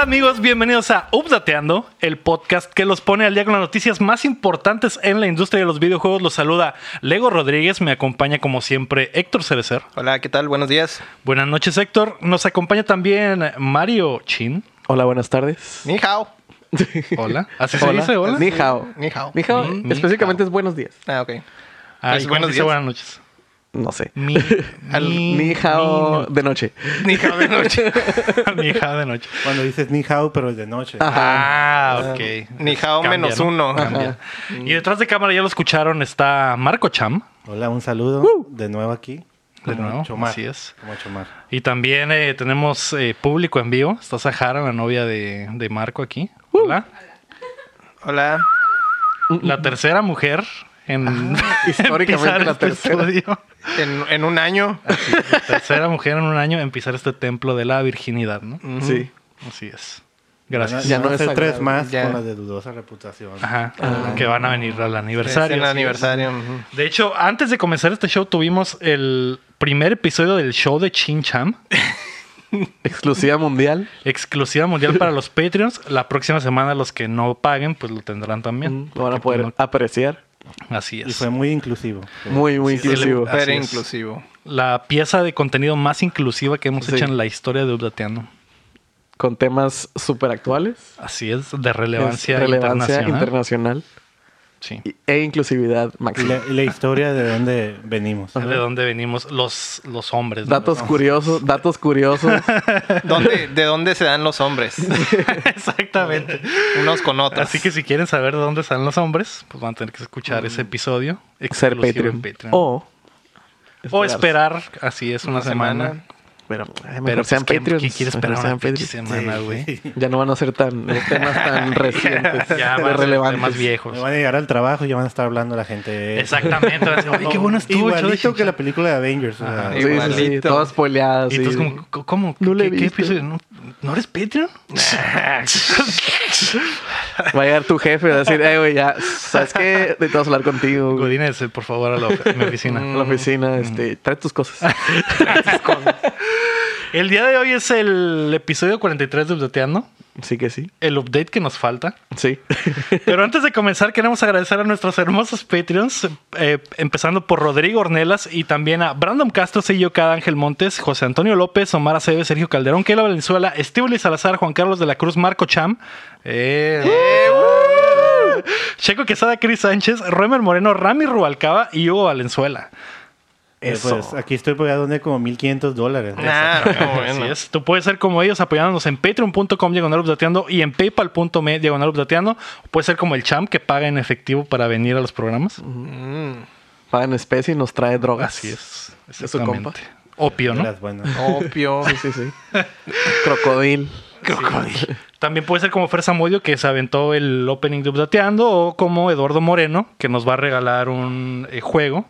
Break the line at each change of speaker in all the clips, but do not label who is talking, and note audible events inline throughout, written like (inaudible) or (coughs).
amigos? Bienvenidos a Updateando, el podcast que los pone al día con las noticias más importantes en la industria de los videojuegos. Los saluda Lego Rodríguez, me acompaña como siempre Héctor Cerecer.
Hola, ¿qué tal? Buenos días.
Buenas noches Héctor, nos acompaña también Mario Chin.
Hola, buenas tardes.
Ni hao.
Hola. (laughs) ¿Así (laughs) se dice hola?
Ni hao.
Ni hao.
Ni hao,
Ni- ni
específicamente es buenos días.
Ah, ok.
Ay,
es
¿cómo se
buenos
dice
días.
buenas noches.
No sé.
Mi,
Al- Ni hao de noche.
Ni hao de noche.
mi- (laughs) mi hija de noche.
Cuando dices ni hao, pero es de noche.
Ah, ok.
Ni hao
Cambia,
menos
¿no?
uno.
Cambia. Y detrás de cámara ya lo escucharon, está Marco Cham.
Hola, un saludo. De nuevo aquí.
De
Como
nuevo,
Chomar.
así es.
Como Chomar.
Y también eh, tenemos eh, público en vivo. Está Sahara, la novia de, de Marco aquí.
Uh.
Hola.
Hola.
La tercera mujer en, (laughs) en
uh. históricamente
pisar
la
este
tercera.
estudio.
En, en un año.
La tercera mujer en un año en pisar este templo de la virginidad, ¿no?
Sí.
Así es.
Van a-
Gracias.
Ya no
van a
es
ser
sagrado,
tres más
ya.
con las de dudosa reputación.
Ajá.
Ah.
Que van a venir al aniversario.
Es el
así es.
aniversario. ujú.
De hecho, antes de comenzar este show tuvimos el primer episodio del show de Chin
(laughs)
Cham.
Exclusiva mundial.
Exclusiva mundial para los Patreons. La próxima semana los que no paguen, pues lo tendrán también.
Lo Mm, van a poder apreciar.
Así es.
Y fue muy inclusivo.
Muy, muy
Sí, sí,
inclusivo.
Así
Pero
es.
inclusivo.
La pieza de contenido más inclusiva que hemos
Sí.
hecho en la historia de Updateando.
Con temas súper actuales.
Así es, de
Es
relevancia,
Relevancia
internacional.
internacional.
Sí.
y- e inclusividad
Y
máxima.
la, y la historia de dónde venimos.
De dónde venimos los, los hombres. ¿no?
Datos curiosos, datos curiosos.
(laughs)
(laughs)
¿Dónde, ¿De dónde se dan los hombres?
Exactamente.
Unos con otros.
Así que si quieren saber de dónde están los hombres, pues van a tener que escuchar ese episodio.
Mm. ser
exclusivo en
Patreon.
Patreon. O,
O,
esperar, así es, una, semana.
Pero, eh, mejor
Pero pues,
sean
¿quién-
Patreons.
¿quién quiere
mejor
esperar una
sean
pinche
Patreons.
semana, güey?
Ya no van a ser tan eh, temas tan
(laughs)
recientes,
ya
de
van a ser
relevantes.
más
Me
viejos.
van a llegar al trabajo y ya van a estar hablando la gente. (laughs)
Exactamente. van a decir, Oye, qué
(laughs)
bueno estuvo. el show de
Igualito
Shin
que
Chan".
la película de Avengers. o sea,
Ajá.
Sí, sí, sí,
Igualito.
todas poleadas.
Y
sí.
tú es como, "C- ¿cómo?
No le
¿Qué, qué
viste.
episodio? ¿No, no eres Patreon?
Va a llegar tu jefe y va a decir, eh, güey, ya, ¿sabes
(laughs)
qué? Necesito hablar contigo. güey.
Godínez, eh, por favor, a la of- a mi (laughs)
A
oficina.
la
Mm.
oficina, este, trae
(laughs)
tus cosas.
El día de hoy es el episodio 43 de Updateando,
Sí que sí.
el update que nos falta.
Sí. (laughs)
Pero antes de comenzar, queremos agradecer a nuestros hermosos Patreons, eh, empezando por Rodrigo Ornelas y también a Brandon Castro, Sillo Cada, Ángel Montes, José Antonio López, Omar Aceves, Sergio Calderón, Kela Valenzuela, Estíbulis Salazar, Juan Carlos de la Cruz, Marco Cham, eh, uh, Checo Quesada, Cris Sánchez, Romer Moreno, Rami Rubalcaba y Hugo Valenzuela.
eh,
Eso.
pues, aquí estoy porque ya doné como 1500 dólares.
Nah,
(laughs)
no,
Así
bueno.
es. Tú puedes ser como ellos apoyándonos en patreon.com diagonal updateando y en paypal.me diagonal updateando. Puedes ser como el champ que paga en efectivo para venir a los programas.
Mm,
Paga en especie y nos trae drogas.
Así es.
Es su compa.
Exactamente. Opio,
De
¿no?
las buenas.
opio.
Sí, sí, sí. Crocodil.
Sí. También puede ser como Fer Samudio, que se aventó el opening de Updateando, o como Eduardo Moreno, que nos va a regalar un eh, juego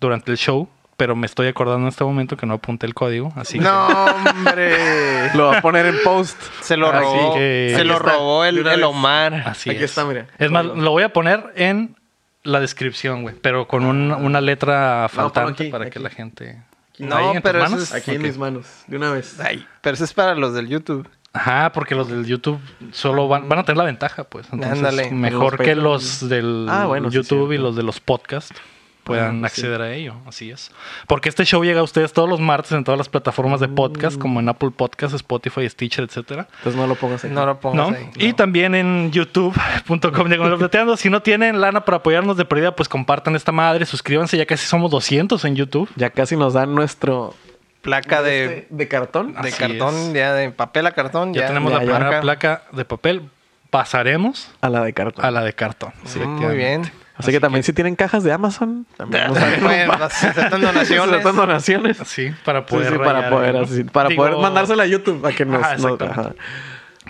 durante el show. Pero me estoy acordando en este momento que no apunté el código. Así que-
No, (laughs) hombre.
Lo va a poner en post.
Se lo
Así
robó.
que-
Se
Aquí
lo
está,
robó
de
el,
una
el
vez.
Omar.
Así
Aquí
es.
está, mira.
Es más, lo voy a poner en la descripción, güey. Pero con un- una letra faltante
ponlo aquí,
para
aquí.
que la gente.
No,
¿Ahí en tus
pero eso
manos?
es-
Aquí en
Ok. Ah.
mis manos. De una vez.
Ay, pero eso es para los del YouTube.
Ajá, porque los del YouTube solo van, van a tener la ventaja, pues. Entonces,
Ándale.
mejor
Los
que
Patreon.
los del
Ah, bueno, sí,
YouTube y
cierto.
los de los podcasts puedan
Ah, sí.
acceder a ello. Así es. Porque este show llega a ustedes todos los martes en todas las plataformas de
Mm.
podcast, como en Apple Podcasts, Spotify, Stitcher, etcétera.
Entonces no lo pongas aquí.
No lo pongas
¿No?
ahí.
Y también en youtube.com diagonal updateando. Si no tienen lana para apoyarnos de pérdida, pues compartan esta madre, suscríbanse, ya casi somos 200 en YouTube.
Ya casi nos dan nuestro...
Placa de,
Este, de cartón.
de
Así
cartón,
es.
ya de papel a cartón.
Ya, tenemos la
ya,
primera
marca.
placa de papel. Pasaremos
A la de cartón.
a la de cartón.
Mm, Muy bien.
(laughs) Así, que también si tienen cajas de Amazon,
(laughs)
también nos
Bueno,
(laughs)
se aceptan donaciones.
aceptan donaciones.
Sí, para
Sí,
poder.
sí, para
rayar, ¿eh?
poder
¿no?
así, para
Digo,
poder mandársela a YouTube a que nos,
Ajá,
nos-
exactamente.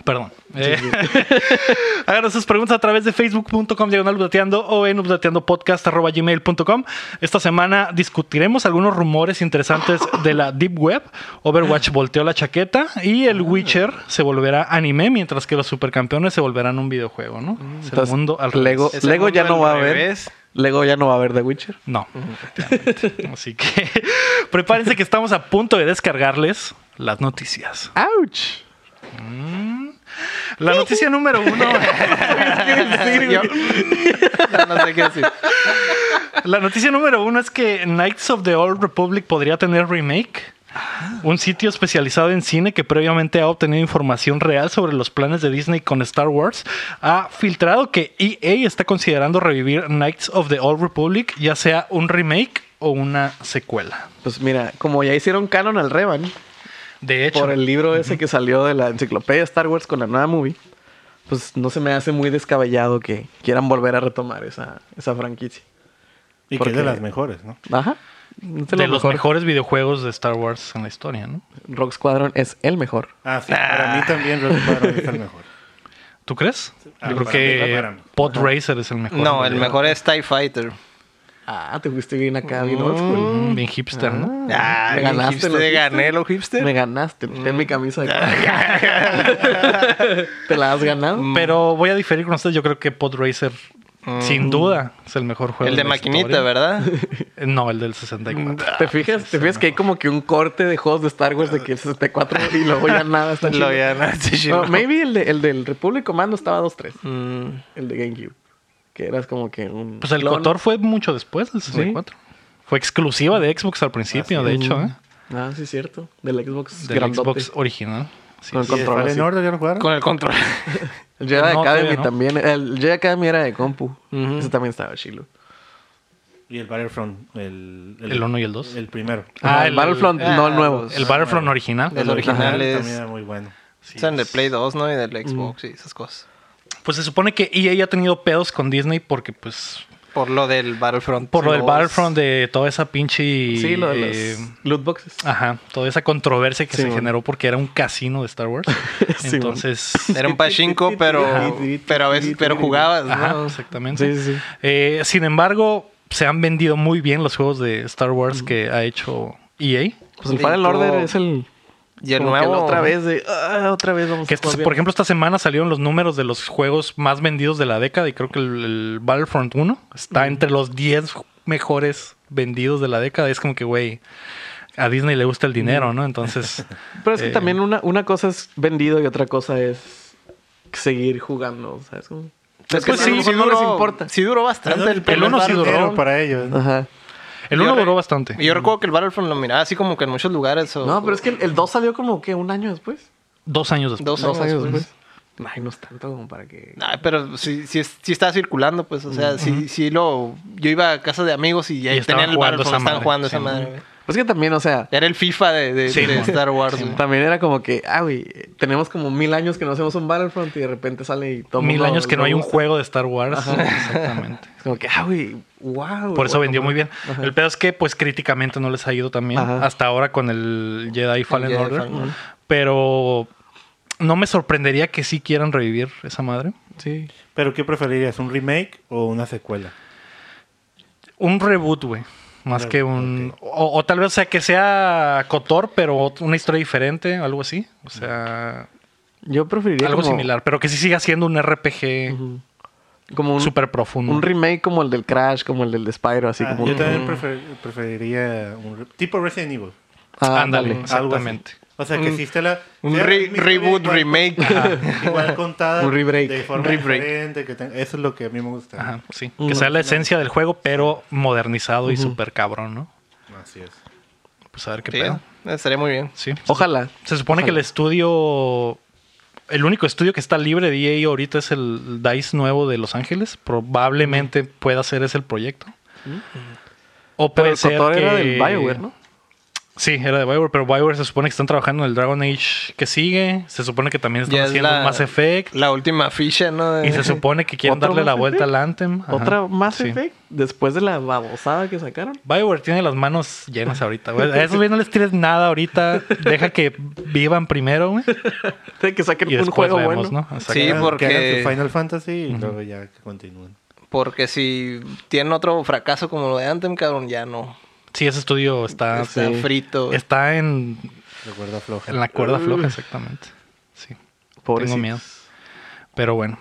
Perdón. Eh, (laughs) Hagan sus preguntas a través de facebook.com diagonal updateando o en updateandopodcast.gmail.com. Esta semana discutiremos algunos rumores interesantes de la Deep Web. Overwatch volteó la chaqueta y
Ah.
el Witcher se volverá anime, mientras que los supercampeones se volverán un videojuego, ¿no? Es el
Mm. Entonces,
mundo al revés.
Lego,
Es el
Lego ya
mundo
no
al
va a haber. (laughs)
revés. (laughs)
Lego ya no va a haber The Witcher. (laughs)
No. efectivamente. Así que (laughs) prepárense que estamos a punto de descargarles las noticias.
¡Auch!
La noticia número
(laughs)
uno.
Yo- no, no sé qué decir.
Pues
La noticia número uno es que Knights of the Old Republic podría tener remake. Un sitio especializado en cine que previamente ha obtenido información real sobre los planes de Disney con Star Wars ha filtrado que EA está considerando revivir Knights of the Old Republic, ya sea un remake o una secuela.
Pues mira, como ya hicieron canon al Revan
De hecho,
por el libro ese que salió de la enciclopedia Star Wars con la nueva movie, pues no se me hace muy descabellado que quieran volver a retomar esa, esa franquicia.
Y que
Porque-
es de las mejores, ¿no?
Ajá. Es
de los
mejor.
mejores videojuegos de Star Wars en la historia, ¿no?
Rock Squadron es el mejor.
Ah, sí. Para mí también Rock Squadron es el mejor.
¿Tú crees?
Ah,
Yo creo
para mí,
que
para mí.
Pod Racer es el mejor.
No,
en
el
realidad.
mejor es TIE Fighter.
Ah, te fuiste bien acá, bien old school.
Mm, Bien hipster, ¿no?
Ah,
me
bien
ganaste,
hipster,
lo
te
hipster.
gané lo hipster.
Me ganaste. Ten mi camisa. (laughs) De... Mm. ¿Te la has (laughs) ganado?
Pero voy a diferir con ustedes. Yo creo que Podracer,
Mm.
sin duda, es el mejor juego.
El de
la
maquinita,
historia. Eh,
(laughs)
¿verdad?
No, el del 64.
¿Te fijas? ¿Te fijas que hay como que un corte de juegos de Star Wars de que el 64 y luego ya nada (laughs) está chido?
Lo ganaste,
No,
chino.
maybe el, de- el del Republic Commando estaba 2-3.
Mm,
El de GameCube. Que eras como que un.
Pues el
clon.
Cotor fue mucho después del 64. Fue exclusiva de Xbox al principio, de hecho, ¿eh?
Ah, sí, es cierto. Del Xbox.
Del
grandote.
Xbox original. Sí,
Con
sí.
¿Y el
Control,
Fallen
sí.
Order ya lo jugaron?
Con el control.
El Jedi
No, todavía
Academy
no.
también. El Jedi Academy era de compu. Ese también estaba chilo.
Y el Battlefront, el...
El uno y el dos.
El primero.
Ah,
Ah, el,
el-
Battlefront,
ah,
no el nuevo.
El
Ah.
Battlefront original.
El original
También
es.
era muy bueno.
Son
pues.
de Play 2, ¿no? Y del
Mm.
Xbox y esas cosas.
Pues se supone que EA ha tenido pedos con Disney porque, pues,
Por lo del Battlefront.
por lo del
dos.
Battlefront de toda esa pinche.
Sí, lo de los
eh,
loot boxes.
Ajá, toda esa controversia que
Sí,
se
man.
generó porque era un casino de Star
(laughs)
Wars.
Sí, man.
Entonces,
(laughs)
Era un pachinko, pero, pero a veces, pero jugabas,
Ajá,
¿no?
exactamente.
Sí, sí, sí.
Eh, sin embargo, se han vendido muy bien los juegos de Star Wars que ha hecho E EA.
Pues el
Sí,
Fallen
tuvo-
Order es el.
Y el
como que la
nuevo.
otra vez de. "Ah, otra vez vamos
Que este
a jugar
estos-
bien".
por ejemplo, esta semana salieron los números de los juegos más vendidos de la década y creo que el, el Battlefront 1 está entre los 10 mejores vendidos de la década. Es como que, güey, a Disney le gusta el dinero, ¿no? Entonces,
Pero es que
eh,
también una, una cosa es vendido y otra cosa es seguir jugando. ¿sabes? Como-
Es que
Pues
sí,
sí,
sí
no les
duró-
importa.
Sí duró bastante.
El
primer
uno sí
Battlefront.
duró.
para ellos. ¿no?
Ajá.
el
Yo
1
re-
duró bastante.
Yo recuerdo que el Battlefront lo miraba así como que en muchos lugares. o-
No, pero es que el- el 2 salió como que un año después.
Dos años después.
Dos, años, después.
Ay, no es tanto como para que.
Ay, pero sí, sí, es- sí estaba circulando, pues. O sea, sí, sí lo. Yo iba a casa de amigos y, ahí
estaban
tenían el
jugando
Battlefront,
esa
estaban
madre,
jugando
sí,
esa
¿no?
madre. güey.
Pues que también, o sea,
Era el FIFA de, de-
Sí,
de
mon.
Star Wars. güey.
también era como que, ah, güey, tenemos como mil años que no hacemos un Battlefront y de repente sale y todo.
Mil
mundo
años que
le
no hay un
gusta.
juego de Star Wars.
(laughs)
Exactamente.
Es como que, ah, güey, wow.
Por eso
güey,
vendió
como-
muy bien.
Ajá.
El pedo es que, pues, críticamente no les ha ido también.
Ajá.
Hasta ahora con el Jedi Fallen
Jedi
Order.
Fallen Order.
Pero no me sorprendería que sí quieran revivir esa madre.
Sí.
Pero ¿qué preferirías? ¿Un remake o una secuela?
Un reboot, güey. Más
Reboot,
que un... O, o tal vez, o sea, que sea Cotor, pero ot- una historia diferente, algo así. O sea,
Yo preferiría.
algo
como-
similar. Pero que sí siga siendo un RPG
Ujú. Como un,
súper profundo.
un remake como el del Crash, como el del Spyro, así
Ah,
como.
yo también prefer- preferiría un re- tipo Resident Evil.
Ah,
Ándale,
ándale.
algo así.
exactamente.
O sea, que
Un-
existe la...
Un
sea,
re-
mi historia
reboot,
igual-
remake.
Ajá, Igual contada.
Un rebreak.
De forma
(laughs) Un rebreak.
diferente. que tenga- Eso es lo que a mí me gusta.
Ajá, sí.
Mm.
Que sea la esencia del juego, pero modernizado y súper cabrón, ¿no?
Así es.
Pues a ver qué
Sí,
pedo.
estaría muy bien.
Sí.
Ojalá.
Se supone que el
Ojalá.
estudio. El único estudio que está libre de EA ahorita es el DICE nuevo de Los Ángeles. Probablemente pueda ser ese el proyecto. O
Pero
puede
el
ser.
Cotor era
que-
del Bioware, ¿no?
Sí, era de Bioware, pero Bioware se supone que están trabajando en el Dragon Age que sigue. Se supone que también están
Ya es
haciendo
la-
un Mass Effect.
La última ficha, ¿no? De-
Y se supone que quieren
¿Otro
darle la
Mass
vuelta al
Effect?
Anthem. Ajá,
Otra más
sí.
Effect después de la babosada que (laughs) sacaron.
Bioware tiene las manos llenas ahorita, güey. A esos güey no les tires nada ahorita. Deja que vivan primero,
(laughs)
güey.
De que saquen
Y
un
después
juego
vemos,
bueno.
¿no?
Sí, pues,
Que hagan-
porque-
que hagan su Final Fantasy y luego ya que continúen.
Porque si tienen otro fracaso como lo de Anthem, cabrón, ya no.
Sí, ese estudio está,
Está
sí.
frito. güey.
está en,
Recuerda floja.
en la cuerda floja, exactamente. Sí,
Pobrecitos.
tengo miedo. Pero bueno.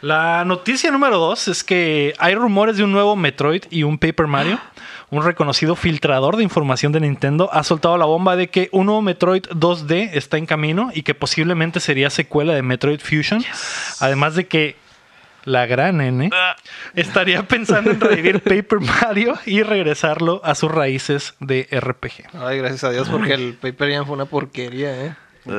La noticia número dos es que hay rumores de un nuevo Metroid y un Paper
(gasps)
Mario. Un reconocido filtrador de información de Nintendo ha soltado la bomba de que un nuevo Metroid 2D está en camino y que posiblemente sería secuela de Metroid Fusion. Además de que la gran N
Ah.
estaría pensando en
(laughs)
revivir Paper Mario y regresarlo a sus raíces de RPG.
Ay, gracias a Dios, porque el Paper Jam fue una porquería, ¿eh.
Sí.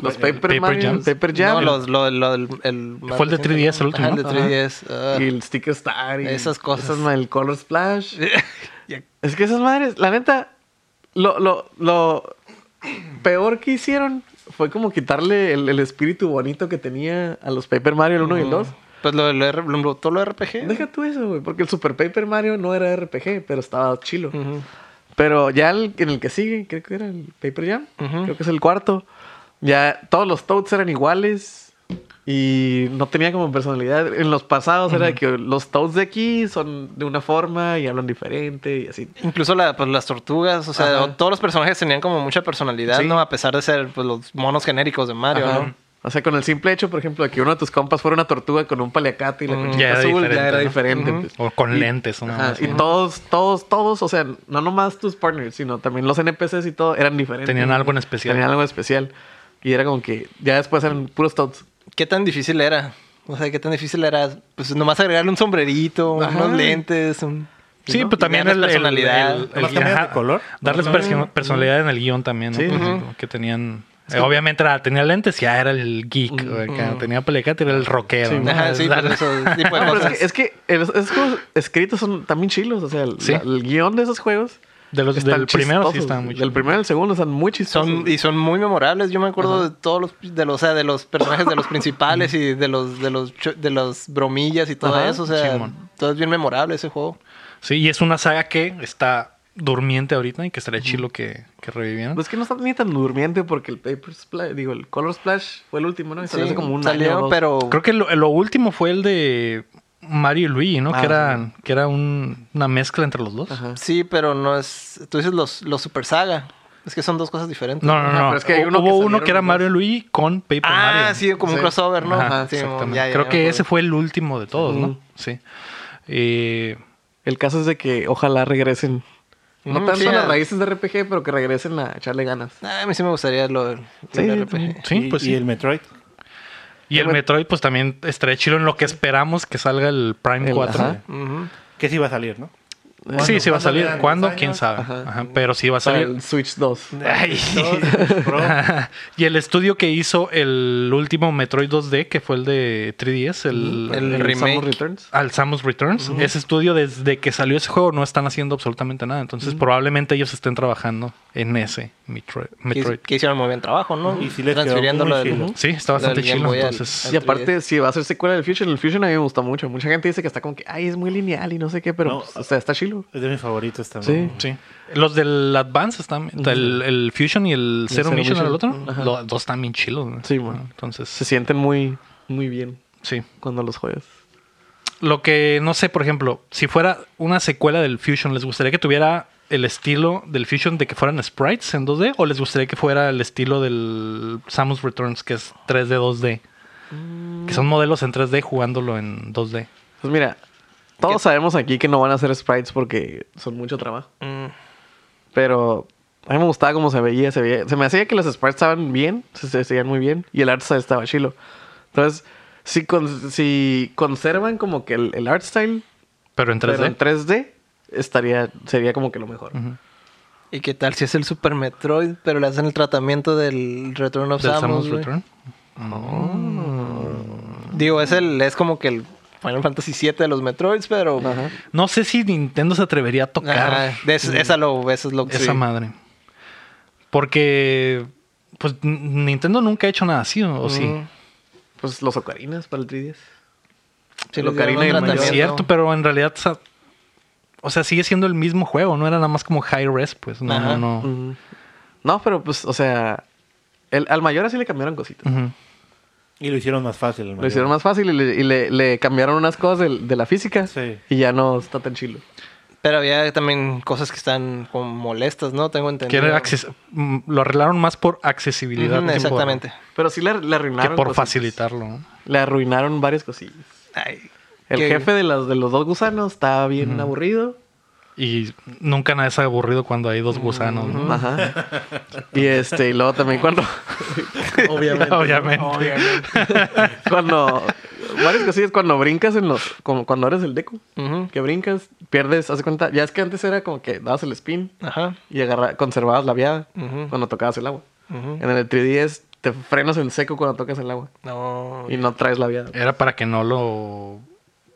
Los
Eh,
Paper,
Paper
Mario,
Jams.
Paper Jam.
No, los, lo- lo- el, el-
Fue el de 3DS el último,
Ajá,
¿no?
el de 3DS. ah.
Y el Sticker Star. Y
Esas cosas.
esas ma- el
(laughs)
Color Splash. es que esas madres, la neta, lo, lo, lo peor que hicieron fue como quitarle el, el espíritu bonito que tenía a los Paper Mario el 1 y el 2.
Pues lo, lo, R- lo- todo lo RPG.
Deja tú eso, güey, porque el Super Paper Mario no era RPG, pero estaba chilo.
Ujú.
Pero ya el- en el que sigue, creo que era el Paper Jam,
Ujú.
creo que es el cuarto. Ya todos los Toads eran iguales y no tenía como personalidad. En los pasados era de que los Toads de aquí son de una forma y hablan diferente y así.
Incluso la- pues, las tortugas, o sea,
Ajá.
todos los personajes tenían como mucha personalidad,
Sí.
¿no? A pesar de ser pues, los monos genéricos de Mario,
Ajá.
¿no?
O sea, con el simple hecho, por ejemplo, de que uno de tus compas fuera una tortuga con un paliacate y la conchita
Ya era
azul, ya
diferente,
era
¿no?
diferente.
Ujú.
pues.
O con
Y-
lentes, una
Ajá,
más,
y
¿no?
todos, todos, todos, o sea, no nomás tus partners, sino también los NPCs y todo eran diferentes.
Tenían algo en especial.
Tenían algo en especial. Y era como que ya después eran puros tots.
¿Qué tan difícil era? O sea, ¿qué tan difícil era? Pues nomás agregarle un sombrerito,
Ajá.
unos lentes, un...
Sí,
¿no?
pues
Y
también
darles
el, el-
personalidad.
el- el-
Nomás cambias de
ajá,
color.
Darles perso- personalidad en el guión también, ¿no?
Sí.
Por
Ujú.
ejemplo, que tenían. eh, obviamente era- tenía lentes, ya era el geek. o el que tenía pelecate, era el rockero. ¿no?
Ajá, sí,
Dar-
pues eso,
(laughs)
ese tipo de
No, pero
cosas.
es que, es que el- esos juegos escritos son también chilos. O sea, el,
Sí.
la- el guión de esos juegos.
de los,
están
del primero sí
chistosos.
estaban muy
Del primero y el segundo están muy chistosos.
Son, y son muy memorables. Yo me acuerdo de todos los, de los, o sea, de los
(coughs)
personajes de los principales y de los, de los, cho- de los bromillas y todo
Ajá,
eso. O sea,
Simón.
todo es bien memorable ese juego.
Sí, y es una saga que está durmiente ahorita y que estaría chilo que, que revivieran.
Pero es que no está ni tan durmiente porque el Paper Splash, digo, el Color Splash fue el último, ¿no? Y salió hace como un
salió,
año. o dos.
pero
Creo que lo, lo último fue el de Mario y Luigi, ¿no?
Ah,
que era, que era un- una mezcla entre los dos.
Ajá.
sí, pero no es. Tú dices los, los Super Saga. Es que son dos cosas diferentes.
No, no,
Ajá,
no.
pero es que hay uno que
Hubo uno que era
salieron los
Mario y Luigi con Paper
Ah,
Mario.
sí, como un
Sí.
crossover, ¿no?
Ajá,
Sí,
exactamente.
ya, ya,
Creo
ya me
que
acuerdo.
ese fue el último de todos, ¿no?
Ujú.
Sí. Eh,
El caso es de que ojalá regresen. No
Ujú,
tanto
Mm, sí,
las
a-
raíces de RPG, pero que regresen a echarle ganas.
Ah, a mí sí me gustaría lo, el
Sí,
RPG.
sí,
y,
pues
y
sí.
el Metroid.
y el Metroid, pues también estaría chido en lo que esperamos que salga el Prime
El-
4.
ajá.
Ujú.
Que sí va a salir, ¿no?
Sí, sí va a
¿Cuándo
salir.
eran?
¿Cuándo?
¿Dos
¿Quién
años?
sabe?
Ajá.
Ajá, Pero sí va a
Para
salir.
el Switch 2.
Ay. (laughs)
Dos, Pro.
y el estudio que hizo el último Metroid 2D, que fue el de 3DS, el,
El
Samus
remake.
Returns.
al Samus Returns. Ese estudio, desde que salió ese juego, no están haciendo absolutamente nada. Entonces, probablemente ellos estén trabajando en ese Metro-
Que-
Metroid.
Que hicieron muy bien trabajo, ¿no?
Y sí les quedó
Transfiriéndolo
muy
del-
chido.
Sí, está
Lo del
bastante
Game
chilo.
Boy al-
Entonces,
Y aparte, si va a ser secuela del Fusion, el Fusion a mí me gustó mucho. Mucha gente dice que está como que, ay, es muy lineal y no sé qué, pero,
No,
pues, o sea, está chilo.
Es de mis favoritos también.
Sí.
sí. Los del Advance están. El, el Fusion y el Zero,
Zero
Mission, era el
Mission.
otro. Los dos están bien chilos. ¿no?
Sí, bueno. Se
Entonces,
sienten muy, muy bien
sí.
cuando los juegas.
Lo que no sé, por ejemplo, si fuera una secuela del Fusion, ¿les gustaría que tuviera el estilo del Fusion de que fueran sprites en 2D? ¿O les gustaría que fuera el estilo del Samus Returns, que es 3D, 2D? Que son modelos en 3D jugándolo en 2D.
Pues mira, todos sabemos aquí que no van a hacer sprites porque son mucho trabajo.
Mm.
Pero a mí me gustaba cómo se veía, se veía. Se me hacía que los sprites estaban bien, se, se veían muy bien. Y el art style estaba chilo. Entonces, si, con- si conservan como que el, el art style
Pero en 3D.
pero en 3D, estaría, sería como que lo mejor.
¿Y qué tal si es el Super Metroid, pero le hacen el tratamiento del Return of
del
Samus?
Samus
güey?
Return.
Digo, es el es como que el Final Fantasy VII de los Metroids, pero
No sé si Nintendo se atrevería a tocar
Ajá, Ah, de es- esa lo eso es lo que
esa
sí.
madre. Porque, pues, N- Nintendo nunca ha hecho nada así, ¿o o oh, sí?
Mm.
Pues los ocarinas para el 3DS.
Sí,
Lo
les dieron
Ocarina
un
of Time.
Es
tratamiento.
cierto, pero en realidad, o sea, o sea, sigue siendo el mismo juego, no era nada más como high res, pues, no, no,
Ajá.
no.
Ujú. No, pero pues, o sea, el, al mayor así le cambiaron
Mm.
cositas.
Ujú.
Y lo hicieron más fácil. el
Lo hicieron
Mario.
más fácil y le, y le- le cambiaron unas cosas del- de, la física.
Sí.
Y ya no está tan chilo.
Pero había también cosas que están como molestas, ¿no? Tengo
Que
entendido.
era acces- mm, lo arreglaron más por
Ujú,
accesibilidad tipo,
Exactamente.
Pero sí le,
que
le
pues,
arruinaron.
por
cositas.
facilitarlo. ¿no?
Le arruinaron varias cosillas.
Ay,
El
que-
jefe de los, de los dos gusanos está bien aburrido.
Y nunca nadie es aburrido cuando hay
Mm,
dos gusanos, ¿no?
(laughs)
Ajá. Y este, y luego también cuando.
(laughs) Obviamente.
Obviamente.
(laughs) cuando. Varias cosillas, cuando brincas en los. Como cuando eres el deco.
Ujú.
Que brincas, pierdes, hace cuenta. Ya es que antes era como que dabas el spin
Ajá.
y agarra, conservabas la viada
Ujú.
cuando tocabas el agua.
Ujú.
En el 3DS te frenas en seco cuando tocas el agua
No.
y no traes la viada.
Era para que no lo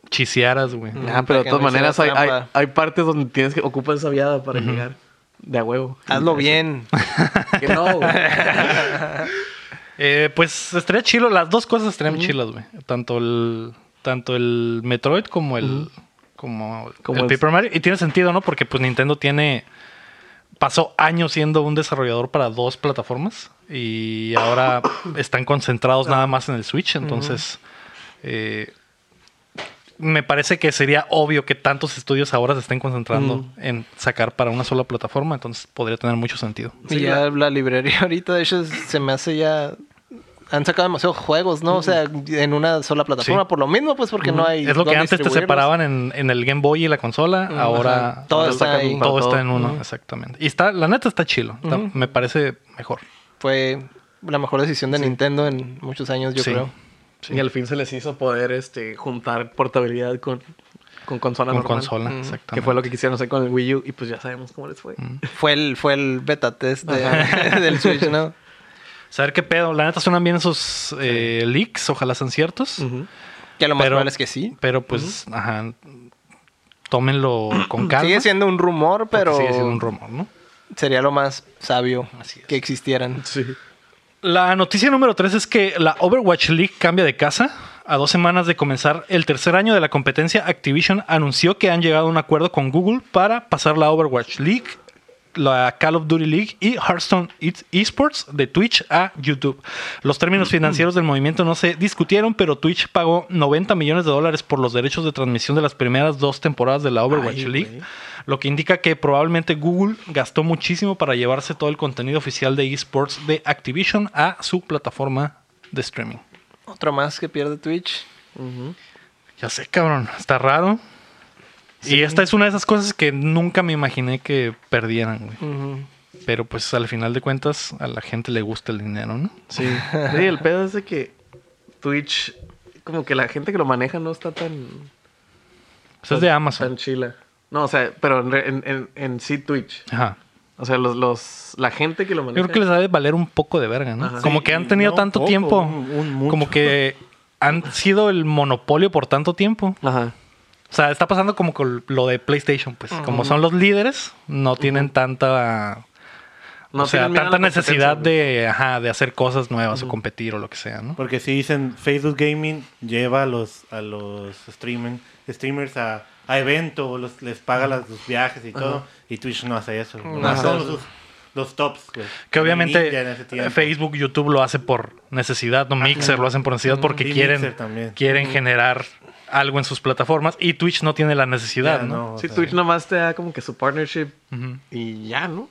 chisearas, güey.
Ajá, pero de
que
todas
no hiciera
maneras hay, hay-
trampa.
hay partes donde tienes que ocupar esa viada para llegar de a huevo.
Hazlo bien.
Que no, güey.
(laughs)
Eh, pues estaría chilo, las dos cosas estarían chilas, güey. Tanto el, tanto el Metroid como el, como,
Como
el
el-
Paper Mario. Y tiene sentido, ¿no? Porque pues Nintendo tiene. Pasó años siendo un desarrollador para dos plataformas. Y ahora están concentrados nada más en el Switch. Entonces. eh, me parece que sería obvio que tantos estudios ahora se estén concentrando en sacar para una sola plataforma, entonces podría tener mucho sentido.
Y ya la librería (laughs) ahorita, de hecho, se me hace ya. Han sacado demasiados juegos, ¿no? O sea, en una sola plataforma,
Sí.
por lo mismo, pues, porque no hay.
Es lo que
dónde
antes te
distribuirlos.
separaban en, en el Game Boy y la consola. ahora
ajá. Todo
ahora
está
sacan-
ahí.
todo
Para
está
todo.
en uno, exactamente. Y está, la neta está chilo. está- Me parece mejor.
Fue la mejor decisión de Nintendo en muchos años, yo
Sí.
creo.
Y al fin se les hizo poder este, juntar portabilidad con, con consola
Con
normal.
consola,
Mm.
exactamente.
Que fue lo que quisieron hacer con el Wii U y pues ya sabemos cómo les fue.
Mm.
Fue el, fue el beta test de- (laughs) del Switch, ¿no?
Saber qué pedo. La neta suenan bien esos eh, leaks. Ojalá sean ciertos.
Ujú.
Que lo más
Pero-
probable es que sí.
Pero pues, ajá. Tómenlo con calma.
Sigue siendo un rumor,
porque
pero
Sigue siendo un rumor, ¿no?
sería lo más sabio
Así es.
que existieran.
Sí.
La noticia número 3 es que la Overwatch League cambia de casa. A dos semanas de comenzar el tercer año de la competencia, Activision anunció que han llegado a un acuerdo con Google para pasar la Overwatch League, la Call of Duty League y Hearthstone E- Esports de Twitch a YouTube. Los términos financieros del movimiento no se discutieron, pero Twitch pagó 90 millones de dólares por los derechos de transmisión de las primeras dos temporadas de la Overwatch
Ay,
League,
güey.
lo que indica que probablemente Google gastó muchísimo para llevarse todo el contenido oficial de esports de Activision a su plataforma de streaming.
Otro más que pierde Twitch.
Ya sé, cabrón, está raro. Y esta es una de esas cosas que nunca me imaginé que perdieran, güey.
Ujú.
Pero pues al final de cuentas a la gente le gusta el dinero, ¿no? Pues
(laughs)
Sí. Sí, el pedo es de que Twitch, como que la gente que lo maneja no está tan,
Pues es de
tan
Amazon.
chila. No, o sea, pero en, re- en, en- en sí Twitch.
Ajá.
O sea, los, los, la gente que lo
Yo
maneja.
creo que les debe valer un poco de verga, ¿no?
Ajá.
Como
Sí,
que han tenido
no,
tanto
poco,
tiempo.
un- un mucho.
como que han sido el monopolio por tanto tiempo.
Ajá.
O sea, está pasando como con lo de PlayStation, pues. Como son los líderes, no tienen tanta. o sea,
tienen miedo a
tanta
la
necesidad
competencia,
de, ajá, de hacer cosas nuevas o competir o lo que sea, ¿no?
Porque si dicen Facebook Gaming lleva a los, a los streamen- streamers a, a evento, los, les paga las- los viajes y todo, y Twitch no hace eso. No
hace
son
eso.
los, los tops. güey.
Que
Ninja en ese
obviamente eh,
tiempo.
Facebook, YouTube lo hace por necesidad, no Mixer lo hacen por necesidad porque
Y
quieren,
Mixer también.
quieren generar algo en sus plataformas y Twitch no tiene la necesidad,
Ya,
¿no?
no, o
güey. Sí,
sea,
Twitch nomás te da como que su partnership
Ujú.
y ya, ¿no?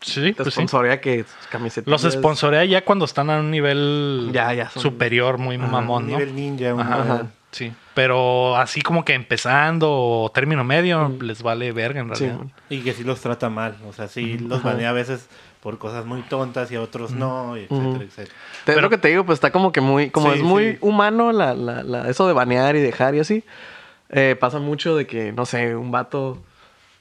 Sí,
Te
pues sí.
sponsorea que camisetas.
Los sponsorea ya cuando están a un nivel
Ya, ya son-
superior, muy
un
mamón, ¿no?
nivel ninja, un
Ajá,
nivel-
Ajá.
Sí. Pero así como que empezando o término medio, les vale verga en
Sí,
realidad.
man.
Y que sí los trata mal. O sea, sí los
Ajá.
banea a veces por cosas muy tontas y a otros no, y etcétera, etcétera.
Te-
Pero-
es lo que te digo, pues está como que muy, como
Sí,
es muy
sí.
humano la, la- la- eso de banear y dejar y así. eh, pasa mucho de que, no sé, un vato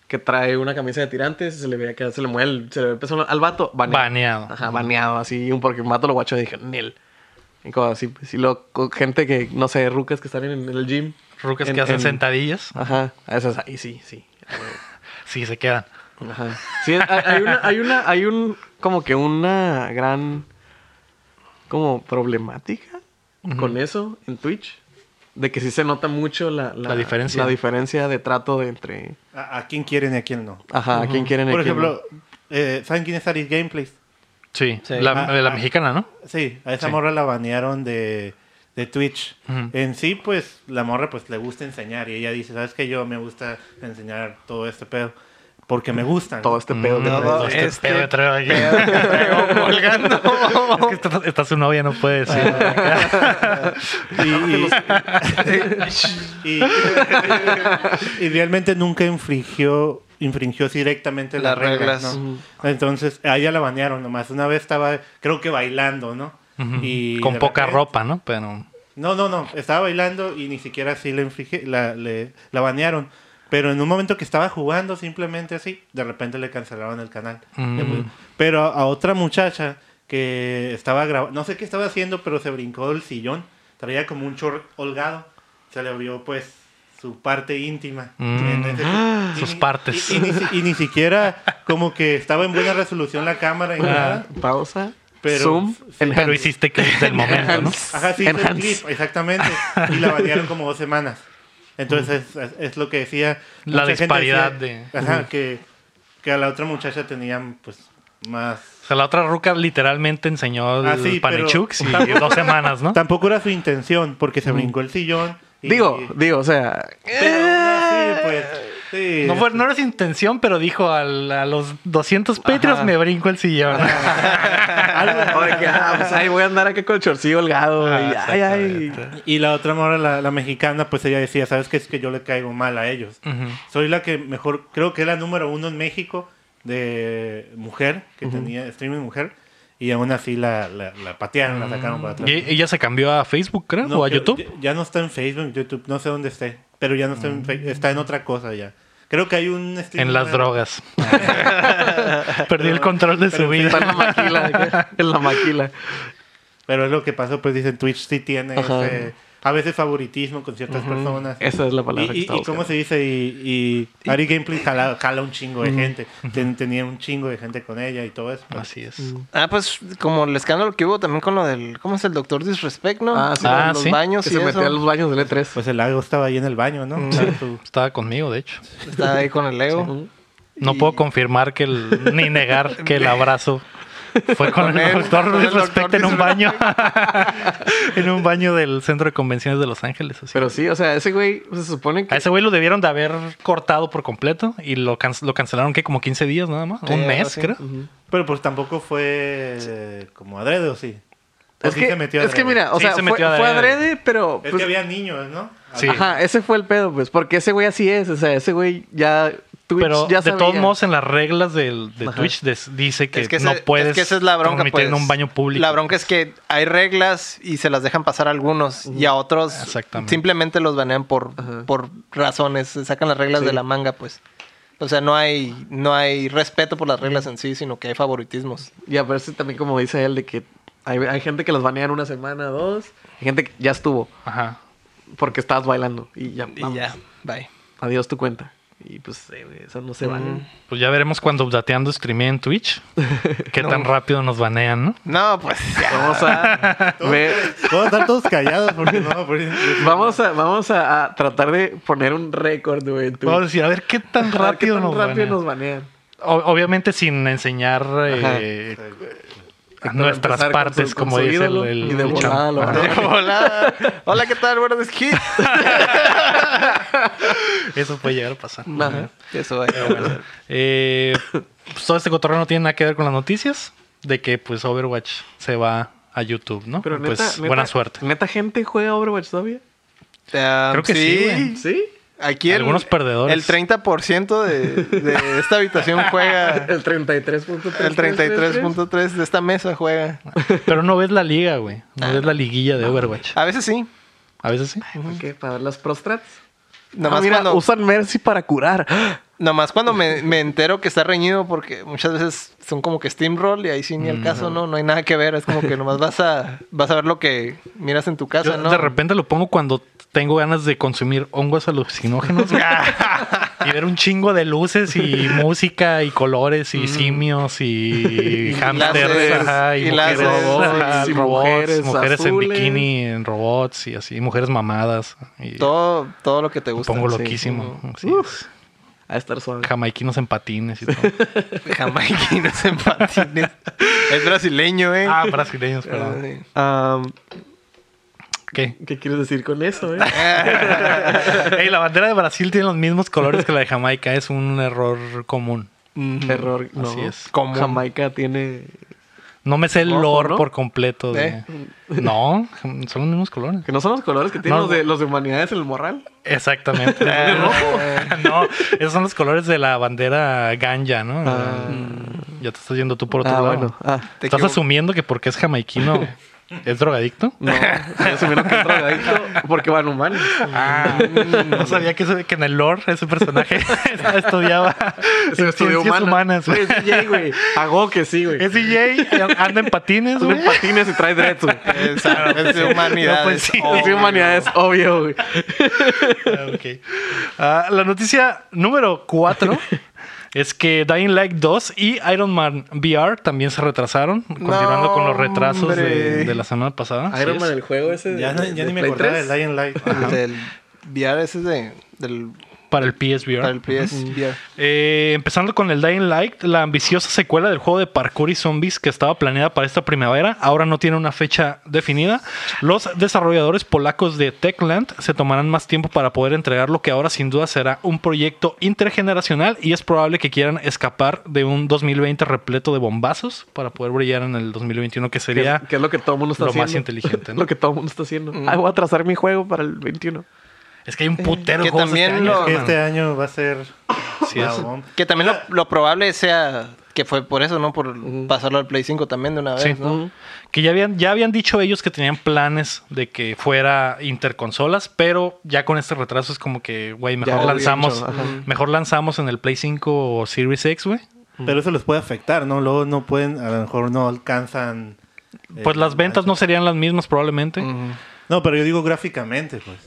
que trae una camisa de tirantes y se le ve que se le mueve, el- se le ve el pezón al vato, baneado.
Baneado.
Ajá, baneado, así, un- porque un vato lo guacho y dije, Nel. Y como así, si lo, con gente que, no sé, rucas que están en el gym.
Rucas
En-
que hacen
en-
sentadillas,
Ajá, a esas, ahí sí, sí.
sí se quedan.
Ajá. Sí, hay- hay una, hay una, hay un, como que una gran, como problemática con eso en Twitch. De que sí se nota mucho la,
La diferencia.
la diferencia de trato de entre,
A, a quién quieren y a quién no.
ajá, a quién quieren y
Por
a quién
ejemplo, eh, ¿saben quién es Aris Gameplays?
Sí,
Sí.
La,
Ah,
la
ah.
mexicana, ¿no?
Sí, a esa
Sí.
morra la banearon de, de Twitch.
Ujú.
En sí, pues, la morra pues le gusta enseñar y ella dice, ¿sabes qué? Yo me gusta enseñar todo este pedo. porque me gustan.
Todo
(laughs)
este pedo. que
No,
traes.
no,
Este
Este
pedo traigo aquí. (laughs)
Traigo colgando.
Es que esta, esta su novia, no puede decir.
Ah,
(laughs)
(laughs) Y, y realmente nunca infringió, infringió así directamente las,
Las
reglas.
reglas.
¿no? Entonces, a ella la banearon nomás. Una vez estaba, creo que bailando, ¿no? y
Con
de
poca
repente-
ropa, ¿no? Pero.
No, no, no. Estaba bailando y ni siquiera así la, infringi- la, le- la banearon. Pero en un momento que estaba jugando simplemente así, de repente le cancelaron el canal.
Mm.
Pero a, a otra muchacha que estaba grabando, no sé qué estaba haciendo, pero se brincó del sillón. Traía como un short holgado. Se le abrió pues su parte íntima.
Mm.
En ese- y
Sus
ni-
partes.
Y, y ni, si- y ni siquiera como que estaba en buena resolución la cámara y nada.
Pausa.
Pero-
zoom.
Pero hiciste que del momento,
(laughs)
¿no?
Ajá, sí, hizo el
Enhance.
clip, exactamente. Y la banearon como dos semanas. Entonces, es, es lo que decía.
La
mucha gente
disparidad
decía,
de-
Ajá, que, que a la otra muchacha tenían, pues, más.
O sea, la otra ruca literalmente enseñó el
Ah, sí, pero-
panechux y dos semanas, ¿no?
Tampoco era su intención, porque se brincó el sillón. y-
Digo, digo, o sea.
Pero aún así, pues. Sí.
No, fue, no era su intención, pero dijo al- a los 200 Patreons me brinco el sillón.
(laughs)
Algo-
Oye, que, ah, pues, ay, voy a andar acá con el chorcillo holgado.
Ah,
y, ay, ay.
Y la otra mora, la, la mexicana, pues ella decía, ¿sabes qué? Es que yo le caigo mal a ellos.
(laughs) Ujú.
Soy la que mejor, creo que era número uno en México de mujer, que tenía streaming mujer, y aún así la, la, la patearon, la sacaron para atrás.
Y ella se cambió a Facebook, creo,
No,
o a
creo-
YouTube.
Ya, ya no está en Facebook, YouTube, no sé dónde esté, pero ya no está en Fe- está en otra cosa ya. Creo que hay un streaming
en las
nuevo.
drogas. Perdí el control de su vida.
Está en la maquila. acá,
(laughs)
En la maquila.
Pero es lo que pasó, pues dicen Twitch sí tiene
Ajá.
ese- a veces favoritismo con ciertas personas.
Esa es la palabra que
Y, y,
estaba
y cómo
buscando.
se dice, y, y Ari Gameplay jala, jala un chingo de gente. Ten- tenía un chingo de gente con ella y todo eso.
Así es.
Ah, pues como el escándalo que hubo también con lo del. ¿Cómo es el doctor Disrespect, no?
Ah, sí.
Ah,
los
sí.
baños
Que
y
se metía a
eso.
los baños del E3.
Pues el lago estaba ahí en el baño, ¿no?
Mm.
Claro, tú-
Estaba conmigo, de hecho.
Está ahí con el ego.
No
Y-
puedo confirmar que el, ni negar que el abrazo fue con,
Con
el
él,
doctor
con el
Disrespect
doctor
en un baño. (laughs) en un baño del centro de convenciones de Los Ángeles. así.
Pero sí, o sea, ese güey pues, se supone
a
que.
ese güey lo debieron de haber cortado por completo y lo, can- lo cancelaron que como 15 días nada más.
Sí,
un
algo
mes,
así.
creo.
Pero pues tampoco fue eh, como adrede, ¿o sí? ¿O
Es
sí
que,
se metió
es que
adrede?
mira, o
Sí,
sea,
se
fue, fue
metió
adrede,
adrede.
pero.
Es
pues,
que había niños, ¿no?
Sí.
Ajá, ese fue el pedo, pues. Porque ese güey así es. O sea, ese güey ya. Twitch
Pero
ya
de
sabía.
todos modos, en las reglas del, de
Ajá.
Twitch des- dice que,
Es que
no
ese-
puedes
es que esa es la bronca,
transmitir
pues.
en un baño público.
La bronca es que hay reglas y se las dejan pasar a algunos y a otros
Exactamente.
simplemente los banean por,
Ajá.
por razones, se sacan las reglas
Sí.
de la manga, pues. O sea, no hay, no hay respeto por las reglas en sí, sino que hay favoritismos.
Y aparece también, como dice él, de que hay, hay gente que los banean una semana, dos. Hay gente que ya estuvo
Ajá.
porque estabas bailando. Y ya.
Y
vamos.
ya, bye.
Adiós tu cuenta. Y pues, sí, güey, eso no se vale.
Pues ya veremos cuando Updateando streamee en Twitch. Qué tan rápido nos banean, ¿no?
No,
(laughs)
pues ya.
Vamos a. ver-
Todos estar todos callados porque no.
(laughs)
pues, porque-
Vamos a, vamos a, a tratar de poner un récord, güey. en Twitch.
Vamos a decir, a ver qué tan
A ver qué
rápido,
tan
nos,
rápido
banean.
nos banean.
O- obviamente sin enseñar eh, a nuestras
empezar con
partes,
su- con
como
su
dice el,
ídolo
el-
y de
el
volada
chavo.
lo
Ajá.
banean.
Hola, hola, ¿qué tal? Buenos
(laughs)
días.
Eso puede llegar a pasar.
Ajá.
Eso
Pero bueno, eh, pues todo este cotorreo no tiene nada que ver con las noticias de que pues Overwatch se va a YouTube, ¿no?
Pero neta,
pues
neta-
buena
(laughs)
suerte.
¿Neta gente juega Overwatch todavía?
Um,
Creo que sí, güey.
¿Sí?
Aquí el-
Algunos perdedores.
El 30% de, de esta habitación juega.
El 33.3.
El 33.3 de esta mesa juega.
Pero no ves la liga, güey. Ah, No ves la liguilla de Overwatch.
A veces sí.
A veces sí.
¿Por qué? ¿Para ver las prostrats?
Nomás
Ah, mira,
cuando,
usan Mercy para curar. (gasps)
nomás cuando me, me entero que está reñido, porque muchas veces son como que Steamroll y ahí sí
Mm,
ni el caso, ¿no? No hay nada que ver. Es como que nomás vas a, vas a ver lo que miras en tu casa,
Yo
¿no?
De repente lo pongo cuando tengo ganas de consumir hongos alucinógenos güey. y ver un chingo de luces y música y colores y simios y hamsters
láseres,
ajá, y,
y
mujeres,
láseres,
ajá,
y
robots,
mujeres
mujeres, en
azules.
bikini, en robots y así, mujeres mamadas. Y
Todo, todo lo que te
me
gusta.
pongo
sí.
loquísimo. así
Uf.
es.
A estar suave.
Jamaiquinos en patines y todo.
(laughs)
(laughs) Jamaiquinos en patines. Es brasileño, ¿eh?
Ah,
ah, brasileños, perdón.
Sí.
Am,
¿Qué?
¿Qué quieres decir con eso,
(laughs)
eh?
Ey, la bandera de Brasil tiene los mismos colores que la de Jamaica. Es un error común.
Error. No.
Así es.
Común.
Jamaica tiene.
No me sé el
Rojo,
lore
¿no?
por completo. de-
¿Eh?
No, son los mismos colores.
Que no son los colores que tienen
No.
los, de, los de humanidades en el morral.
Exactamente.
Ah,
(laughs) no, esos son los colores de la bandera ganja, ¿no?
Ah.
Ya te estás yendo tú por otro lado.
Ah,
Te
¿Estás
equivo-
asumiendo que porque es
(laughs)
jamaiquino es drogadicto?
no. Estoy asumiendo que es drogadicto porque van humanos.
Ah, no
Mm.
sabía que, eso- que en el lore ese personaje (laughs) estudiaba
Es un estudio
ciencias
humano.
humanas.
Güey, Es DJ, güey. Hago que sí, güey.
Es DJ, anda en patines,
Son
güey.
en patines y trae dreads, güey.
(laughs)
(laughs)
Es, es de humanidades.
No, pues sí.
Oh,
Es de humanidades, obvio, güey.
Ah, ok. Ah, la noticia número 4 (laughs) es que Dying Light 2 y Iron Man VR también se retrasaron, continuando con los retrasos de,
hombre.
de la semana pasada. Así
Iron
es.
Man, el juego ese. de-
Ya, no-
de
ya ni me
Play
acordaba
3.
del Lion Light.
El del VR ese es de, del
Para el PSVR.
para el PS VR.
Eh, empezando con el Dying Light, la ambiciosa secuela del juego de parkour y zombies que estaba planeada para esta primavera, ahora no tiene una fecha definida. Los desarrolladores polacos de Techland se tomarán más tiempo para poder entregar lo que ahora sin duda será un proyecto intergeneracional y es probable que quieran escapar de un 2020 repleto de bombazos para poder brillar en el 2021, que
Que
sería
es, que es lo que todo el mundo está
lo
haciendo.
más inteligente, ¿no?
(laughs) lo que todo el mundo está haciendo.
Mm.
Ah, voy a atrasar mi juego para el 21.
es que hay un putero de
que
juegos este
también
año,
lo-
hermano.
Que este año va a ser.
Sí,
la
es.
bomba.
Que también lo, lo probable sea que fue por eso, ¿no? Por pasarlo al Play 5 también de una vez,
Sí.
¿no?
Mm.
Que ya habían, ya habían dicho ellos que tenían planes de que fuera interconsolas, pero ya con este retraso es como que, güey, mejor
Ya lo habían
lanzamos,
hecho, ajá.
mejor lanzamos en el Play 5 o Series X, güey.
Mm.
Pero eso les puede afectar, ¿no? Luego no pueden, a lo mejor no alcanzan. eh,
Pues las ventas no serían las mismas probablemente.
Mm.
No, pero yo digo gráficamente, pues.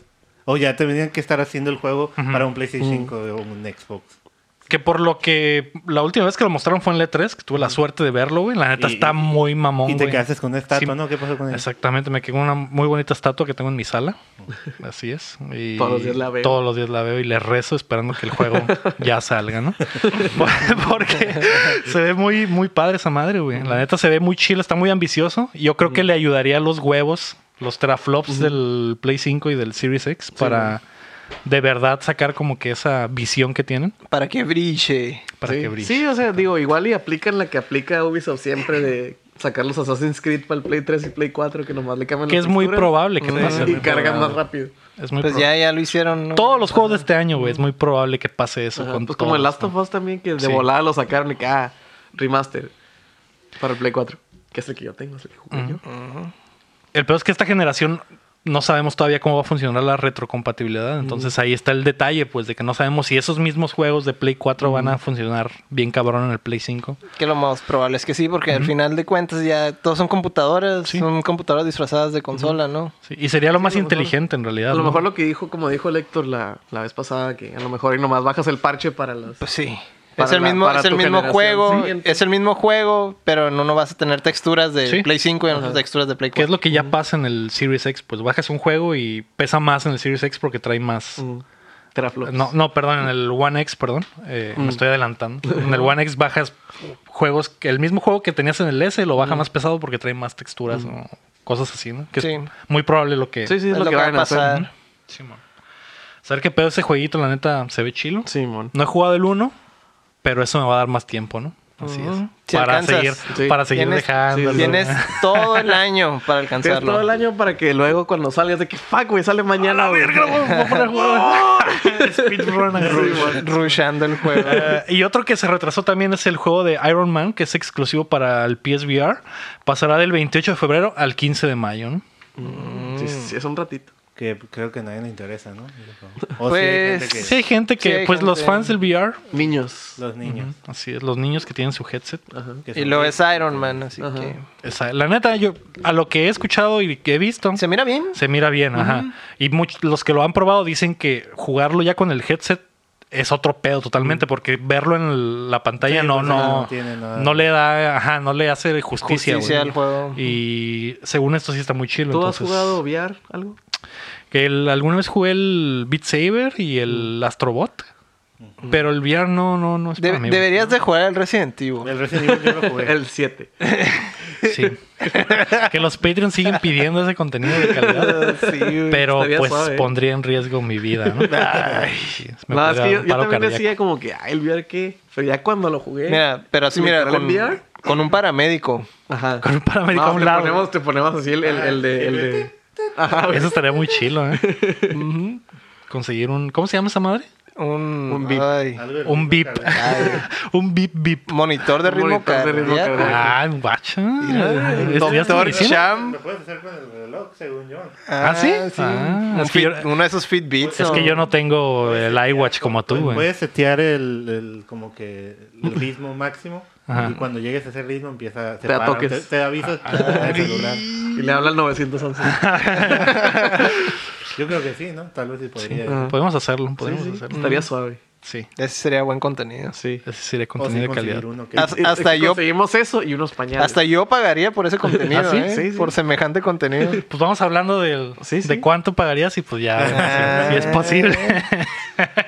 O ya tendrían que estar haciendo el juego para un
Mm.
PlayStation 5 o un Xbox.
Que por lo que la última vez que lo mostraron fue en L3, que tuve la suerte de verlo, güey. La neta
Mm. Y-
está muy mamón,
y te
güey.
quedaste con una estatua,
Sí.
¿no? ¿Qué pasó con eso?
Exactamente, me quedó una muy bonita estatua que tengo en mi
(laughs)
sala. Así es. Y
Todos los días la veo.
Todos los días la veo y le rezo esperando que el
(laughs)
juego ya salga, ¿no? Porque se ve muy, muy padre esa madre, güey. La neta se ve muy chila, está muy ambicioso. Yo creo
Mm.
que le ayudaría a los huevos, los teraflops del Play 5 y del Series X para de verdad sacar como que esa visión que tienen
Para que brille.
para
sí.
que brille.
Sí, o sea, digo, igual y aplican la que aplica Ubisoft siempre de sacar los Assassin's Creed para el Play 3 y Play 4, que nomás le cambian
Que
las
es muy
texturas
probable que pase.
Y carga más rápido.
Es muy
Pues
probable.
ya, ya lo hicieron. ¿no?
Todos los juegos de este año, güey, es muy probable que pase eso.
Ajá,
con
pues como el
todos,
Last
¿no?
of Us también, que de
Sí.
volada lo sacaron y que, ah, remaster para el Play 4. Que es el que yo tengo, es el que jugué
Mm,
yo. Pues
El peor es que esta generación no sabemos todavía cómo va a funcionar la retrocompatibilidad. Entonces ahí está el detalle, pues, de que no sabemos si esos mismos juegos de Play 4 van a funcionar bien cabrón en el Play 5.
Que lo más probable es que sí, porque al final de cuentas ya todos son computadoras,
Sí.
son computadoras disfrazadas de consola, ¿no?
Sí, Y sería lo más
a lo mejor-
inteligente en realidad.
A lo
¿no?
mejor lo que dijo, como dijo el Héctor la, la vez pasada, que a lo mejor y nomás bajas el parche para las...
Pues sí.
Para
es el
la-
mismo,
para
es el
tu
mismo
generación
juego,
siguiente.
es el mismo juego, pero no, no vas a tener texturas de
Sí.
Play 5 y no texturas de Play
Que es
4.
lo que ya pasa en el Series X. Pues bajas un juego y pesa más en el Series X porque trae más.
Mm, teraflops.
No, no, perdón, en el One X, perdón. Eh, Me estoy
(laughs)
adelantando. En el One X bajas juegos, que el mismo juego que tenías en el S lo baja más pesado porque trae más texturas o cosas así, ¿no? Que
Sí.
es muy probable lo que...
Sí, sí, es, lo, que,
va
van a pasar.
pasar.
Simón. ¿Saber qué pedo ese jueguito? La neta, se ve chilo.
Simón.
No he jugado el 1, pero eso me va a dar más tiempo, ¿no? Así
Ujú.
es.
Si
para
alcanzas.
seguir,
Sí.
para seguir
Tienes-
dejándolo.
(laughs) Tienes todo el año para
Tienes
alcanzarlo.
todo el año para que luego cuando salgas de que fuck, güey, sale mañana, güey.
Voy a poner a (laughs) jugar. Speedrun and rush.
Rushando el juego.
(laughs)
Eh, y otro que se retrasó también es el juego de Iron Man, que es exclusivo para el PSVR. Pasará del 28 de febrero al 15 de mayo. ¿no?
(laughs) Sí, sí, sí, es un ratito.
Que creo que a nadie le interesa, ¿no? O sí, hay
Pues,
gente que-
Sí, hay gente que,
Sí, hay
pues los
gente.
fans del VR,
Niños.
los niños.
así es, los niños que tienen su headset.
Ajá.
que
Y
son-
luego es Iron Man, así
Ajá.
que.
Esa- la neta, yo a lo que he escuchado y que he visto,
Se
se,
mira bien.
mira bien. Ajá. Y muchos los que lo han probado dicen que jugarlo ya con el headset es otro pedo totalmente, porque verlo en el- la pantalla
Mm. Sí,
no,
pues,
no,
no tiene nada.
no le da, ajá, no le hace justicia.
Justicia
güey.
al juego.
Y según esto sí está muy chido.
¿Tú
entonces-
has jugado VR
(laughs)
algo?
Que el- alguna vez jugué el Beat Saber y
Mm.
el Astrobot. Pero el VR no, no, no es
De-
para mí. güey.
deberías de jugar el Resident Evil.
(laughs)
El Resident Evil yo lo jugué.
El 7.
Sí. (laughs) que los Patreons siguen pidiendo ese contenido de
(laughs)
calidad.
Sí, güey,
Pero
estaría
pues
suave. ¿eh?
pondría en riesgo mi vida,
(laughs)
¿no?
Ay.
Sí, me
No,
podría
es
dar
que yo,
un
yo
paro
también
cardíaco.
decía como que, ay, el VR qué. Pero ya cuando lo jugué.
Mira, pero así,
¿Me
mira,
traerá el
con,
VR?
con un paramédico.
Ajá.
Con un paramédico a
No,
un
te
lado.
ponemos, te ponemos así el, el, el de. El de... Ajá, güey.
Eso estaría muy chilo, ¿eh?
(laughs)
Ujú. Conseguir un. ¿Cómo se llama esa madre?
Un,
Un beep.
ay,
Algo de
Un beep.
cardíaco.
(laughs) un beep beep.
monitor de
Un
ritmo
monitor de ritmo
cardíaco.
cardíaco.
Ah, guacha.
Mira,
Esto ya está
Doctor
diciendo.
Cham.
Lo puedes hacer con el reloj, según yo.
¿Ah, sí? Ah,
Un
es que yo-
Fit- uno de esos Fitbits.
Es que
o-
yo no tengo el iWatch como tú,
Puedes-
güey.
Puedes setear el, el- como que el ritmo máximo
Ajá.
y cuando llegues a ese ritmo empieza
Te
te, para,
toques.
te, te avisa
Ah,
el celular.
Y le habla
(laughs)
al 911.
Yo creo que sí, ¿no? Tal vez sí podría.
(laughs)
Ajá. (laughs)
Podemos hacerlo, podemos
Sí, sí,
hacerlo. Mm,
Estaría suave.
Sí,
Ese sería buen contenido.
Sí.
ese sería
O sí
contenido de
conseguir
calidad. Ah,
uno que-
Haz- Hasta yo-
Conseguimos eso y unos pañales.
Hasta yo pagaría
(laughs)
por ese contenido,
Ah, sí,
¿eh?
sí, sí.
Por semejante
(laughs)
contenido.
Pues vamos hablando del,
Sí, sí.
de cuánto pagarías y pues ya,
Ah.
si, si es posible. (laughs)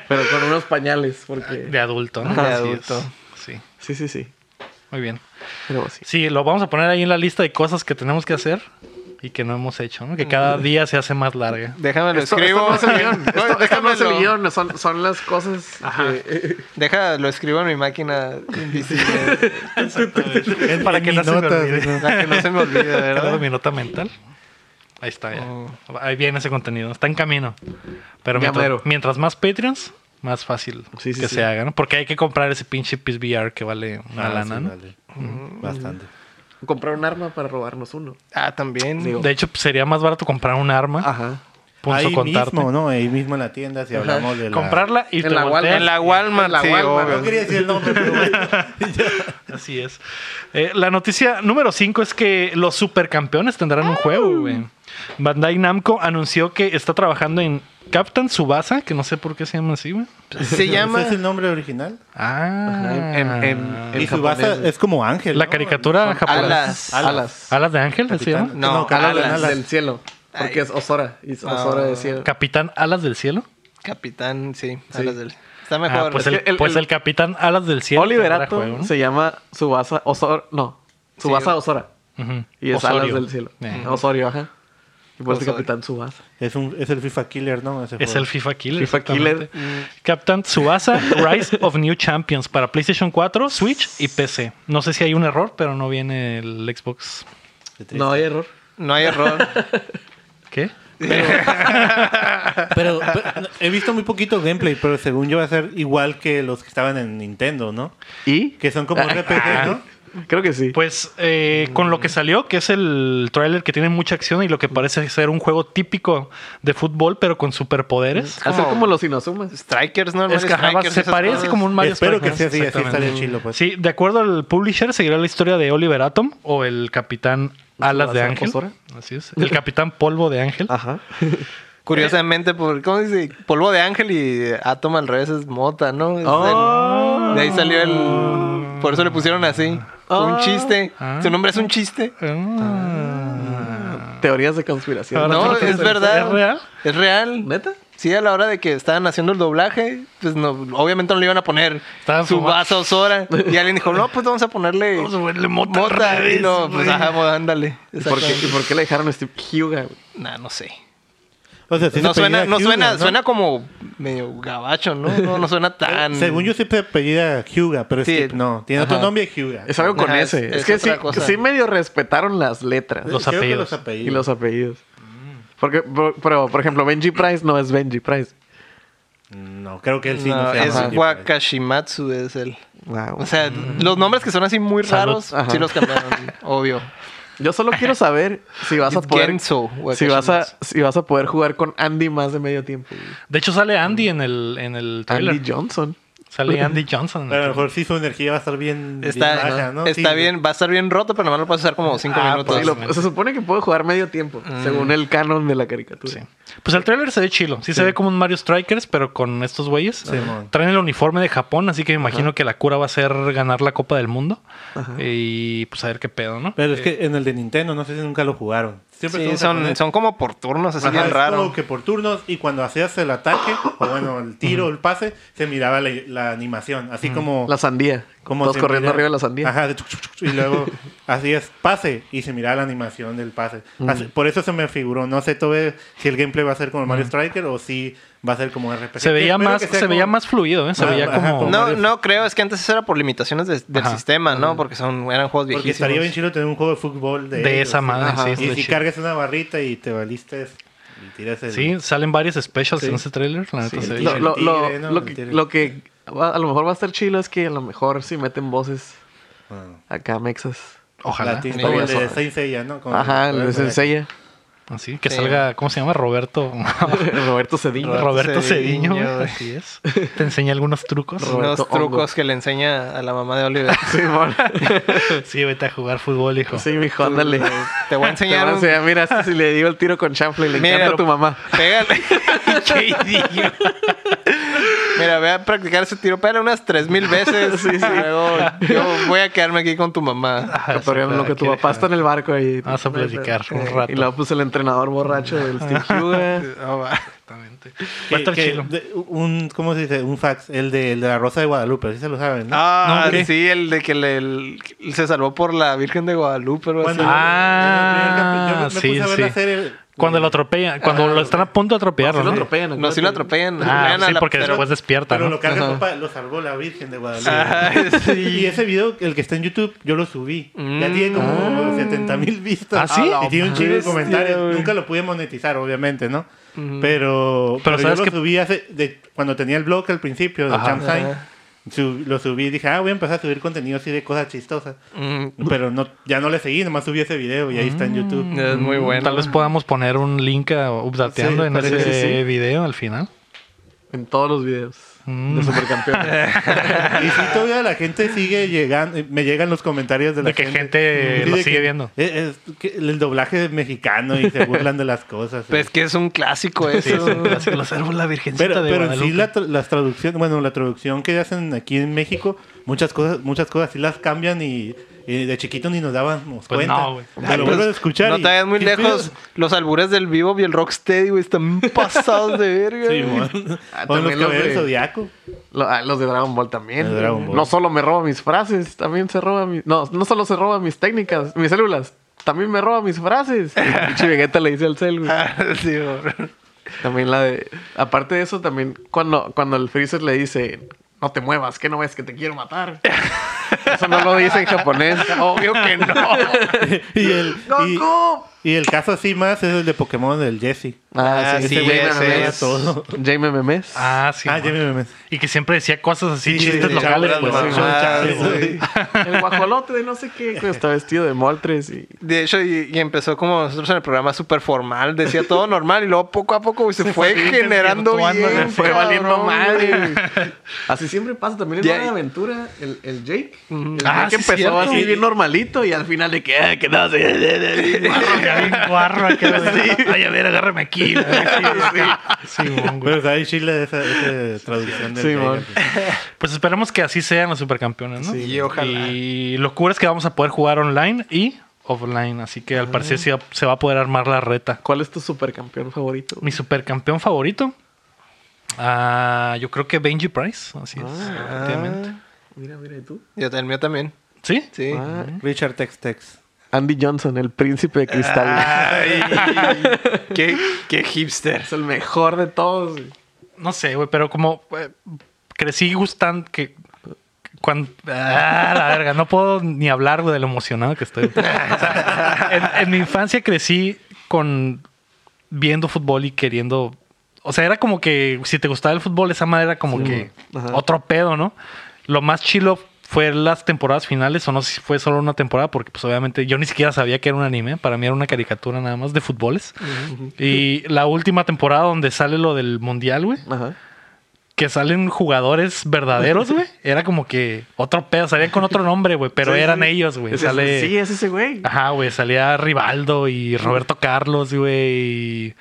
Pero con unos pañales, porque...
de adulto, ¿no?
De
Así
adulto.
es. Sí,
Sí, sí, sí.
muy bien.
Pero sí.
Sí, lo vamos a poner ahí en la lista de cosas que tenemos que hacer y que no hemos hecho, ¿no? Que cada día se hace más
(laughs)
larga.
Déjame lo
Esto, esto
escribo.
no es
(laughs)
el guión. Esto,
Oye,
esto no es el
déjamelo.
guión. Son, son las cosas... que- eh,
Deja, lo escribo en mi máquina
(laughs)
invisible.
En-
Para
en
que
mi
no se me
nota,
olvide.
sí, ¿no?
la que no se me olvide,
Claro,
¿verdad?
mi nota mental. Ahí está ya.
Oh.
Ahí viene ese contenido. Está en camino. Pero
Ya mero.
mientras, mientras más Patreons, más fácil
Sí, sí,
que
sí.
se haga, ¿no? Porque hay que comprar ese pinche PSVR que vale una
Ah,
lana,
sí,
¿no?
vale. Bastante.
Comprar un arma para robarnos uno.
Ah, también.
Digo.
De hecho, pues, sería más barato comprar un arma.
Ajá.
Punto
Ahí
contarte.
mismo, ¿no? Ahí mismo en la tienda, si hablamos de la...
Comprarla y
En
te
la Wal-
volteas.
En la Walmart,
En la
sí,
Walmart,
obvio.
No quería decir el nombre, pero bueno.
Así es. Eh, la noticia número 5 es que los supercampeones tendrán un juego, güey. Bandai Namco anunció que está trabajando en Captain Subasa, que no sé por qué se llama así, güey. (laughs)
Se llama.
¿Ese es el nombre original?
Ah,
En- en- en-
Y
El
su base
japonés.
es como ángel,
la
¿no?
caricatura japonesa.
Alas.
Alas.
Alas de Ángel se
Capitán.
llama.
No,
Capitán
alas.
Alas.
del cielo. Porque es Osora. Y
Ah.
es Osora de cielo.
Capitán Alas del Cielo.
Capitán, sí.
Sí.
alas del- Está
Ah,
mejor.
pues
Es
el,
que el-
pues
el-
el Capitán Alas del Cielo.
Oliverato
tendrá juego, ¿no?
se llama Subasa Osora. No. Subasa
Sí.
Osora.
Ujú.
Y es
Osorio.
Alas del cielo.
Eh.
Osorio, ajá. Y por eso
Osorio.
Capitán Subasa.
Es, un, es el FIFA Killer, ¿no? Ese
Es
Este juego.
el FIFA Killer.
FIFA
exactamente. Captain Tsubasa Rise of New Champions para PlayStation 4, Switch y PC. No sé si hay un error, pero no viene el Xbox.
Qué triste.
No hay error.
No hay
(laughs)
error.
¿Qué?
(laughs) Pero, pero he visto muy poquito gameplay, pero según yo va a ser igual que los que estaban en Nintendo, ¿no?
¿Y?
Que son como RPG, ¿no?
Creo que sí.
Pues eh, con lo que salió, que es el tráiler que tiene mucha acción y lo que parece ser un juego típico de fútbol, pero con superpoderes.
Hacer
como-
como los Inosumas.
Strikers, ¿no?
Es que ajá,
Strikers,
se
esas
parece
cosas.
como un Mario
Espero
Strike,
que sea
¿no?
así, así
Exactamente.
estaría chilo, pues.
Sí, de acuerdo al publisher, seguirá la historia de Oliver Atom o el capitán Alas de
Tsubasa
Ángel.
Osora.
Así es. El capitán Polvo de Ángel.
(laughs) Ajá.
Curiosamente, por, ¿cómo dice? Polvo de ángel y átomo al revés es mota, ¿no? Es
Oh.
Oh.
el- de ahí salió el. Por eso le pusieron así. Fue Un chiste.
Ah.
Su nombre es un chiste.
Ah.
Teorías de conspiración.
Ahora
No,
sí lo
es
pensé.
verdad.
¿Es real?
Es real.
¿Neta?
Sí, a la hora de que estaban haciendo el doblaje, pues no, obviamente no le iban a poner
Estaban
su
fumando.
vaso Sora. Y alguien dijo, no, pues vamos a
(laughs)
ponerle
Vamos a ponerle mota al
mota. Y
revés,
no, pues
güey.
ajá, mo- ándale.
¿Y por, qué,
Exactamente.
¿Y por qué le dejaron a Steve Hyuga? güey?
Nah, no sé.
O sea, sí se
no suena,
apellida
no
Hyuga,
suena, suena como medio gabacho, ¿no? No, no
(laughs)
suena tan...
Eh, Según yo sí se apellida Hyuga, pero
Sí.
Steve no. Tiene otro
Ajá.
nombre Hyuga.
Es algo con
Ajá, es-
ese. Es,
es
que sí,
otra cosa.
sí medio respetaron las letras
Los
Creo que
apellidos.
los
y los
apellidos.
apellidos. Porque, por- pero, por ejemplo, Benji Price no es Benji Price.
No, creo que él sí.
No,
no se
es
llama. pues.
Wakashimatsu, es él.
Wow.
O sea,
Mm.
los nombres que son así muy
Salud.
raros,
Ajá.
sí los
(laughs)
cambiaron, obvio.
Yo solo quiero saber si vas a poder
Genso,
si vas a
Wakashimatsu.
si vas a poder jugar con Andy más de medio tiempo. güey.
De hecho, sale Andy en el, en el trailer.
Andy Johnson.
sale Andy Johnson. en el
Pero a lo
trailer.
mejor sí su energía va a estar bien, bien
Está,
baja, ¿no?
está
Sí.
bien, va a estar bien roto, pero nomás lo puedes usar como cinco
Ah,
minutos.
pues,
Mm. Sí, lo- se supone que puede jugar medio tiempo, según el canon de la caricatura.
Sí. Pues el tráiler se ve chilo. Sí, se ve como un Mario Strikers, pero con estos güeyes.
mon.
Traen el uniforme de Japón, así que me imagino que la cura va a ser ganar la Copa del Mundo. Y pues a ver qué pedo, ¿no?
Pero es que en el de Nintendo, no sé si nunca lo jugaron. Siempre
Sí,
todos se ponen-
son, son como por turnos, así
Ajá,
bien
es
raro.
como que por turnos y cuando hacías el ataque, o bueno, el tiro, el pase, se miraba la, la animación. Así como...
La sandía.
como
Todos
se
corriendo
mira-
arriba de la sandía.
Ajá, de chuc, chuc, chuc, y
(laughs)
luego hacías pase y se miraba la animación del pase.
Mm.
Así- por eso se me figuró. No sé todavía si el gameplay va a ser como el Mario Striker o si va a ser como RPG.
Se veía
Espero
más,
que sea
se veía
como-
más fluido, ¿eh? Se
Ah,
veía
ajá,
como.
como-
No,
varios.
no creo, es que antes eso era por limitaciones de- del
Ajá.
sistema, ¿no? Porque son, eran juegos
Porque estaría bien
viejísimos.
chido tener un juego de fútbol de,
De
ellos,
esa
¿no?
madre,
Ajá.
sí,
Y
está
si
chido.
cargas una barrita y te valiste y tiras el...
Sí, salen varios specials en ese tráiler. La neta
Sí,
se ve
lo-
chido.
el tigre,
lo-
¿no?
lo
El
que,
tigre.
lo que va- a lo mejor va a estar chido es que a lo mejor si meten voces
Bueno,
acá mexas.
Ojalá.
latín,
Ni
como
voy a
el de
saber.
Saint Seiya, ¿no? Como
Ajá,
el-
les
(laughs)
enseña.
Así que
Sí.
salga, ¿cómo se llama? Roberto.
Roberto Cedillo.
Roberto
Roberto Cediño.
Cediño,
güey.
güey.
Así es. Te enseña algunos trucos.
Ro-
Los
Roberto Hongo.
trucos que le enseña a la mamá de
(laughs)
Oliver.
Simón.
(laughs) Sí, vete a jugar fútbol, hijo. (laughs)
Sí, mijo, ándale.
Te voy a
Te van
enseñar
a
un-
enseñar, mira, este si le digo el tiro con chanfle, le
Mira,
encanta a
lo-
tu mamá.
Pégale. (laughs) Qué
(laughs)
idiota. Mira, voy a practicar ese tiro. Pégale unas 3000
(laughs)
veces. y Luego yo voy a quedarme aquí con tu mamá.
Ah,
Ajá,
Cotorreando
Ah, sí,
lo que
aquí
tu papá
deja-
está en el barco ahí.
Vamos a platicar un rato.
Y luego pues el entrenador borracho del Steve Huga.
No, va.
Exactamente.
Que-
Va a estar
que
chido.
de- un, ¿Cómo se dice? Un fax. El de, el de la Rosa de Guadalupe. Sí se lo saben, ¿no?
Ah,
No, ¿qué?
sí, el de que le, el- se salvó por la Virgen de Guadalupe. algo así.
Cuando-
Ah,
en el primer capi- yo me- me
sí,
puse a ver
sí.
la serie-
Cuando lo atropellan, cuando
Ah,
lo están a punto de atropellar,
Se lo
¿no?
atropellan.
No, si lo atropellan.
Ah,
atropellan a
sí,
la-
porque
pero-
después despierta,
Pero
¿no?
lo carga
Ajá.
papá, lo salvó la Virgen de Guadalupe. (laughs)
Ajá, sí.
Y ese video, el que está en YouTube, yo lo subí. Ya
Mm.
tiene como 70 mil vistas.
¿Ah, sí?
Y tiene un chingo de
Bestia,
comentarios.
güey.
Nunca lo pude monetizar, obviamente, ¿no? Pero, pero,
Pero
yo
¿sabes
lo
qué?
subí hace, de- cuando tenía el blog al principio de
Ajá.
Chamsai.
Ajá.
su- lo subí y dije, ah, voy a empezar a subir contenido así de cosas chistosas.
Mm,
Pero no, ya no le seguí, nomás subí ese video y ahí está en YouTube.
es muy bueno.
Mm, Tal vez podamos poner un link a updateando
Sí,
en
parece
ese
que sí.
video al final.
En todos los videos.
Mm.
De supercampeones.
(laughs) Y sí, todavía la gente sigue llegando, me llegan los comentarios de la
De que gente
Sí,
lo
de
sigue
que-
viendo.
eh, es que el doblaje mexicano y se burlan de las cosas.
(laughs) Pues es que es un clásico
Sí,
eso.
sí, así lo salvo la virgencita
Pero,
de
pero en sí
Guadalupe.
la tra- las traducciones, bueno, la traducción que hacen aquí en México, muchas cosas, muchas cosas sí las cambian y, y de chiquito ni nos dábamos
Pues
cuenta.
no, güey.
Te
Ay,
lo
pues,
vuelves a escuchar.
No
y-
te vayas muy
¿qué
lejos.
pedo?
Los albures del vivo y el rocksteady, güey, están pasados de verga. (laughs)
Sí,
güey.
bueno.
Ah,
O en los
también los
caballeros
de-
zodiaco. (laughs)
Lo- ah, los de Dragon Ball también.
Los de Dragon Ball.
No solo me roba mis frases, también se roba mis... No, no solo se roba mis técnicas, mis células. También me roba mis frases. (laughs) Y Chivigueta le dice al cel, güey.
Ah, Sí, güey.
También la de... Aparte de eso, también cuando, cuando el Freezer le dice... No te muevas, que no ves que te quiero matar. Eso no lo dice en japonés. Obvio que no.
y,
(laughs)
el, (laughs) y,
¡Goku!
y el caso así más es el de Pokémon del Jesse.
Ah,
Ah,
sí,
sí,
Jaime
ese
Memes.
es
todo.
Jaime Memes.
Ah, sí.
ah,
man.
ya me me- me-
Y que siempre decía cosas así,
Sí,
chistes
de
locales.
chambras,
pues,
de
sí.
mamadas,
son chales,
güey.
El guajolote de no sé qué. que Está vestido de moltres y...
De hecho, y, y empezó como nosotros en el programa súper formal, decía todo normal y luego poco a
(laughs)
poco güey, se, fue generando
desvirtuando,
bien.
se fue
cabrón,
valiendo
güey.
madre. Así siempre pasa también en
Ya-
Hora de Aventura, el, el Jake. El
Ah,
Jake
sí,
empezó
cierto.
así bien normalito y al final de
(laughs)
que, ah, que no sé.
Guarro, ya bien guarro acá, güey. Ay, a ver, agárrame aquí. güey. Sí, mon, güey.
Pero está en Chile esa, esa traducción del
Sí,
Jesse.
mon.
Pues esperemos que así sean los supercampeones, ¿no?
Sí, y ojalá.
Y lo cool es que vamos a poder jugar online y offline. Así que al
Ah.
parecer sí va- se va a poder armar la reta.
¿Cuál es tu supercampeón favorito?
Mi supercampeón favorito. Ah, yo creo que Benji Price. Así es.
Ah.
efectivamente.
Mira, mira, ¿y tú?
Yo el mío también.
¿Sí?
Sí.
Ah,
Richard Tex Tex.
Andy Johnson, el príncipe de cristal.
Ah. Ay, qué, qué hipster.
Es el mejor de todos. güey.
No sé, güey, pero como eh, crecí gustando que. Cuando, ah, la verga, no puedo ni hablar güey, de lo emocionado que estoy. O sea, en, en mi infancia crecí con viendo fútbol y queriendo. O sea, era como que si te gustaba el fútbol, esa madre era como que
Ajá.
otro pedo, ¿no? Lo más chilo fue las temporadas finales, o no sé si fue solo una temporada, porque pues obviamente yo ni siquiera sabía que era un anime, para mí era una caricatura nada más de fútboles. Y la última temporada donde sale lo del mundial, güey
Ajá.
que salen jugadores verdaderos,
(laughs)
güey. Era como que otro pedo, salían con otro nombre, güey, pero
Sí,
eran
sí.
ellos, güey.
Es-
Sale... Ah,
Sí, es ese güey.
Ajá, güey, salía Rivaldo y Roberto Carlos, güey, y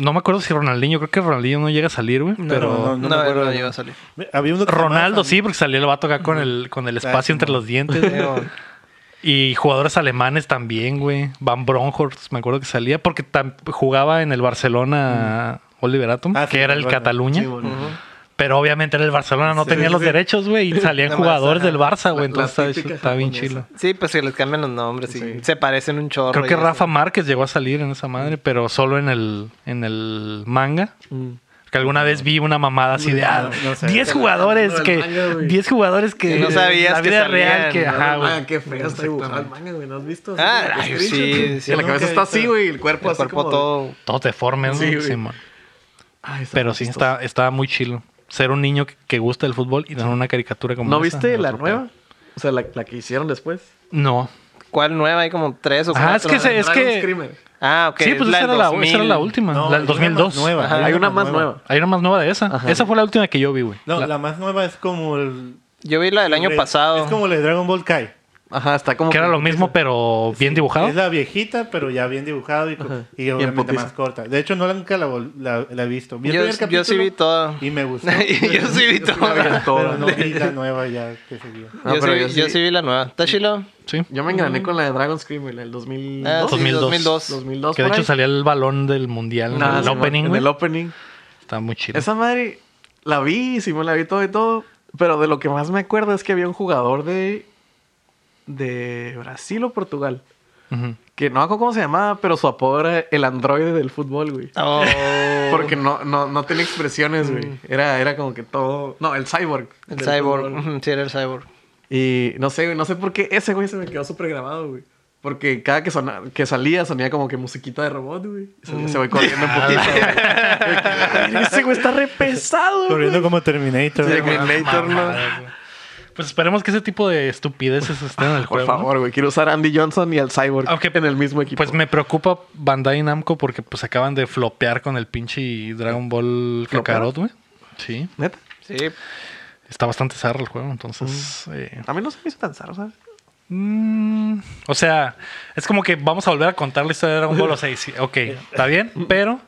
No me acuerdo si Ronaldinho, creo que Ronaldinho no llega a salir, güey. pero
no, no
No,
me
no,
acuerdo.
no iba a salir.
Había uno que se llamaba
Ronaldo
Fan-
sí, porque salía el vato acá con el, con el espacio entre los dientes. güey. Y jugadores alemanes también, güey. Van Bronhorst, me acuerdo que salía, porque tam- jugaba en el Barcelona Oliver Atom,
Ah, sí,
que era el
bueno,
Cataluña.
sí, bueno.
Pero obviamente en el Barcelona no
Sí,
tenía
sí,
los
sí.
derechos,
(laughs)
güey. Y salían
La
jugadores
Barça,
del Barça, güey.
la-
Entonces
la
está-
típica
está bien
japonesa.
chilo.
Sí, pues que les cambian los nombres y
Sí.
se parecen un chorro.
Creo
y
que
eso.
Rafa Márquez llegó a salir en esa madre, pero solo en el, en el manga. Que alguna vez vi una mamada así de ah,
No, no sé.
10 jugadores
No, el
que
manga, güey.
10 jugadores que
Que no sabías
la
que
vida
salían,
real que
¿no?
ajá, güey.
Ah, qué feo está dibujado el manga, güey. ¿No has visto? Así
Ah,
como que
ay,
screenshot,
sí,
güey.
sí,
Y la
nunca
cabeza
he
está
visto.
así, güey. El cuerpo
El
así
cuerpo
como...
todo.
Todo deforme, ¿no?
Sí, güey.
Simón.
Ay, está
Pero
muy
sí
chistoso.
Ah, está, está muy chilo. Ser un niño que, que gusta del fútbol y tener una caricatura como
¿No
esa,
viste
el
la
otro
nueva? O sea, la, la que hicieron después.
pedo. No.
¿Cuál nueva? Hay como tres o cuatro.
Ah, es que se- es
Dragon
que-
Screamer.
Ah, ok.
sí, pues
es
esa era,
del
la, esa era
2000.
la última,
No,
la del
hay una
2002.
más nueva.
Ajá.
Hay una más nueva.
Hay una más nueva de esa. Esa fue la última que yo vi, güey.
No,
La-
la... más nueva es como el...
Yo vi la del año
el-
pasado.
Es como la de Dragon Ball Kai.
Ajá, está como...
que era lo mismo, pero bien dibujado.
Es la viejita, pero ya bien dibujado y, co-
Ajá.
y
Y en
obviamente
putiza.
más corta. De hecho, no la, nunca la, vol- la- la he visto. Vi el
Yo-
primer
yo sí
capítulo
vi todo. (laughs)
Y me gustó.
yo sí vi todo.
había todo.
Pero no vi la nueva ya que seguía.
No,
(laughs) yo, sí,
Ah, pero
vi-
yo
yo,
sí-
sí. vi la nueva. ¿Está chilo?
Sí.
Yo me engrané con la de Dragon Screamer, la del 2002.
Ah, sí,
2002.
2002
Que de
por
hecho
ahí.
salía el balón del mundial
Nah,
en el
Simón,
opening,
en
güey.
el opening.
Está muy chido.
Esa madre la vi, sí me la vi todo y todo. Pero de lo que más me acuerdo es que había un jugador de. de Brasil o Portugal.
Ujú.
Que no me acuerdo cómo se llamaba, pero su apodo era el androide del fútbol, güey.
Oh.
Porque no, no, no tenía expresiones, güey. Era, era como que todo. No, el cyborg.
Mm. El
del
cyborg.
fútbol.
Ujú, Sí, era el cyborg.
Y no sé, güey, no sé por qué ese güey se me quedó súper grabado, güey. Porque cada que, sona- que salía, sonía como que musiquita de robot, güey. Se,
Mm.
se voy corriendo un
(laughs)
poquito. güey. ese güey está re pesado, güey.
Corriendo como Terminator.
Sí, güey.
Ah,
Terminator, ¿no?
mamada, güey. Pues esperemos que ese tipo de estupideces estén en el
Por
juego. ¿no?
favor, güey. Quiero usar a Andy Johnson y al Cyborg
Aunque,
en el mismo equipo.
Pues me preocupa Bandai Namco porque pues acaban de flopear con el pinche Dragon Ball
¿Flopearon?
Kakarot, güey. Sí.
Neta.
Sí.
Está bastante zarro el juego,
Mm.
entonces... eh,
A mí no se me hizo tan zarro, ¿sabes?
mm, o sea, es como que vamos a volver a contar la historia de Dragon Ball. O sea, y sí, ok, está bien, pero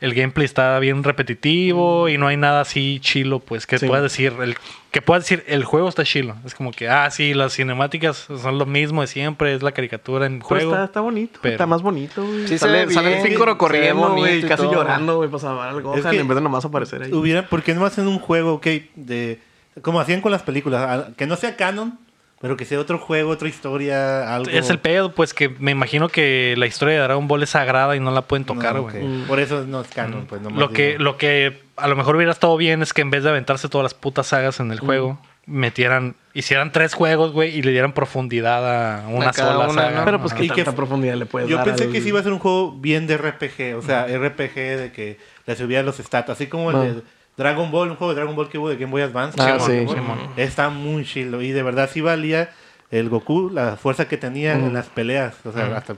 el gameplay está bien repetitivo y no hay nada así chilo, pues, que
Sí.
puedas decir... El, que puedas decir, el juego está chilo. Es como que, ah, sí, las cinemáticas son lo mismo de siempre, es la caricatura en
Pero
juego.
está, está bonito.
Pero-
Está más bonito, güey.
Sí, se
sale,
ve
sale el
bien,
Piccolo
se ve
corriendo,
bonito
güey.
y
Casi
todo.
llorando, güey, para salvar al Gohan.
que-
En vez de nomás aparecer ahí.
Hubiera, ¿Por qué no hacen un juego que de como hacían con las películas, a- que no sea canon, pero que sea otro juego, otra historia, algo?
Es el pedo, pues que me imagino que la historia de Dragon Ball es sagrada y no la pueden
No,
Ah,
tocar,
ok.
güey. Mm.
Por eso no es canon, pues nomás
Lo que,
digo.
lo que a lo mejor hubiera estado bien es que en vez de aventarse todas las putas sagas en el juego, metieran, hicieran tres juegos, güey, y le dieran profundidad a una
A cada
sola
una,
saga.
¿no?
Pero pues
Ajá.
qué
Y que-
tanta profundidad le puedes
Yo
dar.
pensé
al-
que sí iba a ser un juego bien de RPG, o
Mm.
sea, RPG de que le subías los stats, así como el
Ah.
de Dragon Ball, un juego de Dragon Ball que hubo de Game Boy Advance.
Ah,
Simón,
sí.
¿no?
Simón.
Está muy chilo y de verdad sí valía el Goku, la fuerza que tenía
Mm.
en las peleas, o
Mm.
sea, hasta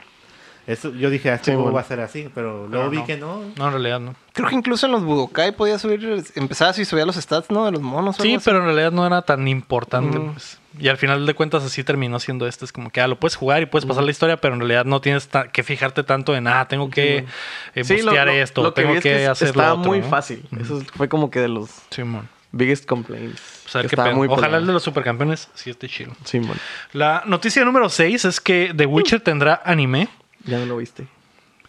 eso, yo dije, ah, este
Simón.
juego va a ser así, pero luego
Pero
vi
no.
que no.
No, en realidad no.
Creo que incluso en los Budokai podía subir. Empezabas y subía los stats, ¿no? De los monos. o
Sí,
algo así.
pero en realidad no era tan importante. pues. Y al final de cuentas así terminó siendo este. Es como que, ah, lo puedes jugar y puedes pasar la historia, pero en realidad no tienes ta- que fijarte tanto en, ah, tengo que eh,
Sí, lo-
bustear
lo-
esto,
lo
tengo
vi
que,
es es-
hacer lo
Estaba
otro,
muy
¿no?
fácil. Eso fue como que de los
Simón.
biggest complaints.
Pues a ver
que
qué
estaba
pedo.
muy
Ojalá
peleado.
el de los supercampeones sí esté chido.
Sí, mon.
La noticia número 6 es que The Witcher tendrá anime.
Ya no lo viste.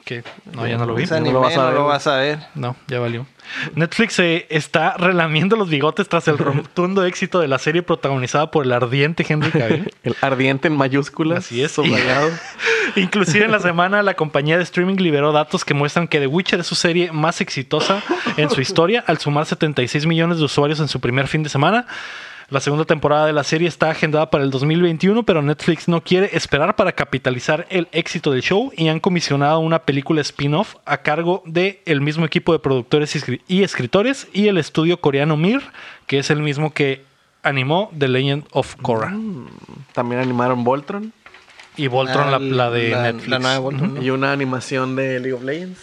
Que no, ya no lo vi.
Ese anime
No lo vas a ver.
No lo vas a ver.
No, ya valió. Netflix eh, está relamiendo los bigotes tras el rotundo éxito de la serie protagonizada por el ardiente Henry Cavill.
El ardiente en mayúsculas.
Así es.
(laughs) Subrayado.
Inclusive en la semana la compañía de streaming liberó datos que muestran que The Witcher es su serie más exitosa en su historia al sumar 76 millones de usuarios en su primer fin de semana. La segunda temporada de la serie está agendada para el 2021, pero Netflix no quiere esperar para capitalizar el éxito del show y han comisionado una película spin-off a cargo del el mismo equipo de productores y escri- y escritores y el estudio coreano Mir, que es el mismo que animó The Legend of Korra
También animaron Voltron.
y Voltron, la,
Ah,
la de
la-
Netflix.
La nueva de Voltron. ¿no?
Y una animación de League of Legends.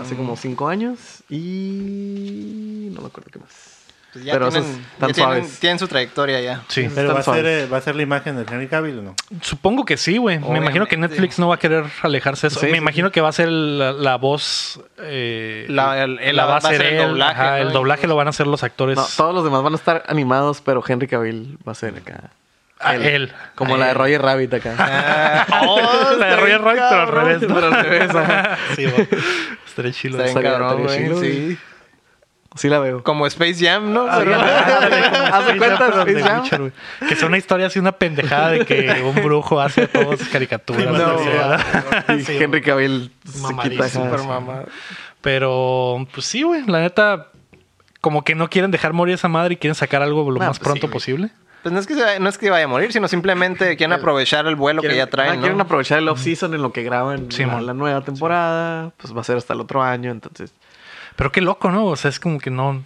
Hace como cinco años. Y. No me acuerdo qué más.
pues ya,
Pero
tienen,
esos tan
ya tienen,
suaves.
tienen su trayectoria ya.
Sí.
Pero va a,
Están
ser,
suaves.
eh, va a ser la imagen del Henry Cavill o no.
Supongo que sí, güey. Me imagino que
Obviamente.
Netflix no va a querer alejarse de eso.
Sí,
Me
sí,
imagino que va a ser la, la voz. eh,
La- el- el- va a ser el
él,
doblaje,
ajá,
¿no?
el doblaje lo van a hacer los actores.
No, todos los demás van a estar animados, pero Henry Cavill va a ser acá.
a él.
Como la de Roger Rabbit
Ah,
(laughs) acá. Ah,
Oh, (laughs) la de Roger Rabbit, pero al revés, ¿no?
Pero al revés, ajá.
(laughs) Sí, güey. Estaría chilo.
Está bien
Estaría-
cabrón,
estaría
güey.
chido.
Sí.
Sí la veo.
Como Space Jam, ¿no?
Ah,
Pero-
Haz de cuenta,
Pero de
Space Jam.
Witcher, güey. Que sea una historia así, una pendejada de que un brujo hace a todos caricaturas.
Sí,
¿no?
no,
(laughs)
Y Henry Cavill se
Mamadísimo.
quita ajá,
Super
sí.
mamá.
Pero, pues sí, güey. La neta, como que no quieren dejar morir esa madre y quieren sacar algo lo
Nah,
más
pues sí,
pronto
güey.
posible.
Pues no es, que se vaya, no es que vaya a morir, sino simplemente quieren aprovechar el vuelo que ya
ah,
traen,
quieren
¿no?
aprovechar el off-season en lo que graban
Sí,
la,
mon.
la nueva temporada. Pues va a ser hasta el otro año, entonces.
Pero qué loco, ¿no? O sea, es como que no.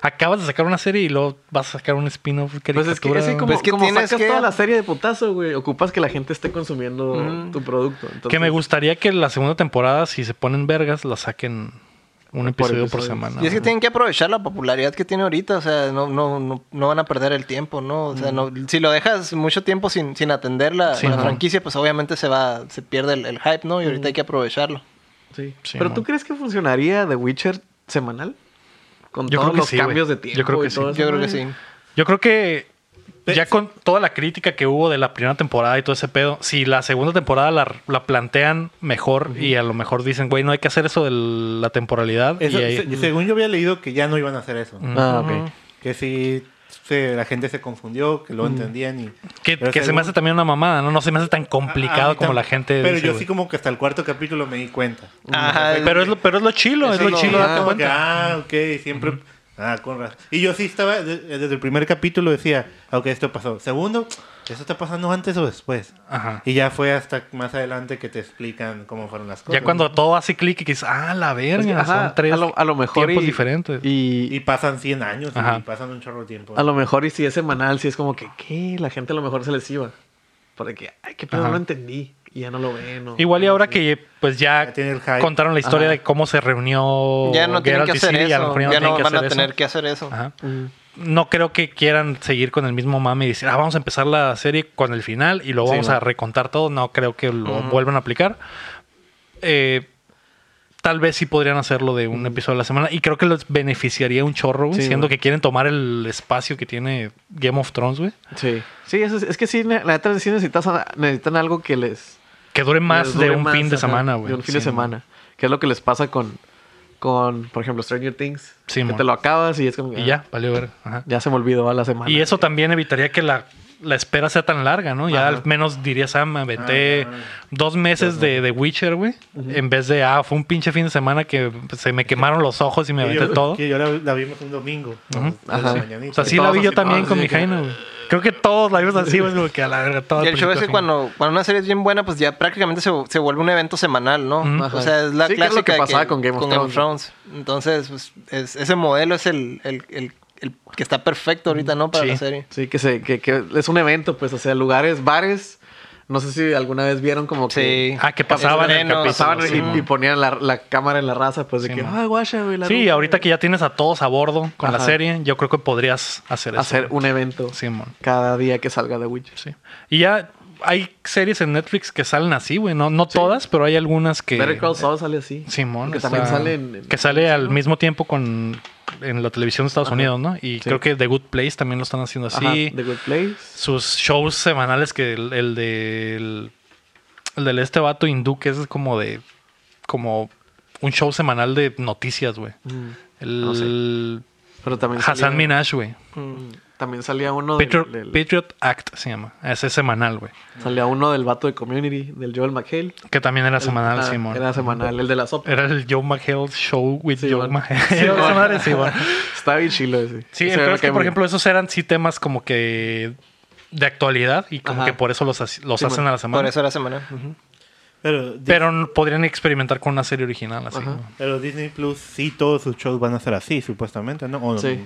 Acabas de sacar una serie y luego vas a sacar un spin-off.
Pues es que,
caricatura,
es que
güey.
como,
Pues que
como
tienes
sacas
que-
toda la serie de putazo, güey. Ocupas que la gente esté consumiendo
Ujú.
tu producto. entonces-
Que me gustaría que la segunda temporada, si se ponen vergas, la saquen un
Por
episodio por
episodios.
semana.
Y es que
güey.
tienen que aprovechar la popularidad que tiene ahorita, o sea, no, no, no, no van a perder el tiempo, ¿no? O sea, no, si lo dejas mucho tiempo sin, sin atender la,
Mm. Sí, Mm.
la
no.
franquicia, pues obviamente se va, se pierde el, el hype, ¿no? Y ahorita hay que aprovecharlo.
Sí.
Sí,
Pero
mon.
¿tú crees que funcionaría The Witcher semanal? Con
Yo creo
todos
que
los
sí,
cambios
güey.
de tiempo.
Yo creo que
y
sí.
todo eso,
Yo creo
güey.
que sí.
Yo creo que
Pe-
ya con toda la crítica que hubo de la primera temporada y todo ese pedo, si la segunda temporada la, la plantean mejor y a lo mejor dicen, güey, no hay que hacer eso de la temporalidad.
Eso-
y ahí-
se- según yo había leído que ya no iban a hacer eso.
Ujú.
Ah, ok.
Que si se- la gente se confundió, que lo entendían y...
Que,
pero
que se me
según-
hace también una mamada, ¿no? No se me hace tan
A- a
complicado
mí
como
tam-
la gente
Pero
dice,
yo
güey.
sí como que hasta el cuarto capítulo me di cuenta.
Ajá.
Pero es lo, pero es lo chilo, es
Eso
lo
no,
chilo
ah,
darte
como
cuenta.
que, ah, ok, siempre... Ah, con razón. Y yo sí estaba, de- desde el primer capítulo decía, ah, ok, esto pasó. Segundo, ¿eso está pasando antes o después?
Ajá.
Y ya fue hasta más adelante que te explican cómo fueron las cosas.
Ya cuando todo hace clic y que dices, ah, la
Es
verga,
que, ajá,
son tres
a lo, a lo mejor
tiempos
y-
diferentes.
Y,
Y pasan 100 años y-
Ajá.
y pasan un chorro de tiempo.
a lo mejor y si es semanal, si es como que, ¿qué? La gente a lo mejor se les iba. Porque, ay, qué pedo,
Ajá.
no lo entendí. Y ya no lo ven. o-
Igual y ahora que pues ya,
Ya tiene el hype.
contaron la historia
Ajá.
de cómo se reunió
Ya no tienen
Geralt
que
y
hacer
Ciri, y a lo
eso.
mejor
Ya no
tienen que
van a
hacer eso.
tener que hacer eso.
Ajá.
Mm.
No creo que quieran seguir con el mismo mame y decir, ah, vamos a empezar la serie con el final y luego
Sí,
vamos
no.
a recontar todo. No creo que lo vuelvan a aplicar. Eh, tal vez sí podrían hacerlo de un episodio a la semana y creo que les beneficiaría un chorro, güey,
Sí,
siendo
güey.
que quieren tomar el espacio que tiene Game of Thrones, güey.
Sí. Sí, eso es, es que sí, ne- la neta sí necesitas, necesitan algo que les...
Que dure más
les
de
dure
un
más,
fin de
ajá,
semana, güey.
De un
Sí,
fin de
no.
semana. Que es lo que les pasa con, con por ejemplo, Stranger Things.
Sí,
que
mon.
te lo acabas y es como...
Y
ah,
ya, valió ver. Ajá.
Ya se me olvidó a la semana.
Y eso también evitaría que la, la espera sea tan larga, ¿no? Ya
Ajá.
al menos dirías, ah, me aventé
Ah.
dos meses de, de Witcher, güey. En vez de, ah, fue un pinche fin de semana que pues, se me quemaron los ojos y me
Que
aventé
yo,
todo.
que yo la, la vimos un domingo. a
Ajá.
las
O
mañanitas.
sea, sí la
todos
vi yo
así,
también
ah,
todos
con mi
así que-
Jaina, güey. Creo que todos la vimos así, güey, como que a la verga, todo.
Y
al
el show es
principio al
que cuando, cuando una serie es bien buena, pues ya prácticamente se, se vuelve un evento semanal, ¿no?
Ujú.
O sea, es la
Sí, que es lo
clásica
que pasaba con Game of
Thrones. Entonces, pues, es- ese modelo es el, el- el- el que está perfecto ahorita, ¿no? Para
Sí.
la serie.
Sí, que, se, que, que es un evento, pues, o sea, lugares, bares. No sé si alguna vez vieron como que...
Sí.
Ah, que pasaban el
Estrenos,
capítulo,
Pasaban
sí,
y,
mon.
y ponían la, la cámara en la raza, pues, de
Sí,
que,
mon.
ay, guacha, güey, la
fin. Sí,
ruta,
ahorita que
güey".
ya tienes a todos a bordo con la
Ajá.
serie, yo creo que podrías hacer eso.
Hacer
güey.
un evento
Sí, mon.
cada día que salga de Witcher.
Sí. Y ya hay series en Netflix que salen así, güey. No, no todas, pero hay algunas que...
Better Call Saul sale así.
Simón.
Que
está-
también sale en... en-
que sale al mismo tiempo con en la televisión de Estados Unidos, ¿no? Y creo que The Good Place también lo están haciendo así.
Ajá, The Good Place.
Sus shows semanales que el, el del el del este vato hindú que es como de como un show semanal de noticias, güey.
Mm.
El,
No Pero también
Hassan
salía-
Minaj, güey.
Mm. También salía uno del-
Patriot,
del,
Patriot Act se llama. Ese es semanal, güey.
salía uno del vato de Community, del Joel McHale.
Que también era semanal,
Ah,
Simón.
Era semanal, el de la sopa.
Era el Joe McHale Show with
Sí,
Joe
bueno.
McHale.
Sí, bueno.
(laughs) Esa madre, sí, bueno.
Está bien chilo ese.
Sí,
Ese
pero
me
es que,
cae
por
muy bien.
ejemplo, esos eran sí temas como que de actualidad y como
Ajá.
que por eso los, hac- los
Sí,
hacen
man.
a la
Por
semana.
eso era semanal. Ujú.
Pero, Dis-
Pero n- podrían experimentar con una serie original así.
Ajá.
¿no?
pero Disney Plus, sí, todos sus shows van a ser así, supuestamente, ¿no? O-
Sí.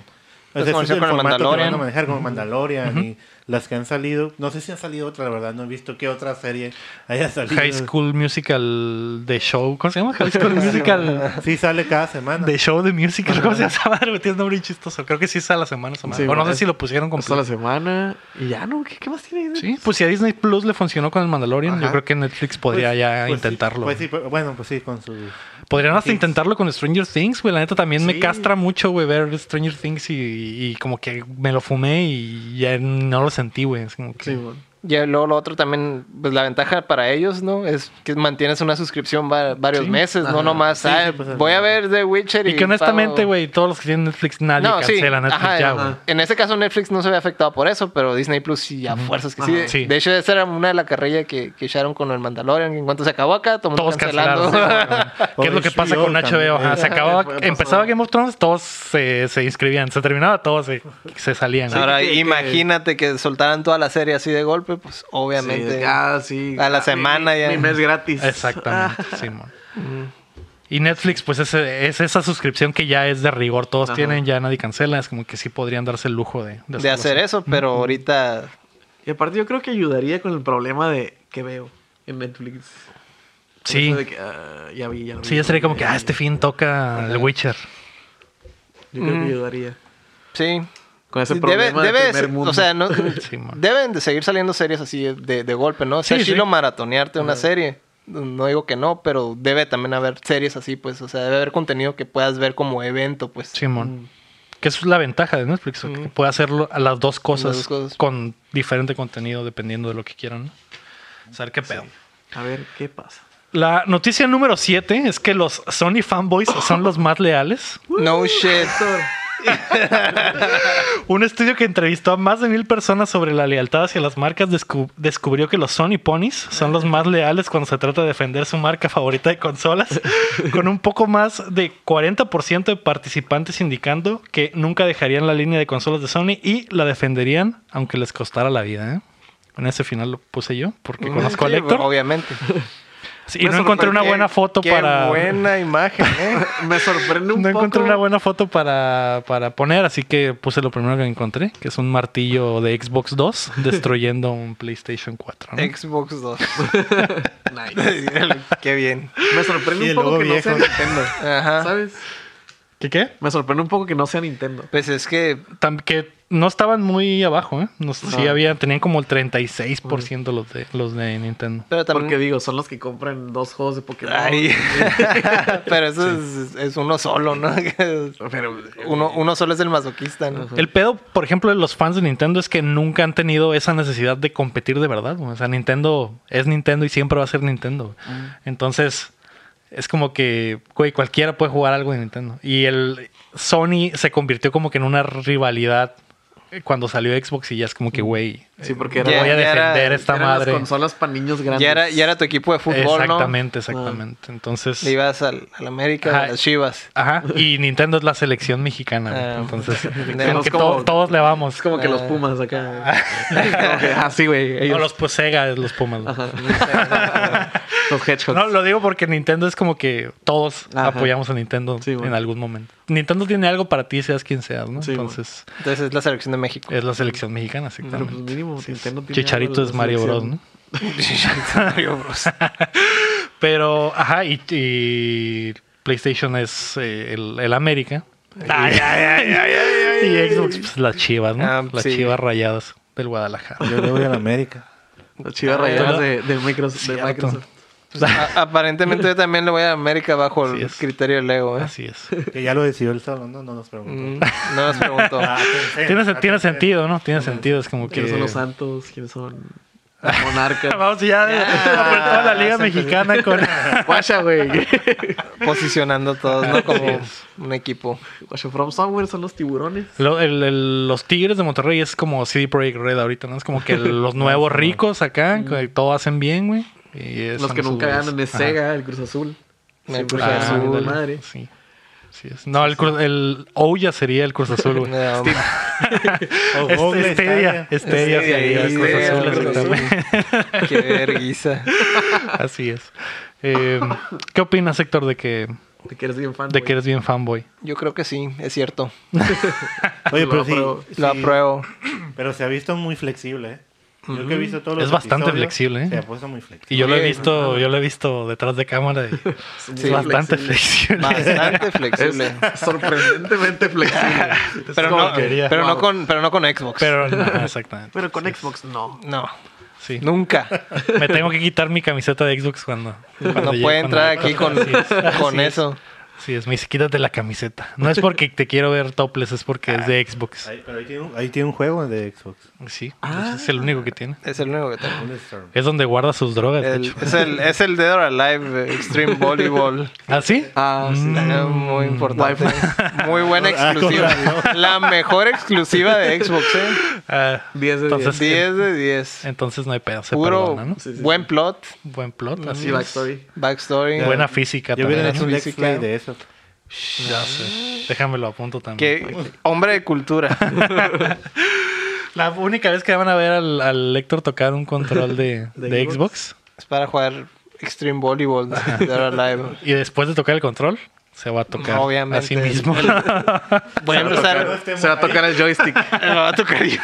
O sea,
Pues como
ese es el
hicieron con el
formato que van a
Mandalorian.
manejar como Mandalorian y las que han salido. No sé si han salido otra, la verdad, no he visto qué otra serie haya salido.
eh.
High School Musical The Show. ¿Cómo se llama? High School
(laughs)
Musical.
Sí, sale cada semana.
The Show de Musical. ¿Cómo se llama? esa madre? Tiene un nombre bien chistoso. Creo que sí es a la semana. esa madre.
Sí,
o no
bueno,
sé
es-
si lo pusieron
Hasta la
completo.
semana. Y ya, ¿no? ¿Qué, qué más tiene?
Sí, pues si a Disney Plus le funcionó con el Mandalorian, yo
Ajá.
creo que Netflix podría
Pues-
ya
pues sí,
intentarlo.
pues sí, pero- bueno, pues
(laughs)
sí, con su...
Podrían hasta
Sí.
intentarlo con Stranger Things, güey. La neta también me
Sí.
castra mucho, güey, ver Stranger Things y, y como que me lo fumé y ya no lo sentí, güey. Es como que-
Sí, bueno.
Y luego lo otro también, pues la ventaja para ellos, ¿no? Es que mantienes una suscripción va- varios
Sí.
meses, no
Ajá.
nomás.
Sí,
"Ah,
sí, pues,
voy a ver The Witcher y.
Y que honestamente,
pago".
güey, todos los que tienen Netflix, nadie
No, sí.
cancela Netflix
Ajá,
ya,
ajá.
güey.
En ese caso, Netflix no se ve afectado por eso, pero Disney Plus sí, a fuerzas que sí.
Ajá.
Sí.
De hecho, esa era una de la carrilla que, que echaron con el Mandalorian. En cuanto se acabó acá, todo el mundo
Todos
cancelando.
cancelaron.
(laughs)
¿Qué es lo que pasa
HBO
con HBO? Ajá, se
también.
acababa,
Ajá,
empezaba
pasó.
Game of Thrones, todos se, se inscribían. Se terminaba, todos se, se salían. güey.
Ahora,
que- que-
imagínate que soltaran toda la serie así de golpe, pues obviamente.
Sí, ya, sí.
A la
Ah, mi-
semana
mi-
ya.
Mi mes gratis.
Exactamente, Simón. Y Netflix, pues es, es esa suscripción que ya es de rigor. Todos
Ajá.
tienen, ya nadie cancela. Es como que sí podrían darse el lujo de,
de hacer
hacerlo.
eso, pero ahorita.
Y aparte yo creo que ayudaría con el problema de que veo en Netflix.
Sí.
Eso de que, ah, ya vi, ya lo
Sí,
vi,
ya sería
vi,
como que, ah,
vi.
este fin toca el Witcher.
Yo creo que
Mm.
ayudaría.
Sí.
Con ese
Debe-
problema
debe
de
de
primer
ser-
mundo.
O (laughs) sea, no,
Simón.
deben de seguir saliendo series así de, de golpe, ¿no? O sea,
Sí,
sí,
sí.
lo maratonearte una serie. No digo que no, pero debe también haber series así, pues. O sea, debe haber contenido que puedas ver como evento, pues.
Simón. Que es la ventaja de Netflix, que puede hacer lo- las dos cosas,
dos cosas.
con diferente contenido dependiendo de lo que quieran. ¿no? Saber qué pedo.
A ver, ¿qué pasa?
La noticia número 7 es que los Sony fanboys son los más leales.
No shit.
Un estudio que entrevistó a más de mil personas sobre la lealtad hacia las marcas descu- descubrió que los Sony Ponies son los más leales cuando se trata de defender su marca favorita de
(laughs)
consolas, con un poco más de 40% de participantes indicando que nunca dejarían la línea de consolas de Sony y la defenderían aunque les costara la vida. ¿eh? En ese final lo puse yo porque conozco a
Mm, Sí,
Lector
(laughs) Obviamente.
y no encontré una
Qué-
buena foto
qué
para...
buena imagen, (laughs) ¿eh?
Me sorprende un
No
poco.
encontré una buena foto para, para poner, así que puse lo primero que encontré, que es un martillo de Xbox
(laughs)
2 destruyendo un PlayStation 4. ¿no?
Xbox (laughs) 2.
Nice.
Qué bien.
Me
Y
sorprende
el
un poco
logo
que
viejo.
no sea Nintendo.
Ajá.
¿Sabes?
¿Qué qué?
Me sorprende un poco que no sea Nintendo.
Pues es que
Tam- que no estaban muy abajo, ¿eh? No sé si
Ah.
había, tenían como el 36% los de, los de Nintendo.
Pero
Porque
también.
digo, son los que compran dos juegos de Pokémon.
Ay. (laughs) pero eso es, es uno solo, (laughs) ¿no?
(laughs) Pero
uno, uno solo es el masoquista, ¿no?
El pedo, por ejemplo, de los fans de Nintendo es que nunca han tenido esa necesidad de competir de verdad. güey. O sea, Nintendo es Nintendo y siempre va a ser Nintendo. güey. Entonces, es como que, güey, cualquiera puede jugar algo de Nintendo. Y el Sony se convirtió como que en una rivalidad eh, cuando salió Xbox y ya es como que, güey,
Sí,
eh,
porque
Ya-
era,
voy a
ya era-
defender esta
eran
madre.
las consolas para niños grandes.
Ya era, ya era tu equipo de fútbol, ¿no?
Ah.
exactamente, exactamente. Entonces...
Le ibas al, al América,
Ajá.
a las Chivas.
Ajá, y Nintendo es la selección mexicana. güey.
Ah.
(laughs)
Entonces, como
Tenemos
que
como-
to- todos le vamos.
Es como que los Pumas acá.
Ah.
(laughs) Como que, ah, sí, güey.
O
ellos-
los pues Sega, los Pumas. güey. (laughs)
Los Hedgehogs.
No, lo digo porque Nintendo es como que todos
Ajá.
apoyamos a Nintendo
Sí, bueno.
en algún momento. Nintendo tiene algo para ti, seas quien seas, ¿no?
Sí,
Entonces,
Entonces es la selección de México. (laughs)
es la selección mexicana,
Pero pues
exactamente.
mínimo, Nintendo tiene
Chicharito
algo de
es Mario Bros,
selección.
¿no?
Mario
pues,
Bros.
Pero, ajá, y, y PlayStation es eh, el, el América. Y Xbox, pues las chivas, ¿no?
Ah,
las
sí.
chivas rayadas del Guadalajara.
(laughs)
Yo le voy a la América.
Las chivas
Ah,
¿verdad?
rayadas de, de Microsoft. de
Cierto.
Microsoft.
Pues, a- aparentemente yo también le voy a América bajo
Así
el
es.
criterio de Lego, ¿eh?
Así es.
Que ya lo decidió el salón, no, no nos preguntó.
Mm, No
(laughs)
nos preguntó.
Ah, pensé,
Tiene, sen-
ah,
tiene
pensé.
sentido, ¿no? Tiene sentido, es como que...
¿Quiénes son los Santos?
(laughs)
¿Quiénes son los Monarcas?
Vamos ya de
Ya.
por toda la liga mexicana con...
Guasha, güey. (laughs)
Posicionando todos, ¿no? Como un equipo.
Guasha From Somewhere son los tiburones.
Lo- el- el- los Tigres de Monterrey es como CD Projekt Red ahorita, ¿no? Es como (laughs) que los nuevos ricos acá, que todo hacen bien, güey. Y es-
Los
son
que
esos
nunca
güeyes.
ganan es
Ajá.
Sega, el Cruz Azul.
El
Siempre
Cruz
juega
Ah,
su
Azul.
ándale.
madre.
Sí. Así es. No, el, Cruz- el Ouya sería el Cruz Azul,
(laughs)
güey.
No,
O
Este-
Google
Estedia,
Stadia.
Estedia
Estedia,
sería el Cruz
Estedia,
Azul,
el Cruz Azul.
exactamente. (laughs)
qué vergüenza.
Así es. Eh, ¿Qué opinas, Héctor, de que,
De que eres bien fan.
de
güey.
que eres bien fanboy?
Yo creo que sí, es cierto.
Oye,
Lo
pero sí.
apruebo.
(laughs)
sí,
Lo apruebo.
Pero se ha visto muy flexible, ¿eh? Yo que he visto todos los
Es bastante
episodios,
flexible, ¿eh?
Se ha puesto muy flexible.
Y yo lo he
Sí,
visto, yo lo he visto detrás de cámara y es
muy
bastante flexible.
Bastante flexible.
Es (laughs) sorprendentemente flexible.
Pero
como
no,
quería.
pero, no
Wow.
con, pero no con Xbox.
Pero no, exactamente.
(laughs) Pero con Xbox no.
no,
Sí.
nunca.
Me tengo que quitar mi camiseta de Xbox cuando. cuando
No
llegue-
puede entrar
cuando-
aquí con,
Así es, así
con
es.
eso.
Sí, es me dice, quítate la camiseta. No es porque te quiero ver topless, es porque es
Ah.
de Xbox.
Ahí, pero ahí tiene, un, ahí tiene un juego de Xbox.
Sí,
Ah.
es el único que tiene.
Es el único que tengo.
Un Storm.
Es donde guarda sus drogas, de
El-
hecho.
es, el, es el Dead or Alive eh, Extreme
(laughs)
Volleyball.
¿Ah, sí?
Ah, sí.
Eh, Muy
Mm.
Mm,
importante.
(laughs)
Muy buena
Ah,
exclusiva.
claro.
La mejor exclusiva de Xbox, ¿eh?
Ah,
10 de
Entonces-
10 de 10.
entonces no hay pedo, se
Puro
perdona, ¿no?
Sí, sí,
buen plot,
Buen plot,
10.
así
Sí,
es.
backstory.
backstory.
Buena física
Yo hubiera
también.
hecho un
Sí,
Let's
sí,
Play
claro.
de eso.
Ya sé. Déjamelo apunto también.
Que, hombre
(laughs)
de cultura.
La única vez que van a ver al, al Héctor tocar un control de,
¿De
de
Xbox?
Xbox
Es para jugar Extreme Volleyball de Dead or Alive.
y después de tocar el control, se va a tocar
Obviamente.
a sí
(laughs)
mismo.
Voy a empezar.
Este
Se va a tocar el joystick.
Me va
(laughs)
a tocar yo.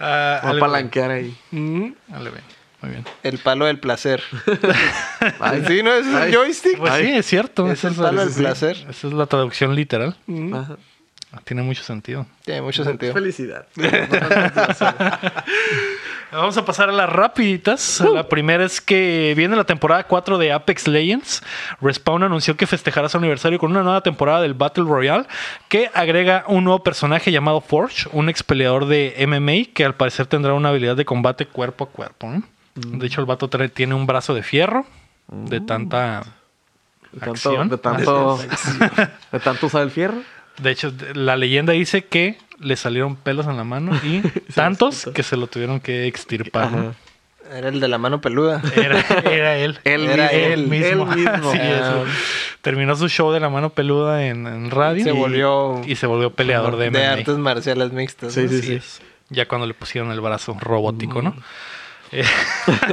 Ah,
Va a
ale-
palanquear ahí.
ale, Mm, bien. Muy bien.
El palo del placer.
Ay.
Sí, no, ese es el
Ay.
joystick.
Pues sí, es cierto.
Es
Esa
el
es,
palo del
sí.
placer.
esa es la traducción literal.
Ajá.
Tiene mucho sentido.
Tiene mucho sentido.
(laughs) Felicidad.
(laughs) Vamos a pasar a las rapiditas. La primera es que viene la temporada 4 de Apex Legends. Respawn anunció que festejará su aniversario con una nueva temporada del Battle Royale que agrega un nuevo personaje llamado Forge, un ex peleador de MMA que al parecer tendrá una habilidad de combate cuerpo a cuerpo. ¿no? De hecho, el vato trae- tiene un brazo de fierro de tanta...
De tanto,
Acción.
de tanto, de tanto usar el fierro.
De hecho, de- la leyenda dice que le salieron pelos en la mano y tantos que se lo tuvieron que extirpar. ¿no?
Era el de la mano peluda.
Era, era él.
Él
Era
mismo.
él
mismo.
Él
(laughs)
mismo.
Sí, eso. Terminó su show de la mano peluda en, en radio.
Se
y-
volvió-
Y se volvió peleador de MMA.
De artes marciales mixtas.
Sí,
¿no?
sí,
Así
sí.
es. Ya cuando le pusieron el brazo robótico, ¿no? Eh, (laughs)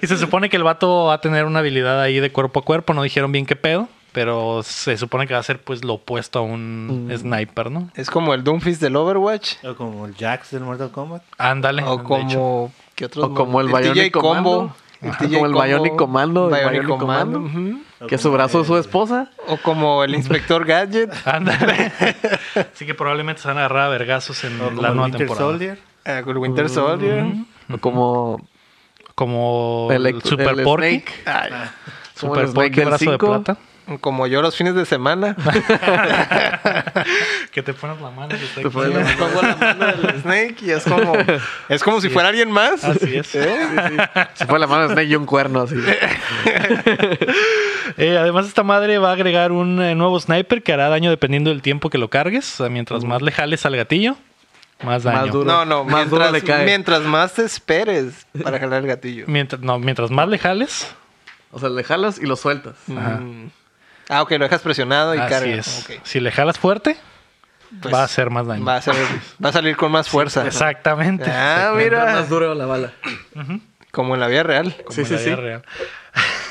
y se supone que el vato va a tener una habilidad ahí de cuerpo a cuerpo. No dijeron bien qué pedo. Pero se supone que va a ser pues lo opuesto a un sniper, ¿no?
Es como el Doomfist del Overwatch.
O como el Jax del Mortal Kombat.
Ándale. de
O
hecho.
como. ¿qué otros
O como el
monos?
Bionic Combo.
El
Ajá,
TJ
como el
Combo,
Bionic Comando, el
Bionic
Bionic
Comando,
Comando.
ujú.
O
Que su
como
brazo es su
el-
esposa.
O como el Inspector Gadget.
Ándale. (laughs) Así que probablemente se van a agarrar a vergazos en
O como
la
el
nueva
Winter
temporada.
Soldier.
Ah,
eh, con el Winter Soldier.
O como
Como
el,
el Super Porky.
Snake. Ay,
Ah.
como
Super
el Snake
Porky
del
brazo de
cinco.
plata.
Como yo los fines de semana.
(laughs) Que te pones la mano.
Te pones la mano.
Pongo la mano del Snake y es como. Es como si fuera alguien más.
Así es.
Se fue la mano de Snake y un cuerno así.
Eh, además, esta madre va a agregar un eh, nuevo sniper que hará daño dependiendo del tiempo que lo cargues. O sea, mientras más le jales al gatillo, más daño.
duro.
No, no.
Más duro
mientras,
le cae.
mientras más te esperes para jalar el gatillo.
Mientras, no, mientras más le jales,
O sea, le jalas y lo sueltas.
Ajá.
Mm. Ah, ok, lo dejas presionado y
así
carga.
es.
Ok,
Si le jalas fufuerte,
pues,
va a hacer más daño.
Va a, ser- va a salir con más fuerza.
Exactamente.
Ah,
Mientras
mira.
más duro la bala.
Como en la vida real. (laughs)
como
Sí,
en
sí,
la
sí.
vida real. (laughs)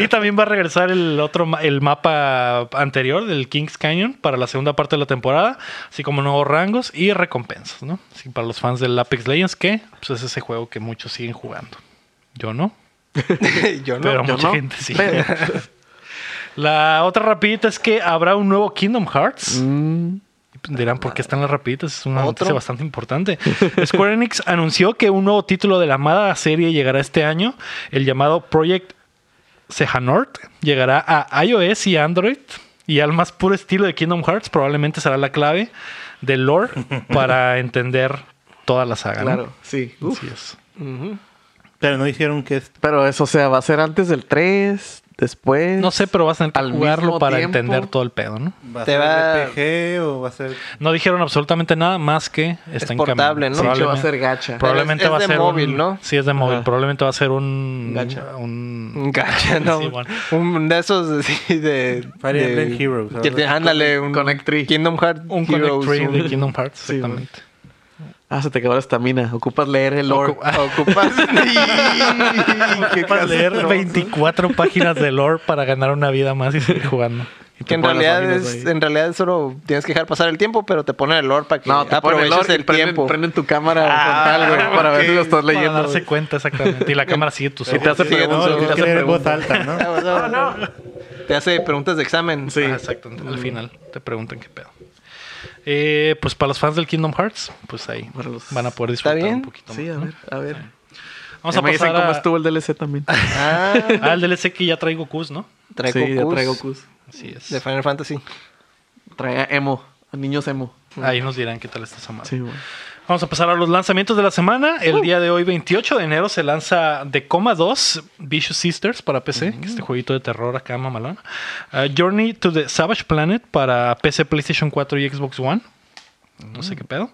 y también va a regresar el otro ma- el mapa anterior del Kings Canyon para la segunda parte de la temporada, así como nuevos rangos y recompensas, ¿no? Así para los fans del Apex Legends que pues, es ese juego que muchos siguen jugando. Yo no,
yo no.
pero
yo
mucha
no.
gente sí.
Pero-
(laughs) la otra rapidita es que habrá un nuevo Kingdom Hearts.
Mm.
Dirán, ¿por qué están las rapiditas? Es una
¿Otro?
noticia bastante
(laughs)
importante. Square Enix anunció que un nuevo título de la amada serie llegará este año, el llamado Project Sehanort. Llegará a iOS y Android. Y al más puro estilo de Kingdom Hearts, probablemente será la clave del lore
(laughs)
para entender toda la saga. ¿no?
Claro, sí. Uf.
Así es.
Pero no dijeron que es
Pero eso, o sea, va a ser antes del 3, después.
No sé, pero vas a tener que
Al
jugarlo
mismo
para
tiempo.
entender todo el pedo, ¿no?
va a
Te
ser
va-
RPG o va a ser
No dijeron absolutamente nada más que está en camino.
portable, ¿no?
De hecho, va a
Probablemente- Pues,
ser gacha.
Pero
Probablemente
es- es
va a
de
ser
móvil,
un-
¿no?
Sí, es de móvil.
Ajá.
Probablemente va a ser un
Gacha.
un
Un gacha, ¿no?
(laughs) Sí, bueno.
Un de esos (laughs) así de.
Fire
de-
Emblem Heroes,
que te- ándale, un.
Connect Tree.
Kingdom Hearts
un
Heroes.
Connect Tree
un-
de Kingdom Hearts,
Sí,
exactamente.
Ah, se te acabó la estamina. Ocupas leer el lore.
Ocu- (laughs)
(laughs) Ocupas. Sí, qué
Para
castroso.
(laughs)
leer 24 páginas de lore para ganar una vida más y seguir jugando.
Sí, Y te
Que en
ponen las
realidad,
máquinas
es,
ahí.
en realidad es solo tienes que dejar pasar el tiempo, pero te ponen el lore para que
No, te ponen
aproveches
el,
el,
el prenden,
tiempo.
Prenden tu cámara
Ah,
frontal, güey, para ver si lo estás
Para
leyendo.
darse
güey.
cuenta, exactamente.
(laughs)
Y la cámara sigue tus
Y te hace
ojos.
Sí,
No,
preguntas.
lo
güey,
tienes
te
que
hace
leer en voz
preguntas.
alta, ¿no?
Ah, Te hace preguntas de examen.
Sí.
Ah, exactamente. Al final te preguntan qué pedo. Eh, pues para los fans del Kingdom Hearts, pues ahí
Para los-
van a poder
¿Está
disfrutar
bien?
un poquito
Sí,
más.
a
¿no?
ver, a ver.
Vamos
Ya
a
me dicen
pasar
cómo
a, (laughs)
estuvo el DLC también.
Ah,
al DLC que ya trae Gokus, ¿no?
trae
sí, ya
Gokus
trae Gokus.
Así es.
de Final Fantasy.
Trae a emo, a niños emo.
Ahí nos dirán qué tal está esa madre.
Sí, güey.
Vamos a pasar a los lanzamientos de la semana. El día de hoy, 28 de enero, se lanza The Coma 2, Vicious Sisters para PC, que es este jueguito de terror acá, mamalón. Uh, Journey to the Savage Planet para PC, PlayStation 4 y Xbox One. No sé qué pedo.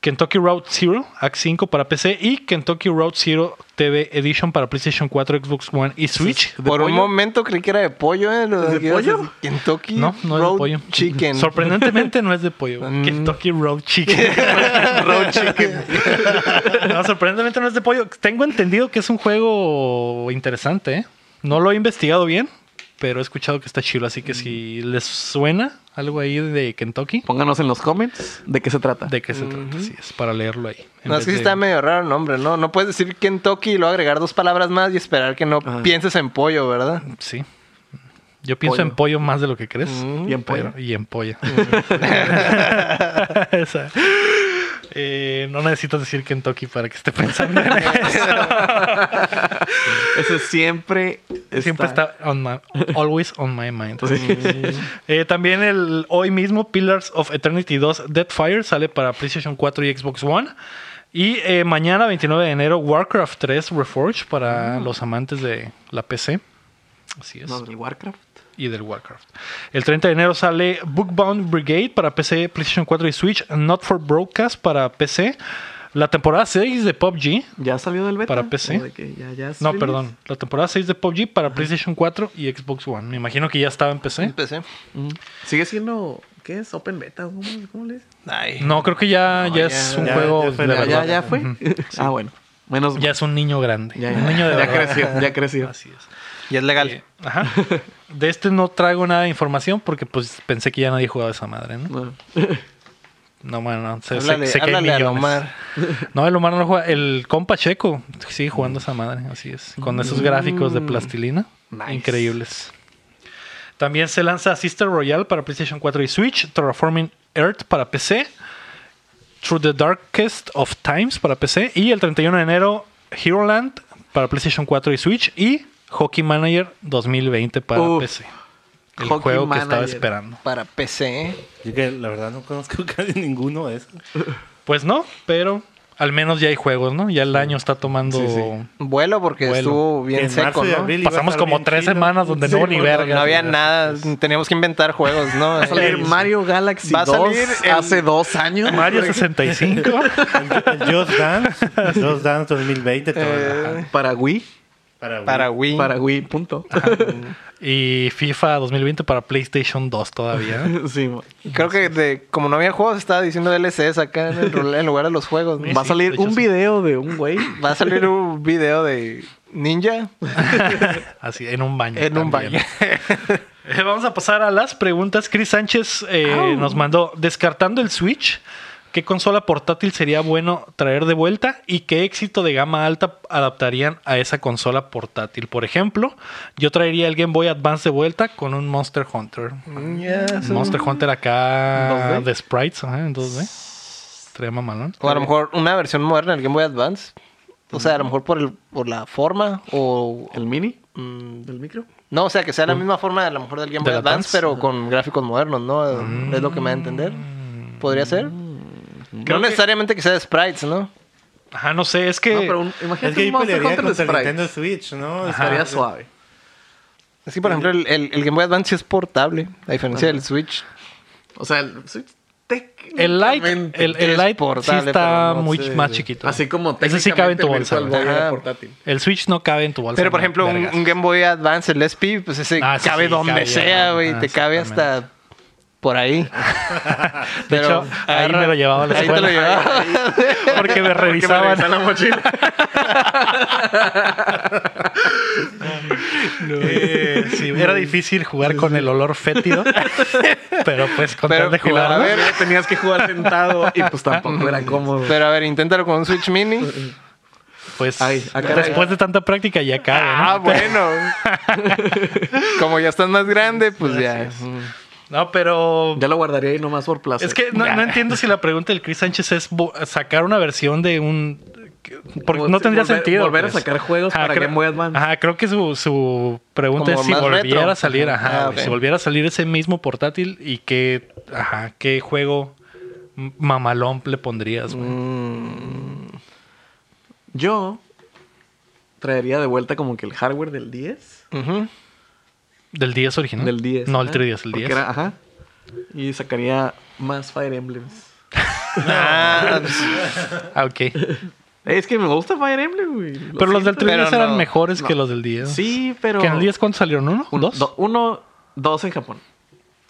Kentucky Route Zero, Act 5 para PC y Kentucky Route Zero TV Edition para PlayStation 4, Xbox One y Switch.
¿De
Por un
pollo?
momento creí que era de pollo, ¿eh? Lo
¿De
que ibas a
pollo?
decir. Kentucky
No, no es de
Road
pollo.
Chicken.
Sorprendentemente no es de pollo.
Mm.
Kentucky Road Chicken.
(laughs) Road Chicken.
No, sorprendentemente no es de pollo. Tengo entendido que es un juego interesante, ¿eh? No lo he investigado bien, pero he escuchado que está chido. Así que si les suena algo ahí de Kentucky,
Pónganos en los comments de qué se trata.
de qué se trata. Así es, para leerlo ahí. En
No,
vez
es que sí
de-
está medio raro el nombre, ¿no? No puedes decir Kentucky y luego agregar dos palabras más y esperar que no
Ajá.
pienses en pollo, ¿verdad?
Sí. Yo pienso
Pollo.
en pollo más de lo que crees.
Y en pollo.
Pero- y en
(laughs)
polla. (laughs) Esa. Eh, no necesitas decir Kentucky para que este esté pensando
(laughs)
en eso.
Ese siempre
Siempre está on my, always on my mind. (laughs) Eh, también el hoy mismo Pillars of Eternity 2 Deadfire sale para PlayStation 4 y Xbox One. Y eh, mañana 29 de enero Warcraft 3 Reforged para los amantes de la PC. Así es.
No, del Warcraft.
Y del Warcraft. El 30 de enero sale Bookbound Brigade para PC, PlayStation 4 y Switch. Not for Broadcast para PC. La temporada 6 de PUBG.
¿Ya salió del beta?
Para PC.
¿O de que ya- ya es
No,
release?
perdón. La temporada 6 de PUBG para PlayStation 4 y Xbox One. Me imagino que ya estaba en PC.
Empecé.
Mm. Sigue siendo, ¿qué es? Open beta. ¿Cómo, cómo le dices?
Ay.
No, creo que ya, ya,
ya-
es un
ya-
juego
ya fue
de
la-
Ya,
verdad.
ya, ya fue. (laughs) Ah, bueno. Menos
Ya es un niño grande.
Ya,
Un niño de
ya
verdad. (laughs)
creció, ya creció.
Así es.
Y es legal.
Eh, ajá. De este no traigo nada de información porque pues pensé que ya nadie jugaba esa madre, ¿no?
No.
No, bueno, no, sé, sé-
háblale
sé que hay
háblale a
millones.
Omar.
(laughs) No, el Omar no lo juega. El compa Checo sigue jugando esa madre, así es. Con esos gráficos de plastilina.
Mm, Nice.
Increíbles. También se lanza Sister Royale para PlayStation 4 y Switch, Terraforming Earth para PC, Through the Darkest of Times para PC y el 31 de enero Hero Land para PlayStation 4 y Switch y Hockey Manager 2020 para
Uf.
PC. El
Hockey
juego que estaba
Manager.
esperando.
Para PC. ¿eh?
Yo que la verdad no conozco (laughs) casi ninguno de esos.
Pues no, pero al menos ya hay juegos, ¿no? Ya el año está tomando
Vuelo porque
Vuelo.
estuvo bien
Que en
seco,
marzo y
¿no?
abril iba a
Pasamos
estar
como
bien
tres
chido.
semanas donde
Sí,
no hubo ni
bueno,
verga.
No había nada, teníamos que inventar juegos, ¿no?
(laughs) Va a salir Eh, Mario Galaxy
Va a
2
salir el-
hace dos años.
(laughs)
Eh,
Mario 65.
El Just Dance, el Just Dance 2020, todo, ajá.
Para Wii.
para,
Para Wii.
Eh, Para Wii, punto.
y FIFA 2020 para PlayStation 2
(laughs)
todavía.
(laughs) sí, mo-
Creo que de, como no había juegos, estaba diciendo DLCs acá en, el rol- en lugar de los juegos. ¿no?
Sí,
Va a
sí,
salir
de hecho,
un
sí.
video de un güey.
Va a salir un video de Ninja
Así, en un baño.
en un
también.
baño.
Eh, Vamos a pasar a las preguntas. Chris Sánchez eh, nos mandó, descartando el Switch, ¿qué consola portátil sería bueno traer de vuelta y qué éxito de gama alta adaptarían a esa consola portátil? Por ejemplo, yo traería el Game Boy Advance de vuelta con un Monster Hunter. Monster Hunter acá
2D.
de sprites, ajá, en 2D. Estaría mamalón.
O a lo mejor una versión moderna del Game Boy Advance. O sea, a lo mejor por, el, por la forma o...
¿El mini?
mm,
¿Del micro?
no, o sea, que sea la misma forma a lo mejor del Game Boy
Del
Advance,
Advance.
pero con gráficos modernos, ¿no? Es lo que me da a entender. ¿Podría ser?
Creo
no necesariamente que sea de sprites, ¿no?
Ajá, no sé, es que.
No, pero un-
Es que
imagínate
ahí
un Monster
pelearía
Hunter de
contra el
Sprite.
Nintendo Switch, ¿no?
Estaría
Estaría-
suave.
Es que, por ejemplo, el, el- el Game Boy Advance sí es portable, a diferencia del Switch.
O sea, el Switch
El light,
técnicamente-
el, el
es
light sí
portable,
está
pero no
muy
sé.
más chiquito.
Así como
Ese sí cabe en tu bolsa.
técnicamente el
güey.
Virtual Boy era
Ajá.
portátil.
El Switch no cabe en tu bolsa.
Pero, por ejemplo, un,
vergas.
un Game Boy Advance, el SP, pues ese
Ah, ese
cabe
sí,
donde
cabe,
sea,
ajá,
güey. Te cabe hasta Por ahí. (laughs)
De hecho, ahí
agarra-
me lo llevaba a la
ahí te lo
escuela.
llevaba. (laughs)
Porque me
Porque me
revisaban.
revisan la
(laughs)
mochila.
Eh, sí, era difícil jugar con el olor
(laughs)
fétido. pero pues con
Pero,
tal de
pero,
jugar.
a
¿no?
ver.
Tenías que jugar sentado y pues tampoco era cómodo.
Pero a ver, inténtalo con un Switch
(laughs)
Mini.
Pues
Ay, ah, caray.
después de tanta práctica ya cabe, ¿no? (laughs)
Ah, bueno. Como ya estás más grande, pues ya.
No, pero.
Ya lo guardaría ahí nomás por placer.
Es que no, no entiendo si la pregunta del Chris Sánchez es bo- sacar una versión de un. Porque no
Vol-
tendría
volver-
sentido. pues.
volver a sacar juegos para
creo-
Game Boy Advance.
Ajá, creo que su, su pregunta
Como
es si
más
volviera
retro.
a salir. Ajá,
Ah,
güey,
ok.
Si volviera a salir ese mismo portátil y qué. Ajá, qué juego m- mamalón le pondrías,
Mm.
güey.
Yo traería de vuelta como que el hardware del 10.
Ujú.
Del 10 original.
Del 10.
No, el
ajá,
3DS, el
porque
10.
era- ajá. Y sacaría más Fire Emblems.
Ah, pues,
Ah, ok.
(laughs) Es que me gusta Fire Emblem, güey. Lo
Pero los del
siento.
3DS
pero
eran
no.
mejores que los del 10.
Sí, pero.
¿Que en el 10 cuántos salieron? ¿Uno?
Un-
¿Dos?
do- uno, dos en Japón.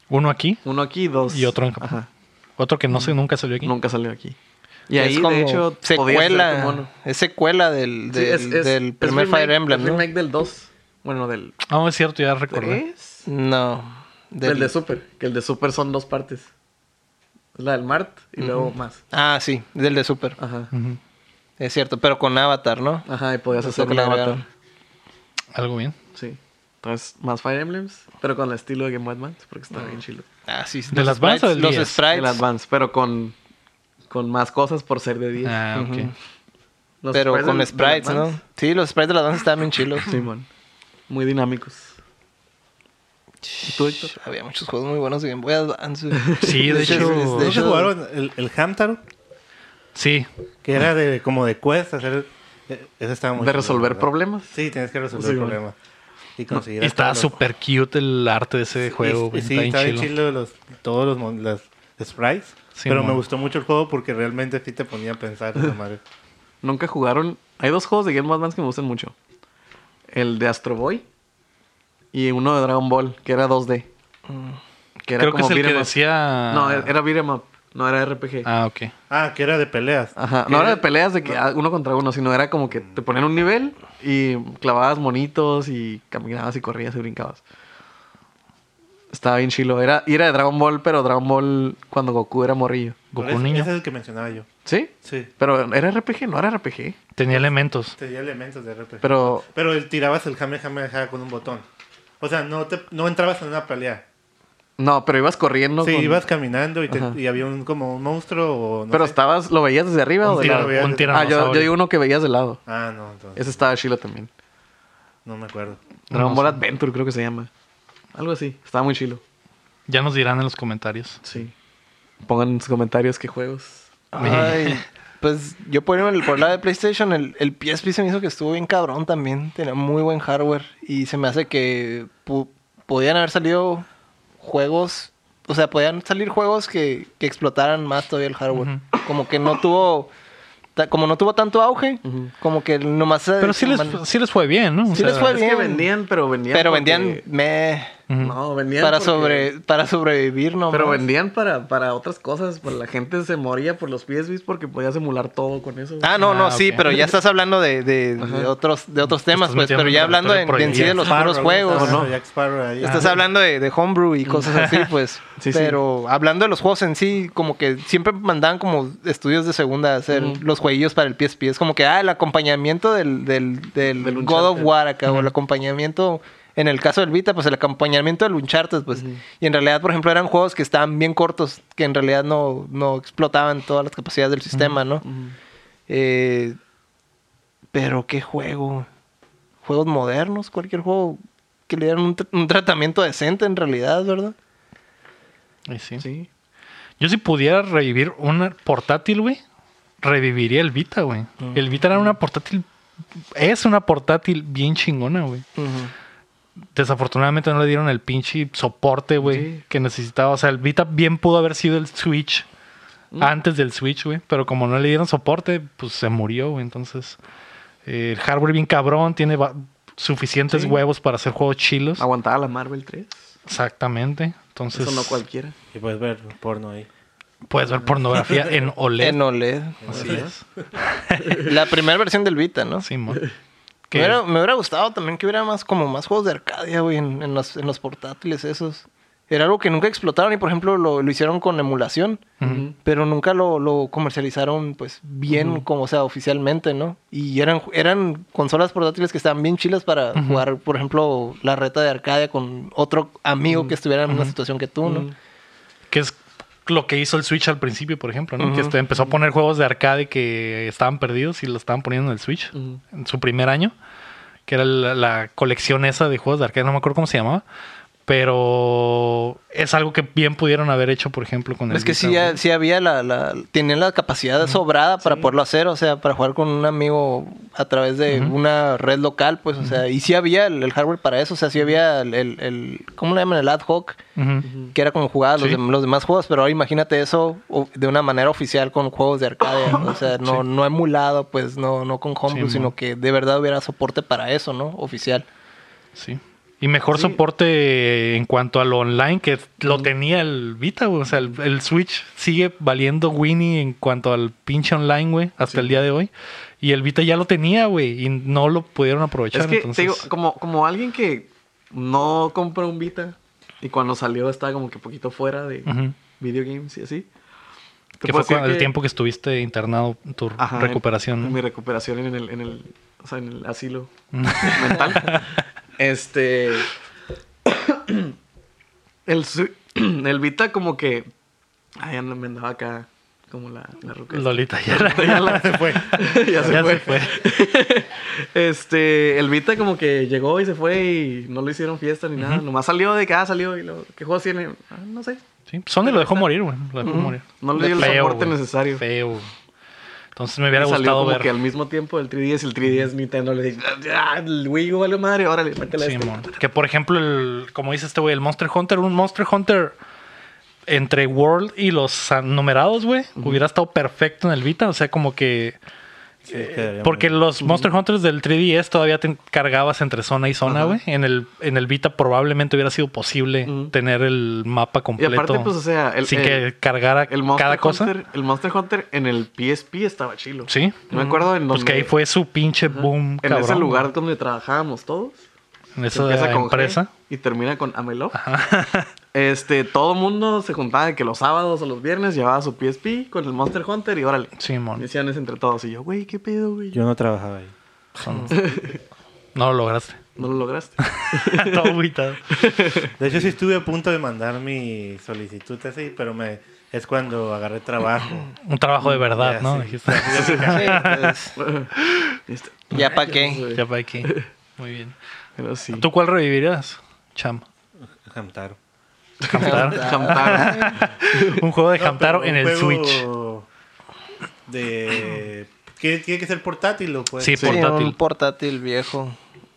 Uno aquí,
Uno aquí y dos.
Y otro en Japón.
Ajá.
otro que no sé, nunca salió aquí.
Nunca salió aquí. Y
es
ahí,
como
de hecho, podías hacer tu mono.
secuela. Es secuela del,
Sí,
del,
es- es-
del
es
primer
remake-
Fire Emblem,
es
¿no?
remake del 2. Bueno, del
No, Ah, es cierto, ya recordé.
3.
No.
Del, de Super. Que el de Super son dos partes. Es La del Mart y luego más.
Ah, sí, del de Super.
Ajá.
Ujú.
Es cierto, pero con Avatar, ¿no?
Ajá, y podías
Eso
hacer
que
un
le
avatar.
agregaron.
Algo bien.
Sí. Entonces, más Fire Emblems, pero con el estilo de Game Boy Advance, porque está bien chido.
Ah, sí.
¿De
los
las Vans
sprites-
o del
Los
10?
sprites.
El Advance, pero con, con más cosas por ser de 10.
Ah, ok.
Los
pero
sprites
con
del- del
sprites, ¿no?
Advance,
Sí, los sprites de las danzas estaban bien chilos.
Simón. Muy dinámicos. ¿Y tú, Héctor?
Había muchos juegos muy buenos de Game Boy Advance.
Sí, de hecho-
es-
De
¿No se jugaron el, el Hamtaro?
Sí.
Que era de, como de quest, hacer... eh, Eso estaba muy
De
chido,
resolver
¿verdad?
problemas.
Sí, tienes que resolver
Sí, bueno.
problemas. Y conseguir...
Y estaba
hasta los-
súper cute el arte de ese juego.
Y- y
güey,
sí,
está bien
está bien
chilo.
chido los, todos los, mon- las sprites.
Sí,
pero
mon.
me gustó mucho el juego porque realmente sí te ponía a pensar.
(laughs)
esa madre.
Nunca jugaron. Hay dos juegos de Game Boy Advance que me gustan mucho: el de Astro Boy y uno de Dragon Ball, que era 2D. Que
Creo que es el
beat
que
'em up.
decía.
No, era era beat 'em up, no era RPG.
Ah, ok.
Ah, que era de peleas.
Ajá,
Que
no era de peleas de que ah, uno contra uno, sino era como que te ponían un nivel y clavabas monitos y caminabas y corrías y brincabas. Estaba bien chilo. Era, y era de Dragon Ball, pero Dragon Ball cuando Goku era morrillo.
Pero
Goku
es-
niño.
Ese es el que mencionaba yo.
¿Sí?
Sí.
Pero era RPG, no era RPG.
Tenía elementos.
Tenía elementos de RPG. Pero,
Pero
él tirabas el Kamehameha con un botón. O sea, no, te, no entrabas en una pelea.
no, pero ibas corriendo.
sí,
con-
ibas caminando y, te-
Ajá.
y había un, como un monstruo o no
pero
sé.
estabas, ¿lo veías desde arriba o
Un
de lado?
tiro-
Tira- un
Ah, yo, yo
tiranosaurio.
digo uno que veías de lado.
Ah, no, entonces.
Ese estaba chilo también.
No me acuerdo.
Dragon Ball Adventure creo que se llama. Algo así. Estaba muy chilo.
Ya nos dirán en los comentarios.
Sí. Pongan en sus comentarios qué juegos.
Ay, pues yo por irme por el lado de PlayStation, el, el PSP se me hizo que estuvo bien cabrón también. Tenía muy buen hardware. Y se me hace que pu- podían haber salido juegos. O sea, podían salir juegos que, que explotaran más todavía el hardware. Como que no tuvo. ta- Como no tuvo tanto auge, como que nomás. se-
Pero sí les,
man-
sí les fue bien, ¿no? O
Sí les
sea,
fue
Es
bien.
que vendían, pero vendían.
pero
porque-
vendían. meh,
ujú.
No, vendían.
para,
porque-
sobre, para sobrevivir, ¿no?
Pero
más.
vendían para, para otras cosas. Pues la gente se moría por los PSVs porque podías emular todo con eso.
Ah, no, no,
Ah,
sí,
ok.
pero ya estás hablando de, de- de otros, de otros temas,
Estás
pues,
metiendo
pero
en
ya hablando de,
territorio
de en sí de los
Sparrow,
puros
¿no?
juegos. Este
Estaba
¿no?
Jack Sparrow ahí.
Estás hablando de, de homebrew y cosas así, pues.
(laughs) Sí, sí.
pero hablando de los juegos en sí, como que siempre mandaban como estudios de segunda a hacer los jueguillos para el PSP. Es como que, ah, el acompañamiento del, del, del
Del
God of
Uncharted.
War acá, o el acompañamiento, en el caso del Vita, pues el acompañamiento del Uncharted, pues. Y en realidad, por ejemplo, eran juegos que estaban bien cortos, que en realidad no, no explotaban todas las capacidades del sistema, ¿no? Eh, pero qué juego. Juegos modernos, cualquier juego que le dieran un, tr- un tratamiento decente en realidad, ¿verdad?
Ahí sí.
Sí.
Yo si pudiera revivir un portátil, güey, reviviría el Vita, güey. El Vita era una portátil... Es una portátil bien chingona, güey. Desafortunadamente no le dieron el pinche soporte, güey,
Sí.
que necesitaba. O sea, el Vita bien pudo haber sido el Switch
Mm.
antes del Switch, güey. Pero como no le dieron soporte, pues se murió, güey. Entonces, eh, el hardware bien cabrón, tiene va- suficientes huevos para hacer juegos chilos.
Aguantaba la Marvel 3.
Exactamente. Entonces,
Eso no cualquiera.
Y puedes ver porno ahí.
puedes ver pornografía
(laughs)
en OLED.
E
En OLED.
Así es.
La primera versión del Vita, ¿no?
Simón.
Me
Que-
hubiera, me hubiera gustado también que hubiera más como más juegos de Arcadia, güey, en, en los, en los portátiles esos. Era algo que nunca explotaron y, por ejemplo, lo, lo hicieron con emulación,
Ujú.
pero nunca lo, lo comercializaron, pues, bien, como, o sea, oficialmente, ¿no? Y eran, eran consolas portátiles que estaban bien chilas para jugar, por ejemplo, la reta de Arcadia con otro amigo que estuviera en una situación que tú, ¿no?
que es lo que hizo el Switch al principio, por ejemplo, ¿no? Que este, empezó a poner juegos de arcade que estaban perdidos y los estaban poniendo en el Switch en su primer año, que era la, la colección esa de juegos de arcade, no me acuerdo cómo se llamaba, pero es algo que bien pudieron haber hecho, por ejemplo, con el
Es que
Vita,
sí,
güey.
ha- sí había la, la... Tenían la capacidad sobrada para poderlo hacer, o sea, para jugar con un amigo a través de una red local, pues, o sea, y sí había el, el hardware para eso, o sea, sí había el... el, el- ¿Cómo le llaman? El ad hoc,
Ujú.
que era como jugadas los,
Sí.
dem- los demás juegos, pero ahora imagínate eso o- de una manera oficial con juegos de arcade, ¿no? o sea, no, no emulado, pues, no, no con homebrew,
Sí,
sino
mo.
que de verdad hubiera soporte para eso, ¿no? Oficial.
Sí. Y mejor soporte en cuanto a lo online que lo tenía el Vita, güey. O sea, el, el Switch sigue valiendo Winnie en cuanto al pinche online, güey, hasta el día de hoy. Y el Vita ya lo tenía, güey, y no lo pudieron aprovechar.
Es que,
entonces,
te digo, como, como alguien que no compró un Vita y cuando salió estaba como que poquito fuera de
Ujú.
video games y así. te
que
puedo
fue
decir
cuando- el
que-
tiempo que estuviste internado, tu
Ajá, en-
recuperación.
en mi recuperación en el, en el, o sea, en el asilo
(laughs)
mental. Este. (coughs) el, su- (coughs) el Vita, como que. Ay, ando- me andaba acá. Como la, la ruca esta.
Lolita ya era-
(laughs) Ya la-
Se fue.
(laughs) ya
(laughs)
se
Ya se
fue.
fue.
(laughs) este, el Vita como que llegó y se fue y no le hicieron fiesta ni nada. Nomás salió de cada salió y lo, ¿qué juegos tiene? Ah, no sé.
Sí, Sony lo dejó morir, güey. Lo dejó morir.
No le dio el soporte
güey.
necesario.
Feo. güey. Entonces me hubiera
Y salió
gustado
como
ver.
que al mismo tiempo el 3DS, el 3DS Nintendo le dice, "Ah, el Wii U vale madre, órale, métele a
Sí,
este".
mon. Que por ejemplo, el, como dice este güey, el Monster Hunter, un Monster Hunter entre World y los numerados, güey, hubiera estado perfecto en el Vita. O sea, como que.
Sí, quedaría
Porque
muy
los Monster Hunters del 3DS todavía te cargabas entre zona y zona, güey. En el, en el Vita probablemente hubiera sido posible tener el mapa completo.
pues, o sea, el-
sin
el-
que cargara
El Monster
cada cosa.
Hunter, el Monster Hunter en el PSP estaba chilo.
Sí.
Yo me acuerdo en
Pues
donde,
que ahí fue su pinche boom,
en
cabrón.
ese lugar donde trabajábamos todos.
En
que
esa
empieza con G
empresa. (laughs)
y termina con Amelov. Este, todo mundo se juntaba de que los sábados o los viernes llevaba su PSP con el Monster Hunter y órale.
Simón.
Misiones entre todos. Y yo, güey, ¿qué pedo, güey?
Yo no trabajaba ahí.
No lo
(laughs)
lograste.
No lo
(laughs)
lograste.
Todo aguitado.
De hecho, sí estuve a punto de mandar mi solicitud así, pero me es cuando
(laughs)
agarré trabajo.
Un trabajo de verdad,
(laughs) Ya,
¿no?
sí.
Dijiste.
Sí, pues,
Este,
ya para (laughs) qué.
Ya para
(laughs)
aquí. Muy bien.
Pero sí.
¿Tú cuál revivirías?
(laughs)
Cham.
Hamtaro.
Hamtaro.
Hamtaro.
Un juego de
No,
Hamtaro
pero
en
un
el
juego
Switch.
De. que Tiene que ser portátil o pues.
Sí,
Sí,
portátil.
un portátil viejo,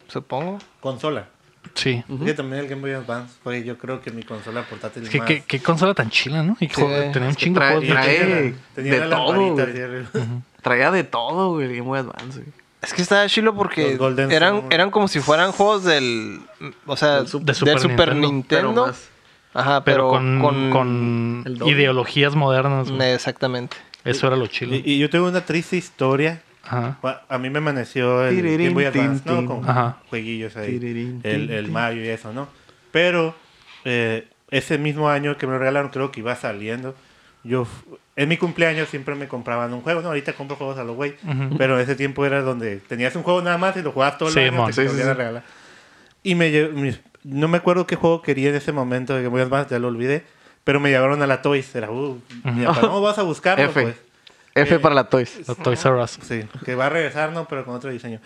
supongo.
Consola.
Sí.
Es que también el Game Boy Advance fue, yo creo que mi consola portátil.
Es que
más.
qué, qué consola tan chila, ¿no? Y juego- tenía un
es que
chingo de
trae-
juegos.
Y tenía
trae
la- tenía
de
la
todo,
lamparita
güey.
así arriba.
Traía de todo, güey. Game Boy Advance, güey.
Es que estaba chilo porque
Los Golden
eran,
Sun.
eran como si fueran juegos del. O sea,
Del Sup-
de
del
Super
Super,
Nintendo.
Pero
Nintendo.
más.
Ajá,
Pero
pero,
con, con,
el doble.
ideologías modernas. güey.
Exactamente.
Eso era lo chilo.
Y, y yo tengo una triste historia.
Ajá.
Gua- A mí me amaneció el
Tirirín,
Game Boy Advance,
tin,
¿no? Con
tin. Ajá.
jueguillos ahí.
Tirirín,
el,
tin,
el
tin.
Mario y eso, ¿no? Pero eh, ese mismo año que me lo regalaron, creo que iba saliendo. Yo, f- en mi cumpleaños siempre me compraban un juego, ¿no? Ahorita compro juegos a los güey. Pero ese tiempo era donde tenías un juego nada más y lo jugabas todo el
Sí,
año.
mon.
Te
Sí, sí,
volvían a regalar. Y me, lle- mis- no me acuerdo qué juego quería en ese momento de Game Boy Advance, ya lo olvidé. Pero me llevaron a la Toys. Era, uh, mi papá, no vas a buscarlo,
F.
pues.
F
Eh,
para la Toys.
Los Toys R Us.
Sí, que va a regresar, ¿no? Pero con otro diseño.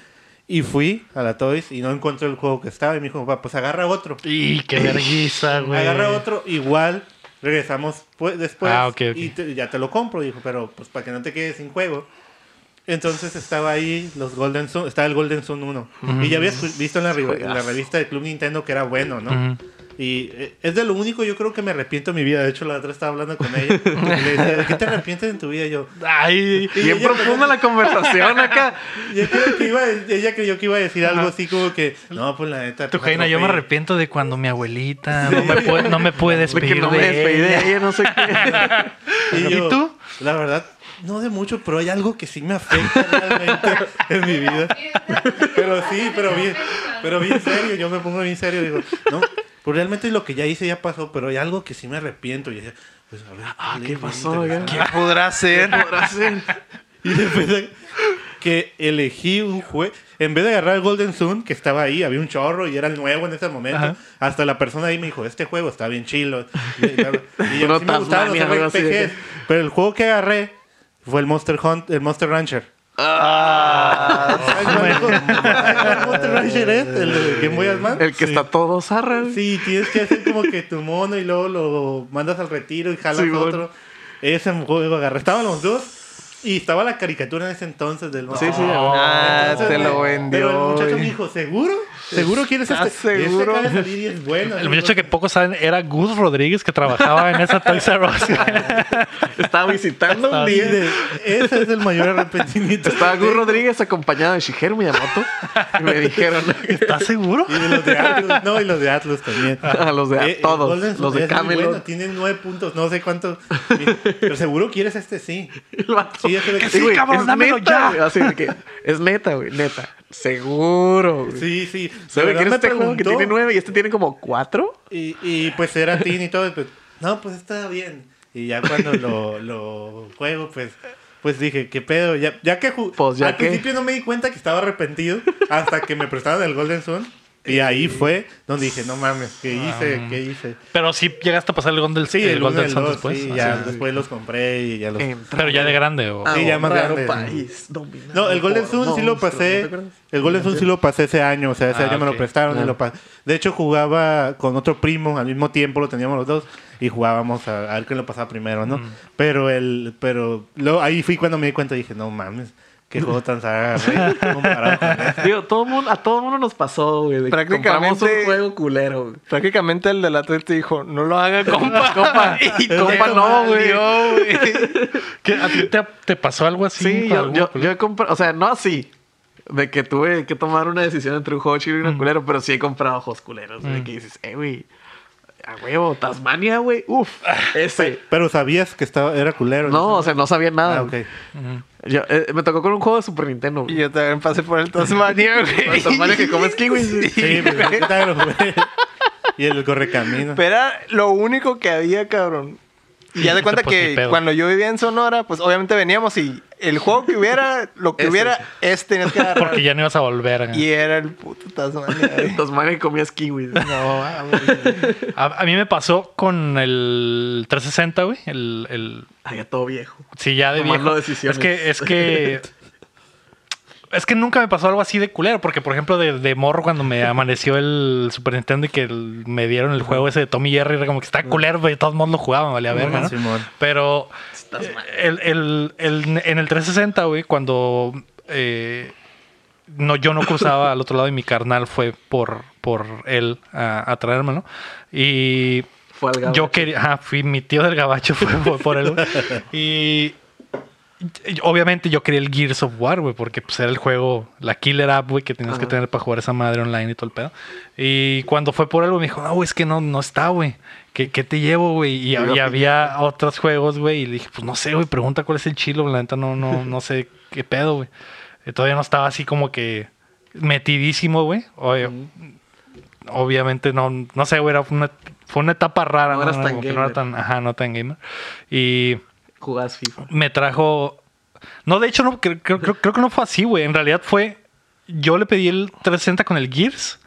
Y fui a la Toys y no encontré el juego que estaba. Y me dijo, papá, pues agarra otro.
Y qué vergüenza, güey.
Agarra otro, igual regresamos pues, después.
Ah, ok, ok.
Y te- ya te lo compro, dijo, pero pues para que no te quedes sin juego. Entonces estaba ahí los Golden Sun, estaba el Golden Sun 1. Y ya habías visto en la, re- en la revista del Club Nintendo que era bueno, ¿no?
Ujú.
Y eh, es de lo único yo creo que me arrepiento en mi vida. De hecho, la otra estaba hablando con
(laughs)
ella. Y le decía, ¿de qué te arrepientes en tu vida? Y yo,
Ay,
Bien
yo-
profunda la conversación
(laughs)
acá.
yo creo que iba, a- ella creyó que iba a decir algo así como que, no, pues la neta.
tu Jaina, yo me
atropellé".
arrepiento de cuando mi abuelita no me puede, no me puede
De que
despedir
no me despedí
de
de
ella.
ella, no sé
(laughs)
qué.
Y,
¿Y
yo,
tú?
La verdad, no de mucho, pero hay algo que sí me afecta realmente
(laughs)
en mi vida. Pero sí, pero bien, pero bien serio, yo me pongo bien serio. Digo, no, pues realmente lo que ya hice ya pasó, pero hay algo que sí me arrepiento. Y ella, pues a ver,
Ah,
dale,
¿qué
bien
pasó?
interesante.
acá?
¿Qué podrá ser?
(laughs) Ahora sí.
Y después que elegí un juez. En vez de agarrar el Golden Sun, que estaba ahí, había un chorro y era el nuevo en ese momento.
Ajá.
Hasta la persona ahí me dijo, este juego está bien chilo.
(laughs)
Y, y yo
Uno
sí me gustaban los
Tasmania, algo así de
RPGs. Pero el juego que agarré fue el Monster Hunt, el Monster Rancher.
Ah,
¿Sabes cuál juego? ¿Sabes cuál Monster Rancher es? El de Game Boy Advance.
El que está todo zarra.
Sí, tienes que hacer como que tu mono y luego lo mandas al retiro y jalas
Sí, bueno.
otro. Ese juego agarré. Estaban los dos. Y estaba la caricatura en ese entonces del
Sí, sí.
Monster Rancher.
Ah,
Entonces,
te lo
güey,
vendió.
Oh. Pero el muchacho
güey.
me dijo, ¿seguro? ¿Seguro quieres
¿Estás
este? Este
seguro?
acaba de salir y es bueno.
El muchacho que pocos saben era Gus Rodríguez que trabajaba en esa Toys R Us.
Estaba visitando un
Y
día.
de- Ese es el mayor arrepentimiento.
Estaba Gus Rodríguez acompañado de Shigeru Miyamoto. Y me dijeron
¿Estás seguro?
Y de los de Atlus. No, y los de Atlus también.
Ah,
a los de
Eh,
a
el
todos,
Golden
los de
es muy Bueno,
Camelot.
tienen nueve puntos, no sé cuánto. Pero seguro quieres este, sí.
El vato.
Sí, ya se ve que-
Sí, güey,
cabrón,
es
dámelo
neta,
ya.
güey. Así de que es neta, güey, neta. Seguro, güey.
Sí, sí.
Se ve
De
que
verdad
este
me
juego que
preguntó.
tiene nueve y este tiene como cuatro.
Y, y, pues era teen y todo. y, pues, no, pues está bien. Y ya cuando lo, lo juego, pues, pues dije, ¿qué pedo? Ya, ya que ju-
Pues, ya
al
que.
principio no me di cuenta que estaba arrepentido hasta que me prestaron el Golden Sun. Y ahí fue donde dije, no mames, ¿qué hice? ¿Qué hice?
Pero sí llegaste a pasar el Golden,
Sí,
Ah, mm. el
el uno,
Golden
el
Sun
dos,
después.
sí,
Ah,
ya Ah,
sí.
después los compré y ya los...
Entra
Pero ya de grande. o-
a
Sí, ya
un
más
Ah, raro
grande.
país dominado
No, el Golden
por
Sun sí lo
monstruos, ¿no
pasé.
te acuerdas?
el Golden Sun sí lo pasé ese año, o sea, ese
Ah,
año me
ok.
lo prestaron y lo pasé. De hecho, jugaba con otro primo al mismo tiempo, lo teníamos los dos y jugábamos a, a ver quién lo pasaba primero,
Mm.
¿no? Pero el pero luego ahí fui cuando me di cuenta y dije, "No mames, qué juego tan zarra güey, comparado con
(laughs)
este".
Digo, todo mundo, a todo mundo nos pasó, güey. de que
Prácticamente-
compramos un juego culero, güey.
Prácticamente el de la te dijo, no lo haga, compa.
(laughs) Compa, y compa no, güey.
¿Qué? ¿A ti te, te pasó algo así?
Sí,
con
yo,
alguna
yo,
película?
yo he comprado, o sea, no así. De que tuve que tomar una decisión entre un juego chido y un culero, pero sí he comprado juegos culeros. güey, De que dices, eh, güey, a huevo, Tasmania, güey, uff, ese.
Pero sabías que estaba era culero.
No, o sea, no sabía nada.
Ah, ok.
güey. Yo, eh, me tocó con un juego de Super Nintendo,
Y
güey.
yo también pasé por
(laughs)
el Tasmania, güey. (laughs)
El Tasmania que comes kiwis. güey.
Sí, pues, yo también lo jugué. (laughs) Y el correcamino.
Pero era lo único que había, cabrón.
(laughs)
Y ya de cuenta
Pues, ni
que
pedo.
cuando yo vivía en Sonora, pues obviamente veníamos y el juego que hubiera, lo que
Ese.
hubiera, es tenías que agarrar.
Porque ya no ibas a volver. ¿eh?
Y era el puto
(laughs)
Tasmania, güey.
Tasmania que comías kiwis. güey.
No, mames.
A, a mí me pasó con el 360, güey. El, el,
Ay, ya todo viejo.
sí, ya de
Tomando
viejo.
decisiones.
Es que, es
(laughs)
que... Es que nunca me pasó algo así de culero, porque por ejemplo de, de morro cuando me amaneció el Super Nintendo y que el- me dieron el juego ese de Tommy Jerry, era como que estaba culero, pero todo el mundo lo jugaba, me valía verga, ¿no?
Simón.
Pero eh, el, el- el- en el 360, güey, cuando eh, no, yo no cruzaba al otro lado y mi carnal fue por, por él a, a traérmelo. Y
Fue al gabacho.
yo quería, ajá, fui mi tío del gabacho, fue, (laughs) fue por él. güey. Y y obviamente yo quería el Gears of War, güey, porque pues era el juego, la killer app, güey, que tenías que
Ajá.
tener para jugar esa madre online y todo el pedo. Y cuando fue por algo me dijo, no, güey, es que no, no está, güey. ¿Qué, qué te llevo, güey? Y,
Y
hab- y
yo-
había otros juegos, güey, y le dije, pues no sé, güey, pregunta cuál es el chilo, la neta no, no, no sé qué pedo, güey. Eh, Todavía no estaba así como que metidísimo, güey. Oye, Obviamente no, no sé, güey, era una- fue una etapa rara,
No eras tan
Como que no era
gamer.
tan, ajá, no tan gamer. Y
Jugabas FIFA.
me trajo. No, de hecho, no, creo, creo- creo- creo que no fue así, güey. En realidad fue. Yo le pedí el 360 con el Gears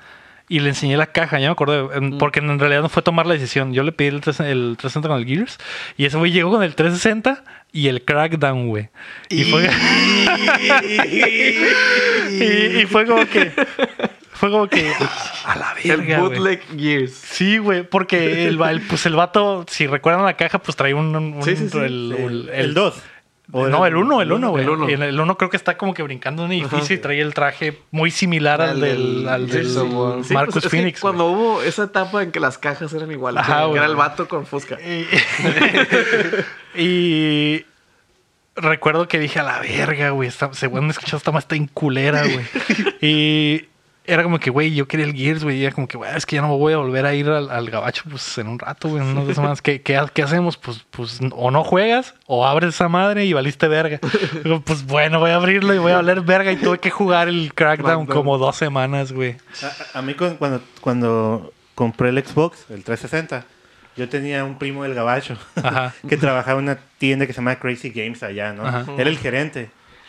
y le enseñé la caja. Ya me acuerdo, en- porque en realidad no fue tomar la decisión. Yo le pedí el, 3- el 360 con el Gears y ese güey llegó con el 360 y el Crackdown, güey. Y fue. (laughs) y, y fue como que. Fue como que. (laughs) A, a la verga.
el
güey.
bootleg Gears.
Sí, güey, porque el, va- el- pues el vato, si recuerdan la caja, pues traía un, un- un-
Sí, sí, sí.
el-
El
un-
2. ¿O
no, el
era
1, el 1, güey.
El uno.
Y en El 1 creo que está como que brincando en un edificio y trae el traje muy similar al
Al
del,
del-
al
sí,
del
sí, sí.
Sí,
Marcus
pues, es que
Phoenix. güey.
cuando hubo esa etapa en que las cajas eran iguales,
Ajá,
que
güey.
era el vato con fusca.
Y, (laughs) y recuerdo que dije a la verga, güey. esta- Según me escuchado, esta más está en culera,
(laughs)
güey. Y era como que, güey, yo quería el Gears, güey. Y era como que, güey, es que ya no voy a volver a ir al, al gabacho, pues en un rato, güey, en unas dos
(laughs)
semanas. ¿Qué, qué, ha- qué hacemos? Pues, pues o no juegas o abres esa madre y valiste verga. Digo, pues bueno, voy a abrirlo y voy a valer verga. Y tuve que jugar el Crackdown
Crackdown.
como dos semanas, güey.
A- A, a mí con- cuando, cuando compré el Xbox, el 360, yo tenía un primo del gabacho
Ajá.
(laughs) que trabajaba en una tienda que se llama Crazy Games allá, ¿no?
Ajá.
Era el gerente.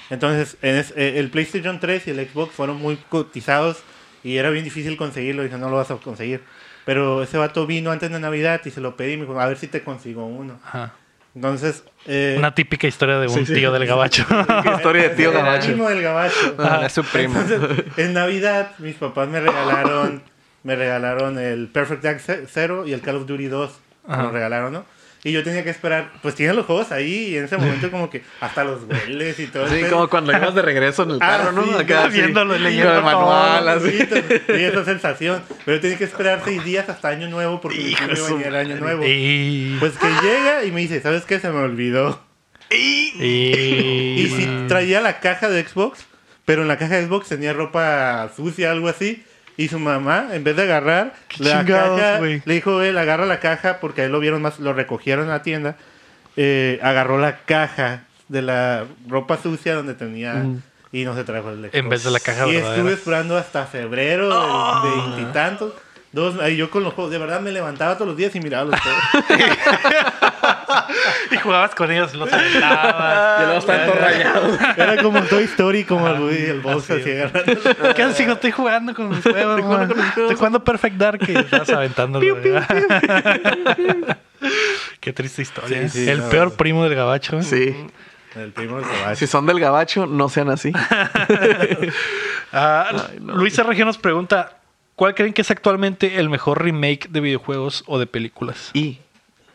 Entonces, en es- eh, el PlayStation 3 y el Xbox fueron muy cotizados y era bien difícil conseguirlo. Dije, no lo vas a conseguir. Pero ese vato vino antes de Navidad y se lo pedí y me dijo, a ver si te consigo uno.
Ajá.
Entonces, eh,
Una típica historia de un
Sí, sí.
tío del
(laughs)
gabacho.
Qué historia de tío
era el
gabacho.
primo del gabacho.
Ah, es su primo.
Entonces, en Navidad, mis papás me regalaron, me regalaron el Perfect Dark 0 y el Call of Duty 2.
Ajá.
Me lo regalaron, ¿no? Y yo tenía que esperar, pues tienen los juegos ahí y en ese momento como que hasta los hueles y todo.
Sí,
el
como
pedo.
cuando ibas de
(laughs)
regreso en el
Ah,
carro, ¿no?
sí,
Acá
yo
así,
viéndolo y
con
leyendo
el manual,
todo.
así.
Sí, y esa sensación. Pero tenía que esperar seis días hasta Año Nuevo porque
Hijo
no
de su
venía el Año Nuevo.
Y-
Pues que llega y me dice, ¿sabes qué? Se me olvidó.
Y,
Y si traía la caja de Xbox, pero en la caja de Xbox tenía ropa sucia, algo así. Y su mamá, en vez de agarrar
Qué
la
chingados,
caja,
güey.
le dijo, él agarra la caja, porque ahí lo vieron más, lo recogieron en la tienda. eh, agarró la caja de la ropa sucia donde tenía
Mm.
y no se trajo el Xbox.
En vez de la caja
Y
verdadera. Ah.
estuve esperando hasta febrero de- de veintitantos. Dos, ahí yo con los juegos, de verdad me levantaba todos los días y miraba los juegos. (laughs)
Y jugabas con ellos, los aventabas.
Y luego están todos rayados.
Era como Toy Story, como el, güey, el boss
así
así agarrando.
(laughs) ¿Qué haces, hijo? Estoy jugando con mis juegos. Estoy jugando, Estoy jugando Perfect Dark y estás aventándolo. Qué triste historia.
Sí, sí,
el
la
peor
verdad.
primo del gabacho. ¿eh?
Sí.
El primo del caballo.
Si son del gabacho, no
(laughs)
sean así.
Ah,
Ay, no.
Luis RG nos pregunta: ¿Cuál creen que es actualmente el mejor remake de videojuegos o de películas?
Y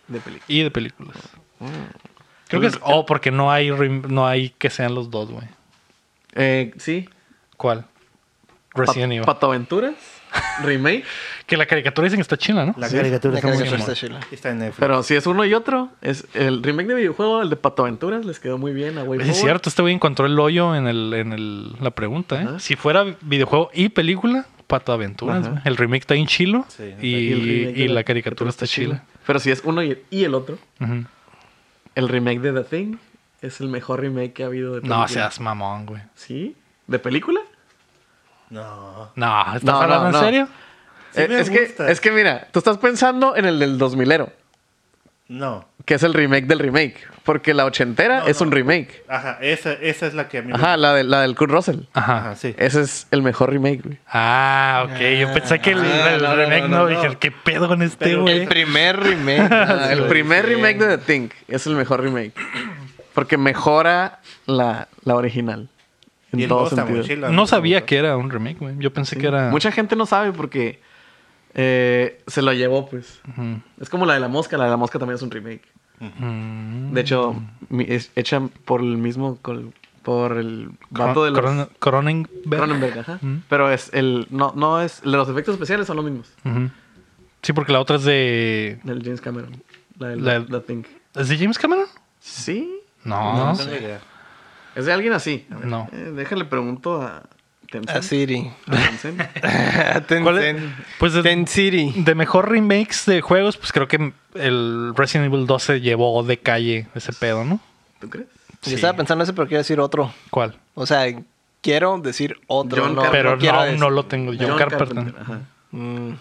de película.
Y de películas. Creo que es. Oh, porque no hay, rem- no hay que sean los dos, güey.
Eh, sí.
¿Cuál?
Pa-
Resident Evil.
Pato Aventuras. (laughs) Remake.
Que la caricatura dicen que está china, ¿no?
La
Sí,
caricatura
la
está muy
caricatura
chingona.
está chila.
Está en Netflix.
Pero si es uno y otro, es el remake de videojuego, el de Pato Aventuras, les quedó muy bien a Way
Es
Forward.
cierto, este güey encontró el hoyo en, el, en el- la pregunta, ¿eh?
Ajá.
Si fuera videojuego y película, Pato Aventuras,
Ajá.
güey. El remake está en chilo
Sí,
y,
está-
Y el remake
y
de
la caricatura está chila.
Pero si es uno y, y el otro,
Ujú.
el remake de The Thing es el mejor remake que ha habido de película.
No seas mamón, güey.
¿Sí? ¿De película?
No.
No, ¿estás
No, no,
hablando en
no.
serio?
Sí
Eh,
me
es, que,
gusta.
es que mira, tú estás pensando en el del 2000ero,
No.
que es el remake del remake, porque la ochentera
No,
es
no.
un remake.
Ajá, esa, esa es la que a mí me-
Ajá, la, de, la eh, del Kurt Russell.
Ajá.
Ajá, Ah, sí.
Ese es el mejor remake,
(laughs)
güey.
Ah, ok. Yo pensé que el,
Ah,
el
no, no,
remake no,
no, no.
Dije, ¿qué pedo con este
Pero
güey?
El primer
(laughs)
remake.
Ah, el primer remake de The Thing es el mejor remake. Porque mejora la, la original. En
Y el
todo
juego está muy
sentido.
chido, a mí
No
me
sabía
gustó.
que era un remake, güey. Yo pensé que era...
Mucha gente no sabe porque eh, se lo llevó, pues.
Ujú.
Es como la de la mosca. La de la mosca también es un remake.
Mm.
De hecho, mi- es hecha por el mismo... col- por el vato de los...
Cronen- Cronenberg.
Cronenberg, ajá.
Mm.
Pero es el... No, no es... Los efectos especiales son los mismos.
Ujú. Sí, porque la otra es de...
Del James Cameron. La de
La-
The Thing.
¿Es de James Cameron?
Sí.
No.
No tengo idea.
¿Es de alguien así? A ver,
No.
eh, déjale pregunto a Tencent.
A Siri.
A Tencent.
¿Cuál es?
Ah, (laughs) Ten,
Pues de,
Ten City.
de mejor remakes de juegos, pues creo que el Resident Evil 2 se llevó de calle ese pedo, ¿no?
¿Tú crees?
Sí.
Yo estaba pensando ese, pero quiero decir otro.
¿Cuál?
O sea, quiero decir otro.
John
no,
Carpenter.
pero
no quiero
no,
decir-
no lo tengo. John, Carpenter.
ajá.
Mm.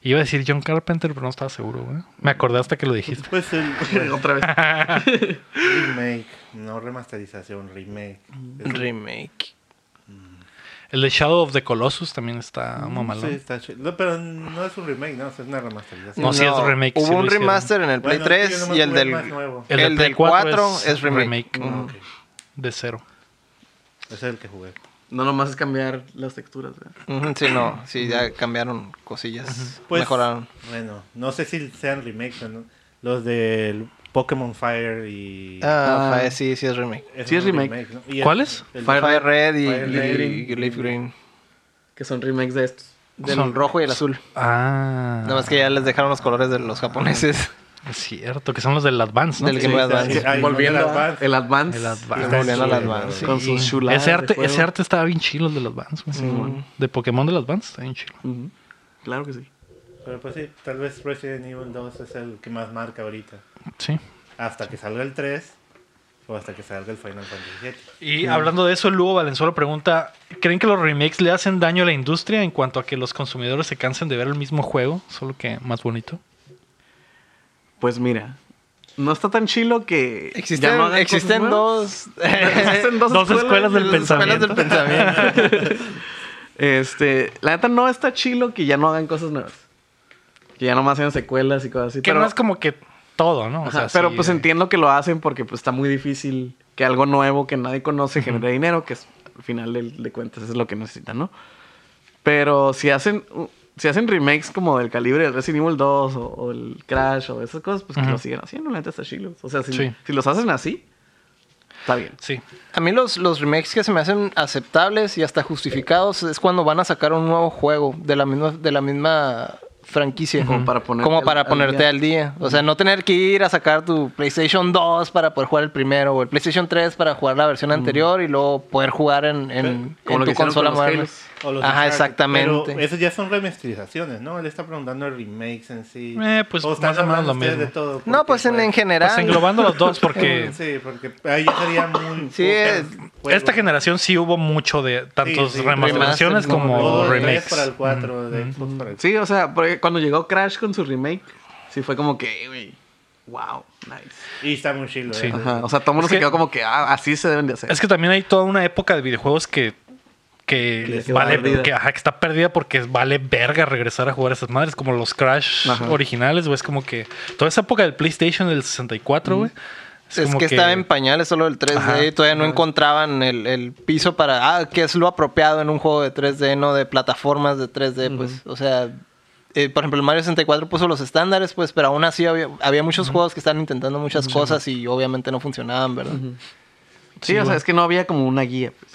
Iba a decir John Carpenter, pero no estaba seguro, güey. Me acordé hasta que lo dijiste.
Pues el
(laughs) Otra vez.
remake, no remasterización, remake. Es-
Remake.
El de Shadow of the Colossus también está
Mm, Sí,
mamalón.
está chido. No, pero no es un remake, no, es una remasterización.
No, sí es remake, sí
Hubo
lo
un
hicieron.
remaster en el Play
Bueno, es que yo
3
nomás
y el
jugué el
del,
más nuevo.
el
de Play
del 4 es, remake. Mm,
Ujú.
Ok,
De cero.
Ese es el que jugué.
No nomás es cambiar las texturas, ¿verdad?
Ujú, Sí, no. Sí, ya cambiaron cosillas.
Pues,
Mejoraron.
Bueno, no sé si sean remakes o no. los del Pokémon Fire y...
Ah,
Ah.
Fire, sí, sí es remake.
sí es
un
remake.
¿no? Y el-
¿Cuáles?
el-
Fire, Red y,
Fire Red
y- y Leaf Green.
Que son remakes de estos.
Del rojo y el azul.
Ah.
Nada más que ya les dejaron los colores de
(laughs)
los japoneses.
Es cierto, que son los del Advance, ¿no?
Del Game Boy
sí,
Advance.
sí. Ah, y
Volviendo
el
a-
Advance.
el Advance.
El Advance.
Está
Volviendo al
chido,
Advance.
sí.
Con
Sí.
sus chuladas
Ese
de
arte,
juego.
ese arte estaba bien chido, el del Advance. güey.
Mm.
De Pokémon del Advance, está bien chido.
Ujú. Claro que sí.
Pero pues sí, tal vez Resident Evil 2 es el que más marca ahorita.
Sí.
Hasta que salga el 3 o hasta que salga el Final Fantasy VII.
Y hablando de eso, Lugo Valenzuela pregunta: ¿Creen que los remakes le hacen daño a la industria en cuanto a que los consumidores se cansen de ver el mismo juego, solo que más bonito?
Pues mira, no está tan chilo que. ya
Existen,
no hagan
existen
cosas nuevas.
dos...
Existen dos,
Dos escuelas del
las escuelas del
(laughs)
pensamiento.
(laughs) Este, la neta no está chilo que ya no hagan cosas nuevas. Que ya nomás sean secuelas y cosas así.
Que
pero,
no es como que todo, ¿no? O sea,
Ajá, pero
sí,
pues
eh,
entiendo que lo hacen porque pues está muy difícil que algo nuevo que nadie conoce genere dinero, que es, al final de, de cuentas es lo que necesitan, ¿no? Pero si hacen, uh, si hacen remakes como del calibre del Resident Evil 2 o, o el Crash o esas cosas, pues que
Ujú.
lo sigan haciendo, la neta está chilo. O sea, si,
Sí.
si los hacen así, está bien.
Sí.
A mí los, los remakes que se me hacen aceptables y hasta justificados es cuando van a sacar un nuevo juego de la misma, de la misma franquicia.
Como para ponerte
Como
al-
para
al
ponerte
día.
al día. O sea, no tener que ir a sacar tu PlayStation 2 para poder jugar el primero o el PlayStation 3 para jugar la
Mm.
versión anterior y luego poder jugar en, en, en
Como lo que
tu
hicieron con
consola
los
moderna.
Halos.
O los
Ajá,
Uncharted.
exactamente.
Pero esos ya son remasterizaciones, ¿no? Él está preguntando remakes en sí.
Eh, pues,
o están
más o menos
hablando
lo
ustedes
mismo.
de todo.
No,
porque, Mm,
pues en, en general.
Pues englobando los dos, porque
Sí, porque ahí ya sería muy.
(laughs) Sí,
pocas
es-
juegos.
esta generación sí hubo mucho de tantos
Sí, sí,
remasterizaciones
remasters,
como
Todo del tres
remakes.
para el 4, de Xbox para el
Sí, o sea, porque cuando llegó Crash con su remake, sí fue como que, güey, wow, nice.
Y está muy chido.
Sí.
¿eh?
Ajá, o sea, todo el mundo
Es
se
que-
quedó como que ah, así se deben de hacer.
Es que también hay toda una época de videojuegos que,
Que
que
les quedó
vale
perdida.
que, ajá, que está perdida porque vale verga regresar a jugar a esas madres, como los Crash
Ajá.
originales, güey. Es como que toda esa época del PlayStation del 64, güey.
Es,
como
que, estaba en pañales solo el 3D
Ajá.
y todavía no encontraban el, el piso para, ah, qué es lo apropiado en un juego de 3D, no de plataformas de 3D, pues, o sea, eh, por ejemplo, el Mario 64 puso los estándares, pues, pero aún así había, había muchos juegos que estaban intentando muchas cosas y obviamente no funcionaban, ¿verdad?
sí, o sea, es que no había como una guía. Pues.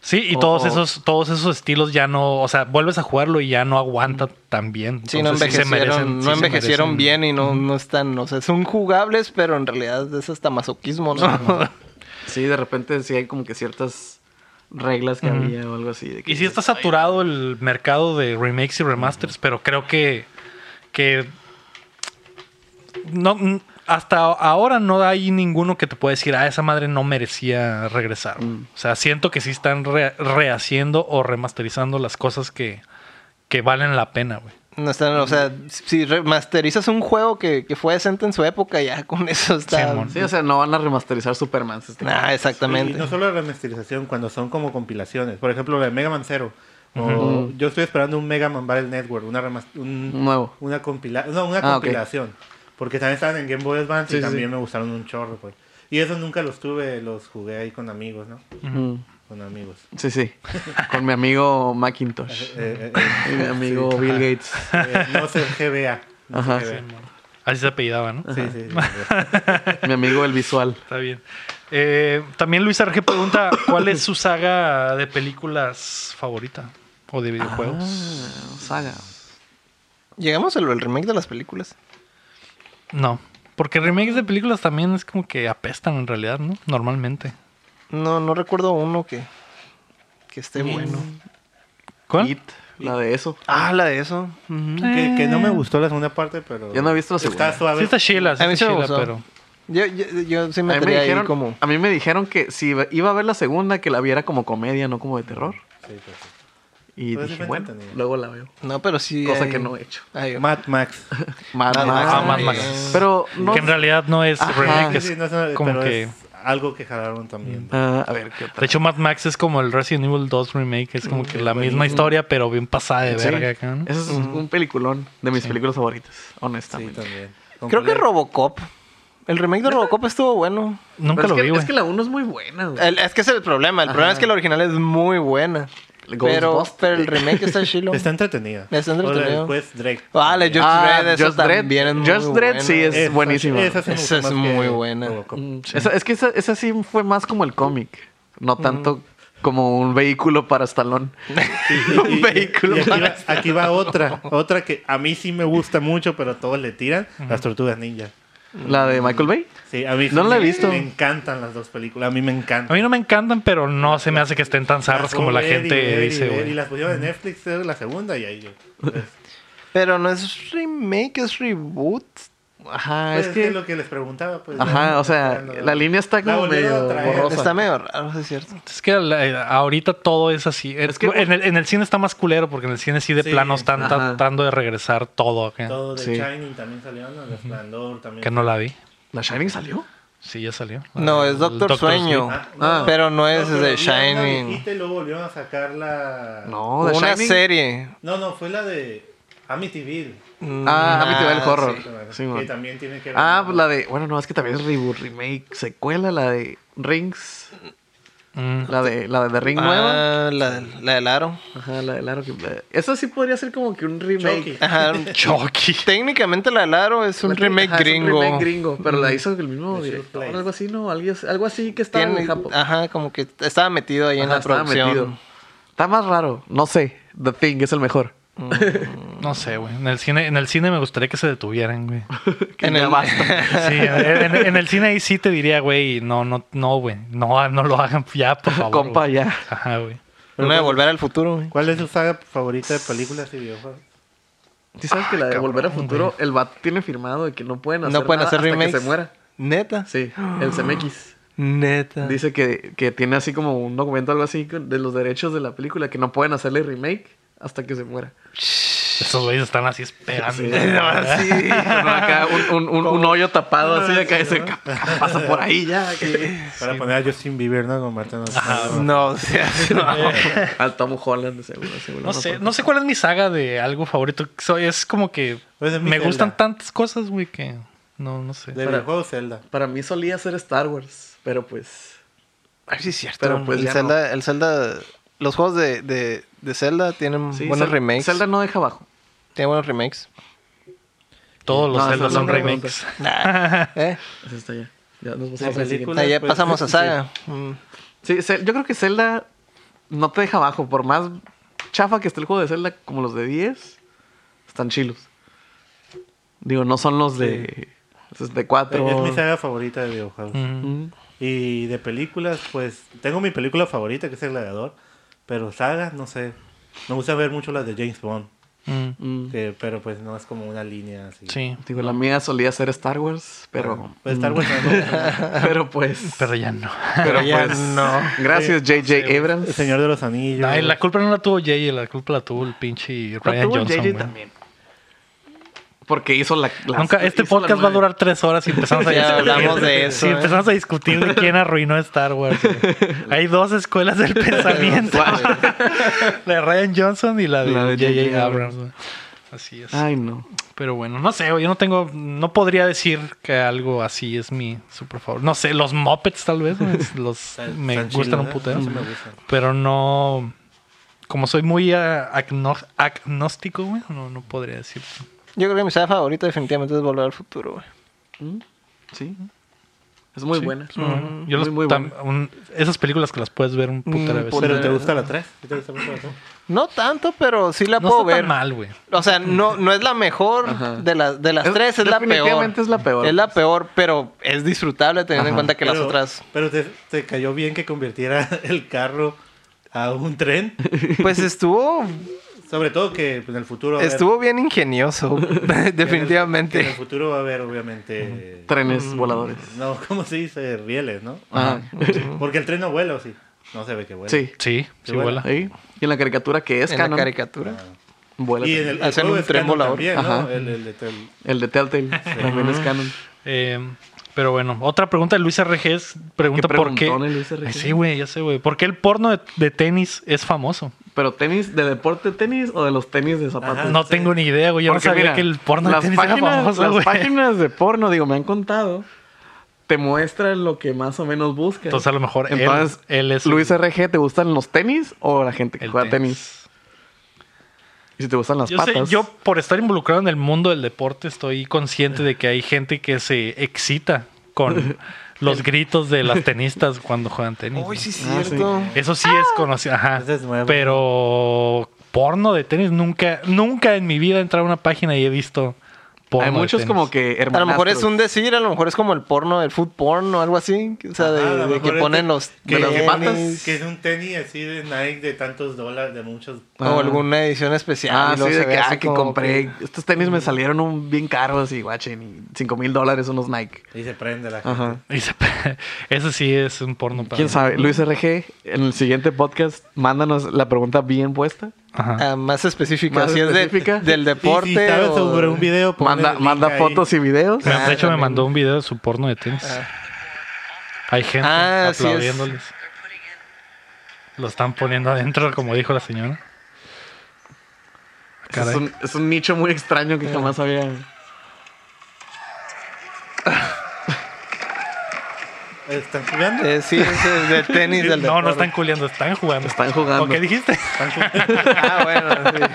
Sí, y
O-
todos
Oh,
o-
esos todos esos estilos ya no, o sea, vuelves a jugarlo y ya no aguanta tan bien.
Sí, no
Entonces, se
envejecieron,
merecen- sí
no
se
envejecieron
merecen-
bien y no, no están, o sea, son jugables, pero en realidad es hasta
(laughs)
masoquismo, ¿no?
Sí, de repente sí hay como que ciertas reglas que había o algo así. de que-
Y sí está saturado el mercado de remakes y remasters, pero creo que, que no, mm, hasta ahora no hay ninguno que te pueda decir, ah, esa madre no merecía regresar. O sea, siento que sí están re- rehaciendo o remasterizando las cosas que, que valen la pena, güey.
No están, o sea, si remasterizas un juego que, que fue decente en su época, ya con eso está...
Simón.
Sí, o sea, no van a remasterizar Superman. se está-
Ah,
Y
exactamente.
no solo la remasterización, cuando son como compilaciones. Por ejemplo, la de Mega Man 0. O
Mm.
Yo estoy esperando un Mega Man Battle Network, una, remas- un-
Nuevo.
una, compila- no, una
Ah, ok.
compilación. Porque también estaban en Game Boy Advance
Sí,
y
sí,
también
sí.
me gustaron un chorro. Pues. Y esos nunca los tuve, los jugué ahí con amigos, ¿no?
Mm.
Con amigos.
Sí, sí. Con mi amigo
(laughs)
Macintosh.
Eh, eh,
(laughs) Y
eh,
mi amigo Bill Gates.
(laughs) eh, no sé GBA. No sé
Ajá.
GBA.
Así se apellidaba, ¿no?
Sí, sí, sí.
mi amigo
(laughs)
el visual.
Está bien. Eh, también Luis Arge pregunta, ¿cuál es su saga de películas favorita? O de videojuegos.
Ah, saga.
Llegamos al al remake de las películas.
No. Porque remakes de películas también es como que apestan en realidad, ¿no? Normalmente.
No, no recuerdo uno que, que esté bueno.
¿Cuál?
It, la de eso.
Ah, la de eso. Ujú.
que, que no me gustó la segunda parte, pero.
Yo no he visto la segunda.
Está suave.
Sí está chila, sí
A mí
está
sí me
chila,
gustó.
pero...
Yo, yo, yo sí me
A mí, me
metería ahí
dijeron,
como...
a mí me dijeron que si iba- iba a ver la segunda, que la viera como comedia, no como de terror.
Sí, pues, sí.
Y
Pues sí
dije,
fue
bueno,
entretenida.
luego la veo.
No, pero sí...
Cosa
hay-
que no he hecho.
hay-
Mad Max.
Mad
Ah,
Max.
Ah, Mad Max.
Pero no.
Que en realidad no es
Ajá.
remake, es
Sí, sí, no sé,
como
pero
que...
es algo que jalaron también.
Ah, a ver, ¿qué otra?
De hecho, Mad Max es como el Resident Evil 2 remake, es como que la misma historia, pero bien pasada de
Sí.
verga acá, ¿no?
Ese es un peliculón de mis películas favoritas,
Sí,
honestamente.
también.
Creo que
Completa.
Robocop. El remake de Robocop estuvo bueno.
Nunca
Pero
lo
es que,
vi, güey.
Eh,
Es que la 1 es muy buena, güey.
El- es que ese es el problema. El problema es que la original es muy buena. Pero,
Ghostbusters.
pero el remake está chilo.
(laughs)
Está entretenida.
Está entretenida.
O la del juez Drake. Ah,
Vale, Just
Ah,
Dread, esa
Just Dread.
también es muy
Just Dread
buena.
sí es-
Esa-
buenísima. Mm,
sí me
Esa
gustó
es
más que
muy buena.
Robocop.
Mm,
Esa- es que esa, esa sí fue más como el cómic, no tanto como un vehículo para Stallone.
(laughs)
Un vehículo
Y aquí, va,
para-
aquí va otra, otra que a mí sí me gusta mucho, pero a todos le tiran, las tortugas ninja.
La de Michael Bay.
Sí, a mí sí
No la he
me-
visto.
Me encantan las dos películas, a mí me
A
encantan.
mí no me encantan, pero no se me hace que estén tan zarras
Las
como la
puedo ver y
gente
ver y
dice,
ver, Y,
güey.
las pusieron en Netflix, era la segunda y ahí yo. pues,
Pero no es remake, es reboot.
Ajá,
pues,
Ah, es que...
lo que les preguntaba. Pues,
Ajá,
ya,
o sea,
no, no.
la línea está
La
como
volvieron a
medio
traer.
borrosa.
Está medio raro, sí es cierto.
Es que la- ahorita todo es así. Eh,
Es que-
en, el, en el cine está más culero porque en el cine sí de
Sí,
plano están
ajá.
tratando de regresar todo. acá.
Todo de
Sí.
Shining también salió, ¿no? El Resplandor también.
Que no la vi.
¿La Shining salió?
Sí, ya salió.
No, es
El
Doctor, Sueño.
Sleep.
Ah.
Pero no es
pero
de
había una
Shining.
viejita Y luego volvieron a sacar la.
No,
Una
Oh, The Shining.
serie.
No, no, fue la de Amityville.
Ah, a mí te va el
Ah,
horror.
sí.
Sí,
que
man.
también tiene que ver.
Ah, pues la de. Bueno, no, es que también es reboot, remake, secuela, la de Rings.
Mm.
La de, la de The Ring nueva.
Ah, la, del- la del aro.
Ajá, la de Laro. Que, eso sí podría ser como que un remake.
Chucky.
(laughs)
Ajá,
Chucky.
técnicamente la del aro es un
Ajá,
remake
es un
gringo.
remake gringo, pero la hizo el mismo
The
director.
Place.
Algo así, ¿no? Algo, algo así que estaba
Tiene-
en Japón.
ajá, como que estaba metido ahí en
Ajá,
la
estaba
producción.
metido. Está más raro. No sé. The Thing es el mejor.
Mm.
(laughs)
No sé, güey. En el cine, en el cine me gustaría que se detuvieran, güey.
Que
En
ya
el- (laughs)
basta.
Sí, en, en el cine ahí sí te diría, güey, no, no, no, güey. No, no lo hagan (laughs) ya, por favor.
Compa,
güey.
ya.
Ajá, güey.
Una de
pues-
volver al futuro, güey.
¿Cuál es su saga favorita de películas y videojuegos?
¿Sí sabes que la de
cabrón,
Volver al Futuro, el vato tiene firmado de que no pueden hacer
No pueden
nada
hacer
hasta
remakes.
que se muera?
Neta.
Sí, el CMX.
Neta.
Dice que, que tiene así como un documento, algo así, con- de los derechos de la película, que no pueden hacerle remake hasta que se muera. (laughs)
Esos güeyes están así esperando. Ah,
Sí,
(laughs)
así, con acá un, un- un- un hoyo tapado así, acá dice, "Ca- pasa por ahí ya. que-
Para poner a Justin Bieber, ¿no? Con Marta no.
Ah,
No, o sea,
Al Tom Holland, seguro, seguro.
No sé, no sé cuál es mi saga de algo favorito. Soy, es como que
Pues de mi
me
Zelda.
gustan tantas cosas, güey, que no, no sé.
De videojuegos, Zelda.
Para mí solía ser Star Wars, pero pues...
Ay, sí es cierto.
(laughs) Pero pues
el,
ya
Zelda, el Zelda, los juegos de, de, de Zelda tienen
sí,
buenos
Zel-
remakes.
Zelda no deja abajo.
Tiene buenos
(laughs)
remakes.
Todos los
No,
Zelda
esas
son
son
remakes.
¿Eh?
Así está ya. Ya nos
La
pasamos a la siguiente.
película.
Ahí Ah, ya
pues,
pasamos a
sí.
saga. Mm.
(laughs) Sí, Zel- yo creo que Zelda no te deja abajo. Por más chafa que esté el juego de Zelda, como los de 10, están chilos. Digo, no son los de, los de 4.
Es mi saga favorita de videojuegos.
Mm.
Y de películas, pues tengo mi película favorita, que es El Gladiador. Pero sagas, no sé. Me gusta ver mucho las de James Bond.
Mm.
que- pero pues no es como una línea así.
Sí,
Digo, la mía solía ser Star Wars, pero...
Pues Star Wars no me
(laughs)
gusta.
Pero pues...
pero ya no.
Pero
ya
pues...
no.
Gracias, J.J.
El
Abrams.
Señor de los Anillos.
Ay, la culpa no la tuvo Jay, la culpa la tuvo el pinche
No,
Ryan
tuvo
Johnson.
J.J.
güey.
también. Porque hizo la... la-
Nunca- este
hizo la
podcast va a
nueve.
durar tres horas y empezamos a
(laughs) Ya
discutir.
hablamos de eso,
Sí,
¿eh?
empezamos a discutir de quién arruinó Star Wars. güey.
(laughs)
Hay dos escuelas del pensamiento.
(laughs)
la de Ryan Johnson y la de
La de
J.J.
J.J.
Abrams. güey. Así es.
Ay, no.
Pero bueno, no sé, güey, yo no tengo, no podría decir que algo así es mi super favor. No sé, los Muppets tal vez, güey, los
Están-
me
están
gustan
chilos,
un
¿eh?
putero.
Sí me gustan.
Pero no, como soy muy eh, agno- agnóstico, güey, no, no podría decir.
Yo creo que mi saga favorita definitivamente es Volver al Futuro, güey.
¿Mm? Sí. Es muy
Sí,
buena.
es muy buena.
Muy,
Yo los
Mm, muy
tam-
buena.
un- esas películas que las puedes ver un putero de
Mm,
veces.
Pero ¿te gusta la 3? ¿Te gusta mucho la 3?
No tanto, pero sí la
no
puedo
está
ver.
tan mal, güey.
O sea, no, no es la mejor
Ajá.
de, las de las
Es-
tres, es la peor.
definitivamente es la peor.
Es la peor, pero es disfrutable teniendo en
Ajá.
cuenta que las
Pero-
otras.
(laughs) Pero te, te cayó bien que convirtiera (laughs) el carro a un tren.
Pues estuvo,
Sobre todo que en el futuro. va a haber-
estuvo bien ingenioso,
que en el- que En el
definitivamente.
futuro va a haber, obviamente. eh,
Trenes
Mm.
voladores.
No, (laughs) ¿cómo se dice? Rieles, ¿no?
Ajá.
Porque el tren no vuela, ¿o sí? No se ve que vuela.
Sí.
Sí, sí
Sí,
vuela.
Ahí. Y en la caricatura que es
en la
canon.
caricatura.
vuela
Y en
también.
el, el
Hacen
juego
un
es
tren
canon
volador.
También, ¿no?
Ajá.
El, el, de tel-
El de Telltale también es canon.
Eh, pero bueno, otra pregunta de Luis RG es, pregunta
Qué
por qué...
preguntón el Luis RG.
Ay, sí, güey, ya sé, güey. ¿Por qué el porno de- de tenis es famoso?
Pero tenis, ¿de deporte tenis o de los tenis de zapatos?
Ajá.
No tengo ni idea, güey. Yo no
Ah, Porque
sabía
mira,
que el porno de
las
tenis era
páginas,
famoso,
Las
güey.
páginas de porno, digo, me han contado. Te te muestra lo que más o menos buscas.
Entonces, a lo mejor él-
Entonces,
él, es.
Luis RG, ¿te gustan los tenis o la gente que
el
juega tenis?
tenis.
Y si te gustan las
Yo, sé-
patas.
yo, por estar involucrado en el mundo del deporte, estoy consciente de que hay gente que se excita
(laughs)
con los gritos de las tenistas cuando juegan tenis. ¿no?
Uy, sí,
Ah, sí.
cierto.
Eso sí es conocido. Ajá.
Eso es nuevo.
Pero porno de tenis nunca, nunca en mi vida he entrado a una página y he visto porno.
Hay
de
muchos
tenis.
como que
A lo mejor es
hermanastros.
un decir, a lo mejor es como el porno, el food porn o algo así. O sea, de,
Ajá, Ah, a lo
de que
mejor es
ponen
de-
los.
que,
de las
que-
patas.
que es un tenis así de Nike de tantos dólares, de muchos.
O
Ah.
alguna edición especial.
Ah,
y
sí,
luego
de
se ve
que,
así
ah, que
como Mm.
compré. Estos tenis me salieron un- bien caros y guachen, y 5 mil dólares unos Nike.
Y se prende la gente.
Ajá.
Y se- (laughs) Eso sí es un porno para
¿Quién sabe? Luis RG, en el siguiente podcast, mándanos la pregunta bien puesta.
Ajá.
ah, más específica.
Más
si es de-
específica.
del deporte.
Y si sabes
o-
sobre un video, pon el
Manda,
link
manda
ahí.
fotos y videos.
Me-
Ah,
de hecho, me
también.
mandó un video de su porno de tenis.
Ah.
Hay gente
Ah, sí es.
aplaudiéndoles. Lo están poniendo adentro, como dijo la señora.
Es
Caray.
un, es un nicho muy extraño que jamás había.
¿Están jugando?
Eh, sí, es el del tenis del
No, no
deporte.
están culiando, están jugando.
Están jugando.
¿O qué dijiste?
Ah, bueno,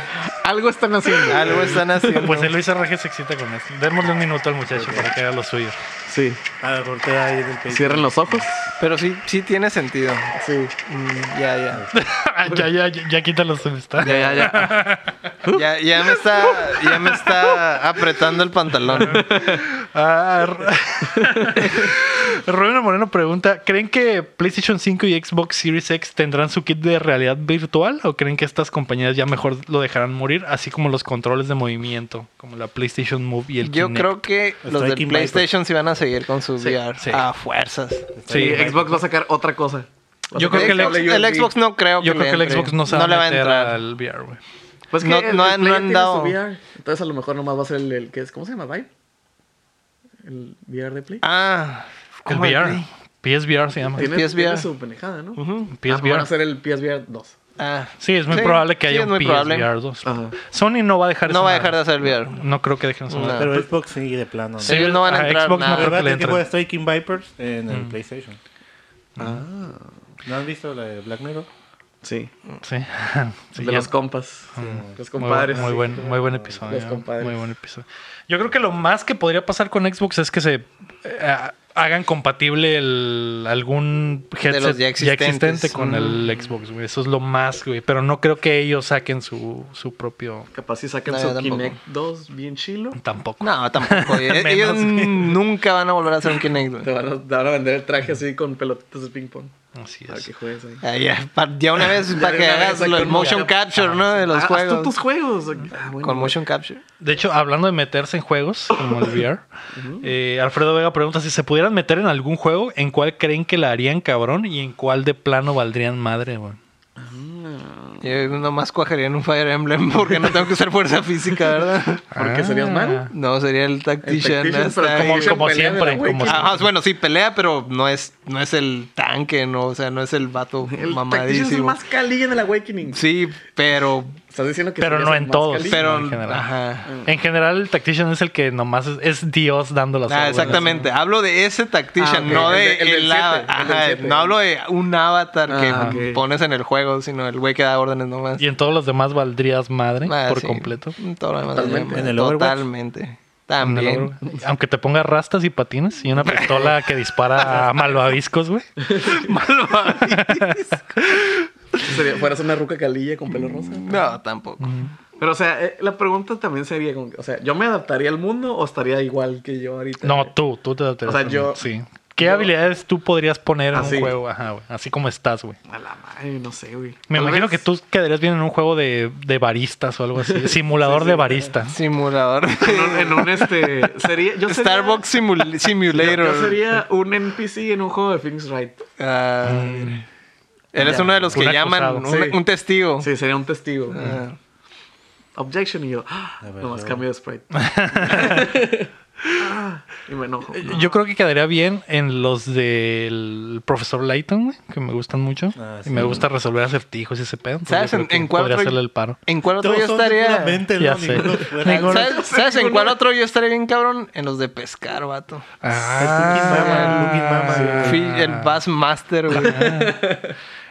Algo están
sí.
haciendo.
Algo están haciendo.
Pues el Luis RG se excita con esto. Démosle un minuto al muchacho para que haga lo suyo. (laughs)
Sí.
A lo mejor te da Ah, ahí en el pecho.
Cierren los ojos.
Pero sí, sí tiene sentido.
Sí.
Mm, ya, ya.
ya, ya, ya, ya quítalo. se me está.
Ya, ya, ya.
Ya, ya me está, ya me está apretando el pantalón.
Ah, Ru- (laughs) Rubén Moreno pregunta: ¿Creen que PlayStation 5 y Xbox Series X tendrán su kit de realidad virtual? ¿O creen que estas compañías ya mejor lo dejarán morir? Así como los controles de movimiento, como la PlayStation Move y el
Yo
Kinect.
creo que los del
Striking
PlayStation sí van a seguir con su
pues. Sí,
VR
sí.
a fuerzas.
Sí,
Sí, Xbox va a sacar otra cosa. Va a
Yo
sacar
creo que el
cable
Xbox-
USB.
el Xbox no creo que
Yo creo
le
que el
entre.
Xbox no se va
le
a
va
meter
entrar.
al VR, güey.
Pues que
No-
el-
no
el
han- no
Play ya
han
tiene su
dado.
VR. Entonces a lo mejor nomás va a ser el, el que es. ¿Cómo se llama? Vive. El VR de Play.
Ah,
El
¿cómo
VR. PSVR se llama.
Sí.
tiene,
PSVR.
tiene su pendejada, ¿no?
Ujú.
Ah, van a
PSVR.
ser el PSVR 2.
Ah,
Sí, es muy
sí,
probable que
sí,
haya
es
un
muy probable.
PSVR 2.
Ajá.
Sony no va a dejar
No
esa
va a
madre.
dejar de
(laughs)
hacer el VR.
No creo que dejen esa
No.
madre.
Pero Xbox sí, de plano. ¿no?
Sí,
Ellos no van a
a
entrar,
Xbox
nada.
no creo que
Pero
le Mm.
el tipo de
entren.
Striking Vipers en el PlayStation.
Ah,
¿No han visto la de Black Mirror?
Sí.
Sí. Sí, (laughs)
de
ya- Mm.
los compas. Los
Muy bu-
compadres.
Muy, buen, muy buen episodio.
Los compadres.
Muy buen episodio. Yo creo que lo más que podría pasar con Xbox es que se eh, hagan compatible el, algún headset
los ya existentes.
con
Mm.
el Xbox, güey. Eso es lo más, güey. Pero no creo que ellos saquen su, su propio
Capaz si sacan
No, yo
su
tampoco.
Kinect 2 bien chilo.
tampoco.
No,
(laughs)
tampoco. eh. Ellos
Menos.
nunca van a volver a hacer un Kinect. güey.
Te van a, te van a vender el traje así con pelotitas de ping-pong.
Así
Para que
es.
juegues ahí.
Ah, ya, pa- ya una vez para que
una vez
hagas
ahí
lo- el
con
motion
motion.
capture, ¿no? De los
ah, Haz tú
juegos.
tus juegos. Ah, bueno.
Con motion capture.
De hecho, hablando de meterse en juegos
(laughs)
como el VR, eh, Alfredo Vega pregunta si se pudieran meter en algún juego, ¿en cuál creen que la harían cabrón y en cuál de plano valdrían madre, güey?
Yo nomás cuajaría en un Fire Emblem porque no tengo que usar fuerza física, ¿verdad?
¿Por qué
Ah.
serías mago?
No, sería el Tactician.
Tactician,
hasta
pero
ahí.
Como, como
pelea de la
siempre,
güey
como
que-
Ajá, bueno, sí, pelea, pero no es, no es el tanque, ¿no? O sea, no es el vato
El Tactician es el
mamadísimo.
más cali en el Awakening.
Sí, pero.
Estás diciendo que
Pero
serías
no
el
en
más
todos,
cali.
Pero.
en general.
Ajá.
En general, el tactician es el que nomás es, es Dios dando las
Ah,
órdenes.
exactamente. Hablo de ese tactician,
Ah, ok.
no de
El de- el del
el av-
siete, el del
ajá,
siete.
no hablo de un avatar
Ah,
que
ok.
pones en el juego, sino el güey que da órdenes nomás.
Y en todos los demás valdrías madre
Ah,
por
sí.
completo.
Todo lo demás
Totalmente.
ya,
En el
Totalmente. También.
Aunque te ponga rastas y patines y una pistola que
(laughs)
dispara a malvaviscos, güey.
Sería- fueras una ruca calilla con pelo rosa.
No, tampoco.
Pero, o sea, eh, la pregunta también sería, como que, o sea, ¿yo me adaptaría al mundo o estaría igual que yo ahorita?
No, tú, tú te adaptarías
O sea,
también,
yo-
Sí. ¿Qué
yo-
habilidades tú podrías poner en
Así.
un juego? Ajá, güey. Así como estás, güey.
A la madre, no sé, güey.
Me
Tal
imagino
vez-
que tú quedarías bien en un juego de, de baristas o algo así. Simulador de barista.
(laughs)
Simulador.
En un, en un, este. Sería. (laughs) Yo sería-
Starbucks Simul-
yo-
Simulator.
Yo sería un NPC en un juego de Things Right.
Ah, eres
Ya.
uno de los que
Un
llaman
acusado.
un,
Sí.
un testigo.
Sí, sería un testigo.
Ah,
Objection y yo. ¡ah!
A ver,
(laughs) nomás
yo-
cambio de sprite. Ah, y me enojo.
Yo creo que quedaría bien en los del profesor Layton, güey, que me gustan mucho.
Ah,
Y me
sí.
gusta resolver acertijos y ese pedo. entonces
¿Sabes
yo
en,
creo que
en cuál
Podría
otro-
hacerle el paro.
en cuál otro yo
Todos son puramente,
estaría?
Ya sé. (laughs)
¿no? Ninguno fuera.
Ninguno-
¿Sabes, sabes en cuál otro yo estaría bien cabrón? En los de pescar, vato.
Ah,
Fi- El Bassmaster, güey.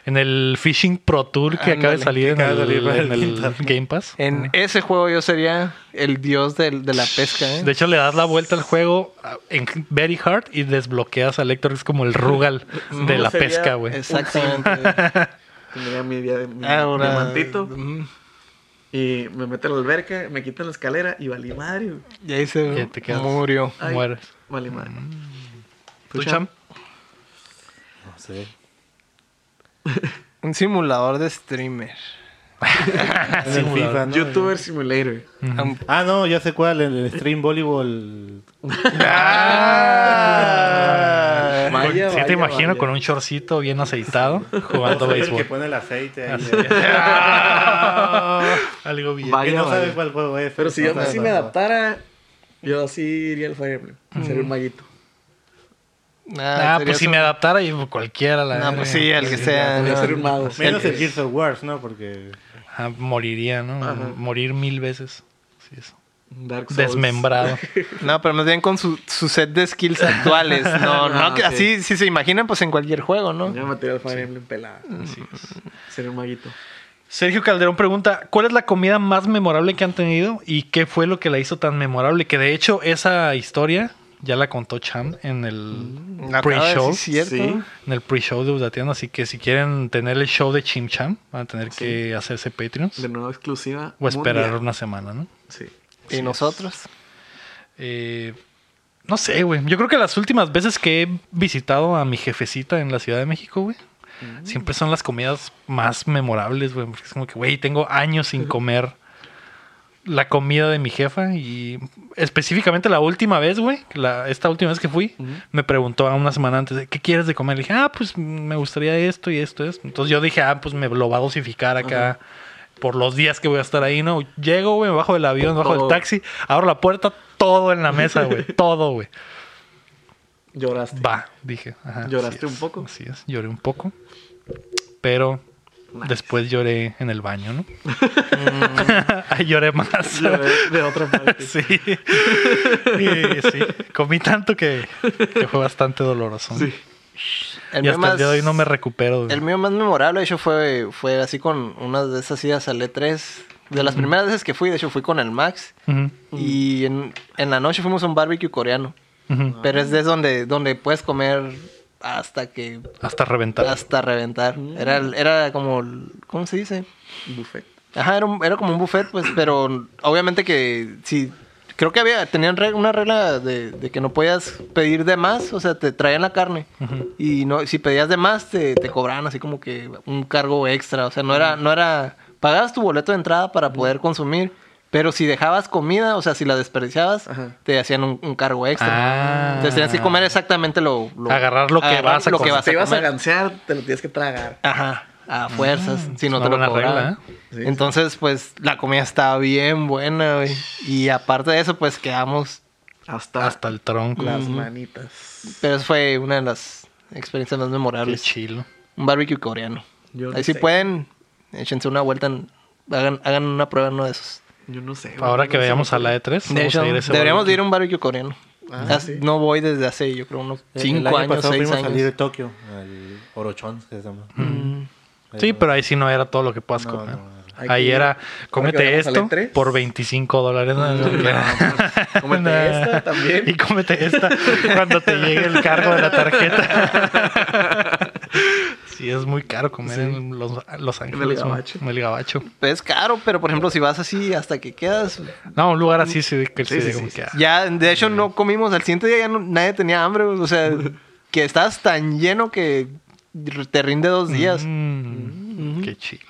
En el Fishing Pro Tour que acaba de
Ándale,
que
salir en
acaba de
el,
salir para
en
el
el
Game Pass.
Game Pass.
En ese juego yo sería el dios del- de la pesca, ¿eh?
De hecho, le das la vuelta al juego ah, en Very Hard y desbloqueas a Lector. Es como el Rugal
Mm,
de la
Sería-
pesca, güey.
Exactamente.
Tendría mi, dia- mi
Ahora-
diamantito
Ah, Ujú.
y me meto a la alberca, me quitan la escalera y valí madre. güey.
Y ahí se
Ya te quedas.
murió.
Ay,
Mueres.
Valí madre.
¿Tú, Cham?
No sé.
Un simulador de streamer.
Ah,
En el FIFA, ¿no?
Youtuber Simulator.
Am-
Ah, no, ya sé cuál, el, el stream voleibol.
Con-
Vaya,
sí,
vaya,
te imagino
vaya.
con un chorcito bien aceitado jugando
Soy el que
béisbol.
pone el aceite ahí.
Ah, (laughs) Algo bien.
Vaya,
que no
vaya.
sabe cuál juego es.
Pero si
No
yo
sabe
así
cuál
me
juego.
adaptara, yo así iría al Fire Emblem. Sería un maguito.
Ah,
sería
pues si
eso.
me adaptara, yo cualquiera. La
No,
verga.
pues sí, el que sea.
Podría
¿no?
ser un mago.
Menos
El-
el Gears of Wars, ¿no? Porque.
Ah, moriría, ¿no? Morir mil veces. Sí, eso.
Dark
(laughs)
Souls.
Desmembrado.
No, pero más bien con su, su set de
(laughs)
skills actuales. No, no,
Ah,
que
ok.
así, si se imaginan, pues en cualquier juego,
Yo
¿no?
me metería al Fire Emblem pelada.
Así es.
Sería Mm. un maguito.
Sergio Calderón pregunta, ¿cuál es la comida más memorable que han tenido y qué fue lo que la hizo tan memorable? Que de hecho esa historia ya la contó Cham en el
Mm, Acaba de
pre-show.
decir, ¿Cierto?
Sí.
En el pre-show de Udateando, así que si quieren tener el show de Chim Cham, van a tener que hacerse Patreons.
De nuevo exclusiva.
O esperar
mundial.
una semana, ¿no?
Sí.
Y nosotros.
Eh, no sé, güey. Yo creo que las últimas veces que he visitado a mi jefecita en la Ciudad de México, güey, siempre son las comidas más memorables, güey. Porque es como que, güey, tengo años sin comer la comida de mi jefa. Y específicamente la última vez, güey, que la- esta última vez que fui, me preguntó a una semana antes, de, ¿qué quieres de comer? Le dije, ah, pues me gustaría esto y esto, esto. Entonces yo dije, ah, pues me lo va a dosificar acá. Por los días que voy a estar ahí, ¿no? Llego, güey, me bajo del avión, me bajo del
Todo.
taxi, abro la puerta, todo en la mesa, güey. Todo, güey.
Lloraste.
Va, dije. Ajá,
¿Lloraste
así es,
un poco?
Así es, lloré un poco. Pero después lloré en el baño, ¿no? (laughs) Ahí lloré más.
Mm. Lloré de otra parte.
(laughs) sí. Y sí, Comí tanto que, que fue bastante doloroso. ¿no?
Sí.
El
y
mío
hasta el día de hoy no me
más-
recupero. güey.
El mío más memorable, de hecho, fue, fue así con una de esas idas al E3. De las primeras veces que fui, de hecho, fui con el Max.
Ujú,
Y en, en la noche fuimos a un barbecue coreano.
Ah.
ujú.
Pero es de donde, donde puedes comer hasta que...
Hasta reventar. Mm.
Hasta reventar. Era, el- era como... el- ¿Cómo se dice?
Buffet.
Ajá, era, un- era como un
(coughs)
buffet, pues, pero obviamente que sí. Creo que había, tenían reg- una regla de, de que no podías pedir de más, o sea, te traían la carne. Y no, si pedías de más, te, te cobraban así como que un cargo extra. O sea, no era, no era. Pagabas tu boleto de entrada para poder consumir. Pero si dejabas comida, o sea, si la desperdiciabas,
Ajá.
te hacían un, un cargo extra.
Ah.
Entonces tenías que comer exactamente lo, lo-
Agarrar lo que vas a
lo que
comer.
vas
Te
a
ibas a
comer.
gansear, te lo tienes que tragar.
Ajá, a fuerzas, si no
es una
te lo
buena
cobraban.
regla,
Sí,
Entonces, pues, la comida estaba bien buena, güey. Y aparte de eso, pues, quedamos...
Hasta,
Hasta el tronco.
las manitas.
Pero eso fue una de las experiencias más
Qué
memorables.
chilo.
Un barbecue coreano.
Yo no
Ahí si
sé.
pueden, échense una vuelta, en- hagan, hagan una prueba en uno de esos.
Yo no sé.
Ahora
güey,
que
no sé.
veamos a la E3,
De
vamos
hecho,
a ir a ese
deberíamos
barbecue.
de ir a un barbecue coreano.
Ah,
As-
sí.
No voy desde hace, yo creo, unos
El- el
cinco
año
años,
pasado
seis
fuimos a salir de
años.
Tokio, al Orochon, que se llama.
Mm. Sí, pero ahí sí no era todo lo que puedas comer.
Hay
Ahí
que-
era,
ahora
cómete
que vamos E al
esto
E3.
por 25 dólares. ¿no?
pues, cómete
(laughs) Nah.
esta también.
Y cómete esta cuando te llegue el cargo de la
(laughs)
tarjeta. sí, es muy caro comer en Los, Los Ángeles. ¿no?
Gabacho.
En el gabacho.
Pues, Es caro, pero, por ejemplo, si vas así hasta que quedas...
No, un lugar así sí, que sí,
sí,
como
sí,
que, ah,
Ya, de hecho, no comimos. Al siguiente día ya no- nadie tenía hambre. güey. O sea, que estás tan lleno que te rinde dos días.
mm,
Mm-hmm.
Qué chido.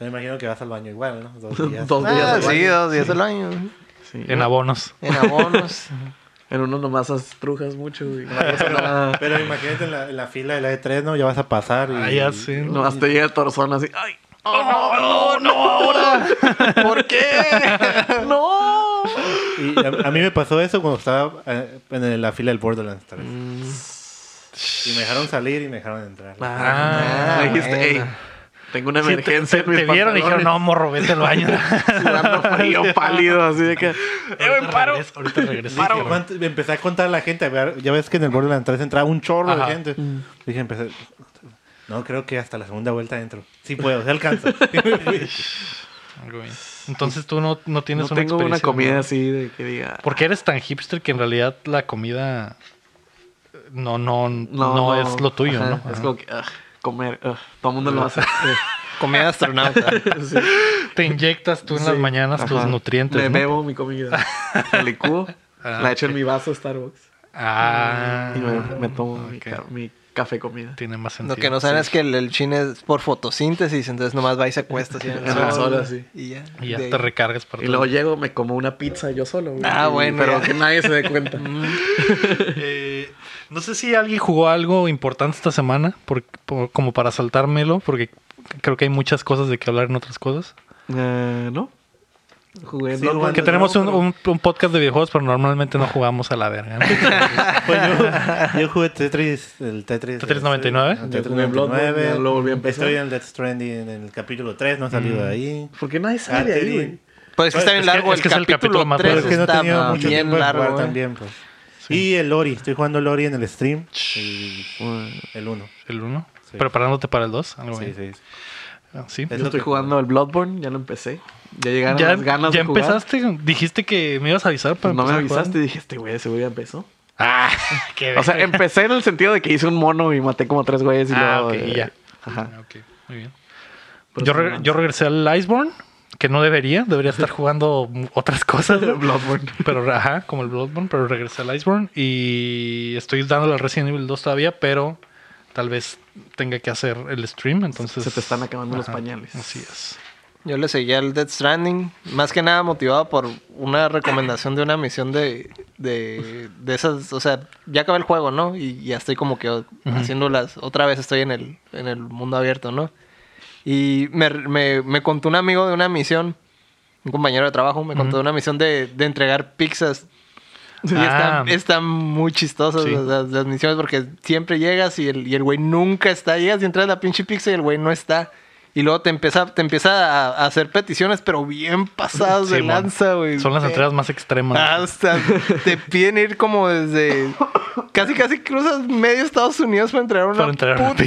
Me imagino que vas al baño igual, ¿no?
(laughs)
Dos días.
Dos días.
Ah,
al
sí,
baño.
dos días al
(laughs)
año.
Sí,
En abonos.
En abonos.
(laughs) En uno nomás estrujas mucho, güey. No pasa
Pero,
nada.
pero imagínate en la, en la fila de la E3, ¿no? Ya vas a pasar. Y,
Ah, ya sé.
Nomás te llega el torzón así. ¡Ay!
no, no, ahora.
(laughs) ¿Por qué?
¡No!
Y a, a mí me pasó eso cuando estaba eh, en la fila del Borderlands 3.
Mm.
Y me dejaron salir y me dejaron entrar.
Ah,
Ah,
dijiste,
bueno.
"Ey, tengo una
Sí, te,
emergencia
te-
en mis
te vieron y dijeron, no, morro, vete al
(laughs)
baño.
pantalones",
(laughs)
sudando frío, pálido, así de que...
Eh, güey, paro. Ahorita regreso.
Sí, que cuánto- empecé a contar a la gente. a ver, Ya ves que en el Borderlands 3 entraba un chorro
Ajá.
de gente.
Mm.
Dije, empecé. No, creo que hasta la segunda vuelta entro. Sí puedo,
(laughs)
se (laughs) alcanza.
Güey. Entonces tú no, no
No
tienes una
tengo una
experiencia,
comida
¿no?
así de que diga...
¿Por qué eres tan hipster que en realidad la comida eh, no, no, no, es lo tuyo,
ajá,
no?
Es
Ajá.
como que, ah, comer, ah, todo el mundo lo hace. (laughs)
Comida
(laughs)
de astronauta.
Sí.
Te inyectas tú en las
Sí,
mañanas tus
ajá.
nutrientes.
Me
¿no?
bebo mi
(laughs)
comida. La licúo,
Ah,
la echo
ok.
en mi vaso Starbucks
Ah,
y me, me tomo mi,
ok.
ca- mi café comida.
Tiene más sentido.
Lo que no saben es que el, el chin es por fotosíntesis, entonces nomás va y se acuesta
(laughs)
así en el
En el sol,
sol,
así.
Y ya.
Y ya
De ahí.
te recargas para
Y
todo.
luego llego, me como una pizza yo solo. güey.
Ah,
Y-
bueno,
Pero
ya.
que nadie se
(laughs)
dé
(laughs)
cuenta.
Mm. Eh, no sé si alguien jugó algo importante esta semana, por- por- como para saltármelo, porque creo que hay muchas cosas de que hablar en otras cosas.
Eh, ¿No? Jugué
Sí,
Bloodborne.
Juan,
Pues
Que
No,
tenemos un,
pero-
un- un podcast de videojuegos, pero normalmente no jugamos a la verga.
(laughs)
¿no?
Pues yo, yo jugué Tetris, el Tetris.
¿Tetris 99?
el
Yo
Tetris
jugué Bloodborne,
99.
ya lo volví a empezar.
Estoy en Death Stranding en el capítulo 3, no he salido de ahí.
¿Por qué nadie
Ah,
sale de ahí, güey?
Pues es que
Pues,
está bien
es que-
largo
es que es
el,
el capítulo
capítulo
más
Pero
3
es que no he
está
tenido mucho tiempo
bien
de jugar
largo. eh.
también, pues. Y el Lori, estoy jugando Lori en el stream. y el 1.
El 1.
Sí.
Preparándote para el 2. Algo
Sí,
así.
sí. sí.
Ah, sí.
Es
Yo
lo
estoy
que-
jugando el Bloodborne, ya lo empecé. Ya llegaron
Ya, em,
las ganas
ya
de jugar.
empezaste. Dijiste que me ibas a avisar para
No me
empezar a jugar.
avisaste y dije, este güey seguro ya empezó.
Ah, (laughs) qué
O sea, empecé en el sentido de que hice un mono y maté como tres güeyes y
Ah,
luego... eh,
ok, y ya.
Ajá. Pues
Ah, ok, muy bien.
Pero
Yo,
sí,
re-
no.
yo regresé al Iceborne, que no debería, debería
(laughs)
estar jugando otras cosas.
Bloodborne.
Pero, ajá, como el Bloodborne, pero regresé al Iceborne y estoy dándole al Resident Evil 2 todavía, pero tal vez tenga que hacer el stream, entonces...
Se te están acabando los pañales.
Así es.
Yo le seguía al Dead Stranding, más que nada motivado por una recomendación de una misión de, de, de esas, o sea, ya acabé el juego, ¿no? Y ya estoy como que haciéndolas, otra vez estoy en el, en el mundo abierto, ¿no? Y me, me, me contó un amigo de una misión, un compañero de trabajo, me contó una misión de, de entregar pizzas. Y
Ah.
están, están muy chistosas
Sí.
las, las- las misiones porque siempre llegas y el, y el güey nunca está. Llegas y entras a la pinche pizza y el güey no está. Y luego te empieza, te empieza a, a hacer peticiones, pero bien pasadas de
Sí, mon.
lanza, güey.
Son las
Te-
entregas más extremas.
Hasta te piden ir como desde. Casi, casi cruzas medio Estados Unidos para entregar una,
Para entregar una
puta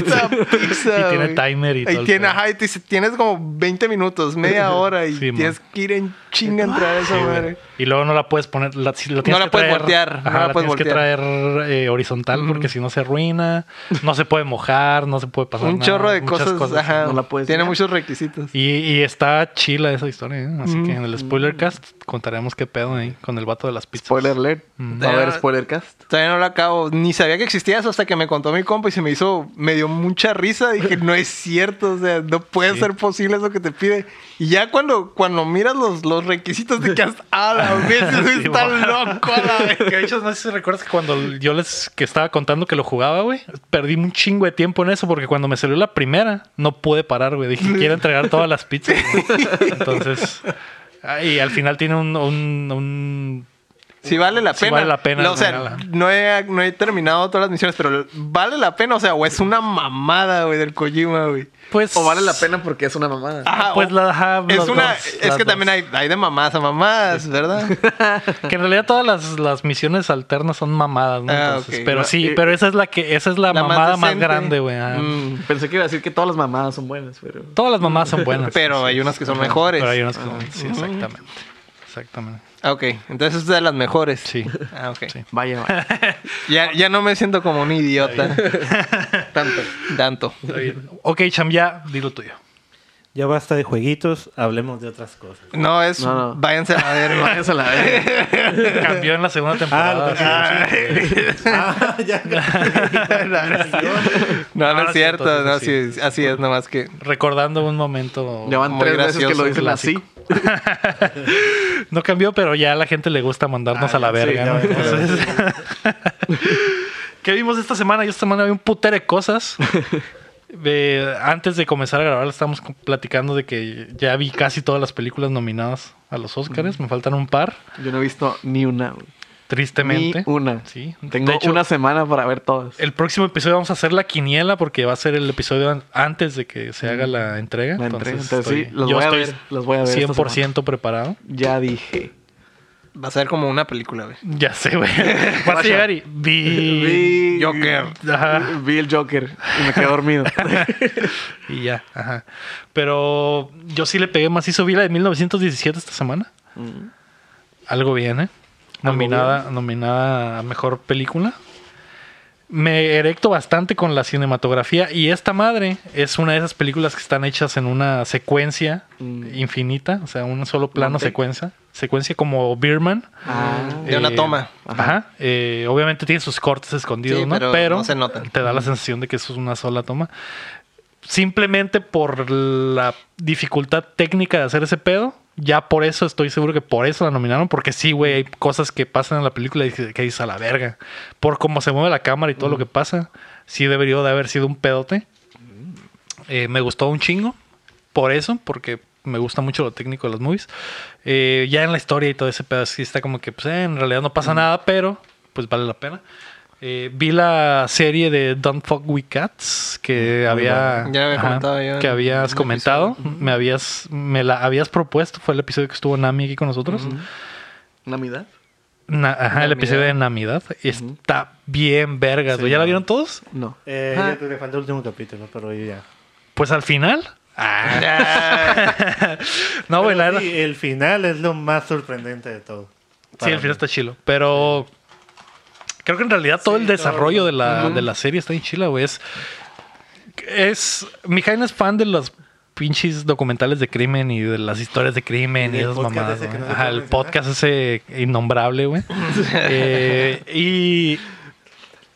pizza.
Y tiene
güey.
timer y todo el
tiene,
pedo.
ajá, y te dice, tienes como 20 minutos, media hora
(laughs)
y
Sí, mon. Ah,
tienes que ir en chinga a entrar a
Sí,
esa
güey.
madre.
Y luego no la puedes poner. La, si la tienes
la
que
puedes
traer-
voltear, no
ajá,
la
la
puedes
tienes que
voltear.
traer eh, horizontal porque si no se arruina. No se puede mojar, no se puede pasar.
Un
nada,
chorro de
muchas
cosas, ajá.
no la puedes
tiene
ver.
muchos requisitos.
Y, y está chila esa historia. ¿eh? Así que en el spoiler cast contaremos qué pedo ahí con el vato de las pizzas.
Spoiler alert.
Mm.
Va a haber spoiler cast.
Todavía no lo acabo. Ni sabía que existía eso hasta que me contó mi compa y se me hizo, me dio mucha risa. Dije, no es cierto, o sea, no puede
Sí.
ser posible eso que te pide. Y ya cuando, cuando miras los, los requisitos de que has,
(laughs)
a la vez,
Sí,
está
mo.
loco, (laughs) a la vez.
Que de hecho, no sé si recuerdas que cuando yo les que estaba contando que lo jugaba, güey, perdí un chingo de tiempo en eso porque cuando me salió la primera, no pude parar, güey. Dije, quiero entregar todas las pizzas.
(laughs)
güey. Entonces, ah, y al final tiene un- un- un
Si vale la
Sí
pena.
vale la pena,
No, o sea,
regala.
no he, no he terminado todas las misiones, pero vale la pena, o sea, o es una mamada, güey, del Kojima, güey.
Pues.
O vale la pena porque es una mamada.
Ajá,
Pues
o-
la ajá,
Es
las
una.
dos,
es
las
que
dos.
también hay, hay de mamás a
(laughs)
mamás, ¿verdad?
Que en realidad todas las, las misiones alternas son mamadas, ¿no?
Ah,
Entonces,
ok.
Pero
La-
sí,
eh,
pero esa es la que, esa es la, mamada más,
decente.
grande, güey. ah.
Mm,
Pensé que iba a decir que todas las mamadas son buenas, pero...
Todas las mamadas son buenas.
Pero hay unas que son mejores.
Pero hay unas que son- sí, exactamente. Exactamente.
Ah, ok. Entonces es de las mejores.
Sí.
Ah, ok.
Sí.
Vaya, vaya.
Ya, ya no me siento como un idiota. (laughs) Tanto. Tanto.
Ok, Cham, ya di lo tuyo.
Ya basta de jueguitos, hablemos de otras
(laughs)
cosas.
No, es.
No, no.
Váyanse a (laughs) ver, güey.
Váyanse a la verga.
Cambió en la segunda temporada. sí.
Ah, ah, ya.
No, no,
Ah,
es
sí,
cierto.
entonces
no,
sí.
sí, así es, nomás que.
Recordando un momento.
(laughs) Ya van
Muy
tres veces que
gracioso,
lo dicen
clásico. No cambió, pero ya a la gente le gusta mandarnos
Ah,
a la
sí,
verga.
ya,
¿no?
ya, ya.
Entonces-
(laughs)
¿Qué vimos esta semana? Yo esta semana vi un putero de
(laughs)
cosas. Eh, De- antes de comenzar a grabar, estábamos co- platicando de que ya vi casi todas las películas nominadas a los Oscars. Me faltan un par,
Yo no he visto ni una, güey. Ni
tristemente.
una.
Sí.
Tengo
De hecho,
una semana para ver todas.
El próximo episodio vamos a hacer la quiniela porque va a ser el episodio an- antes de que se haga la entrega.
Mm. La entrega.
Entonces,
Entonces, sí,
estoy-
los
yo
voy a
estoy
ver, los voy a ver esta
100% preparado.
Ya dije.
Va a ser como una película, güey.
Ya sé,
(laughs)
güey. Vas a llegar y... Vi...
Vi,
Joker.
Ajá.
vi el Joker y me quedé dormido. (laughs)
(laughs) Y ya, ajá. Pero yo sí le pegué macizo. Vi la de 1917 esta semana.
Mm.
Algo bien, ¿eh? Nominada, nominada a mejor película. Me erecto bastante con la cinematografía. Y esta madre es una de esas películas que están hechas en una secuencia
Mm.
infinita. O sea, un solo plano
Monte.
secuencia. Secuencia como Birman.
Ah.
De una toma.
Ajá. Eh, obviamente tiene sus cortes escondidos,
Sí,
¿no?
pero
Pero,
no se notan.
te da la sensación de que eso es una sola toma. Simplemente por la dificultad técnica de hacer ese pedo. Ya por eso estoy seguro que por eso la nominaron. Porque sí, güey, hay cosas que pasan en la película y que que dices a la verga. Por cómo se mueve la cámara y todo lo que pasa. Sí debería de haber sido un pedote. Eh, me gustó un chingo. Por eso, porque me gusta mucho lo técnico de las movies. Eh, ya en la historia y todo ese pedo, sí está como que, pues, eh, en realidad no pasa nada, pero pues vale la pena. Eh, vi la serie de Don't Fuck We Cats que había,
buena. Ya había comentado yo en
que habías
un
comentado, me habías, me la habías propuesto, fue el episodio que estuvo Nami aquí con nosotros.
¿Navidad?
Na- ajá, el
Navidad.
episodio de Navidad está bien vergas, güey. ¿ya la vieron todos?
No.
(laughs) Eh,
Ah.
ya te- le falta el último capítulo, pero yo ya.
Pues al final, ah.
(laughs)
(laughs) no, güey,
Pero
la verdad-
sí, el final es lo más sorprendente de todo.
Sí,
Para
el final
mí.
está chilo. Pero creo que en realidad todo
Sí,
el
todo.
desarrollo de, la, de la serie está en chila, güey. Es, es. Mijaín es fan de los pinches documentales de crimen y de las historias de crimen
Y
y,
del
esas
podcast
mamadas.
ese que
güey.
no se
Ajá,
puede
el
mencionar.
podcast ese innombrable,
(laughs)
güey. Eh, y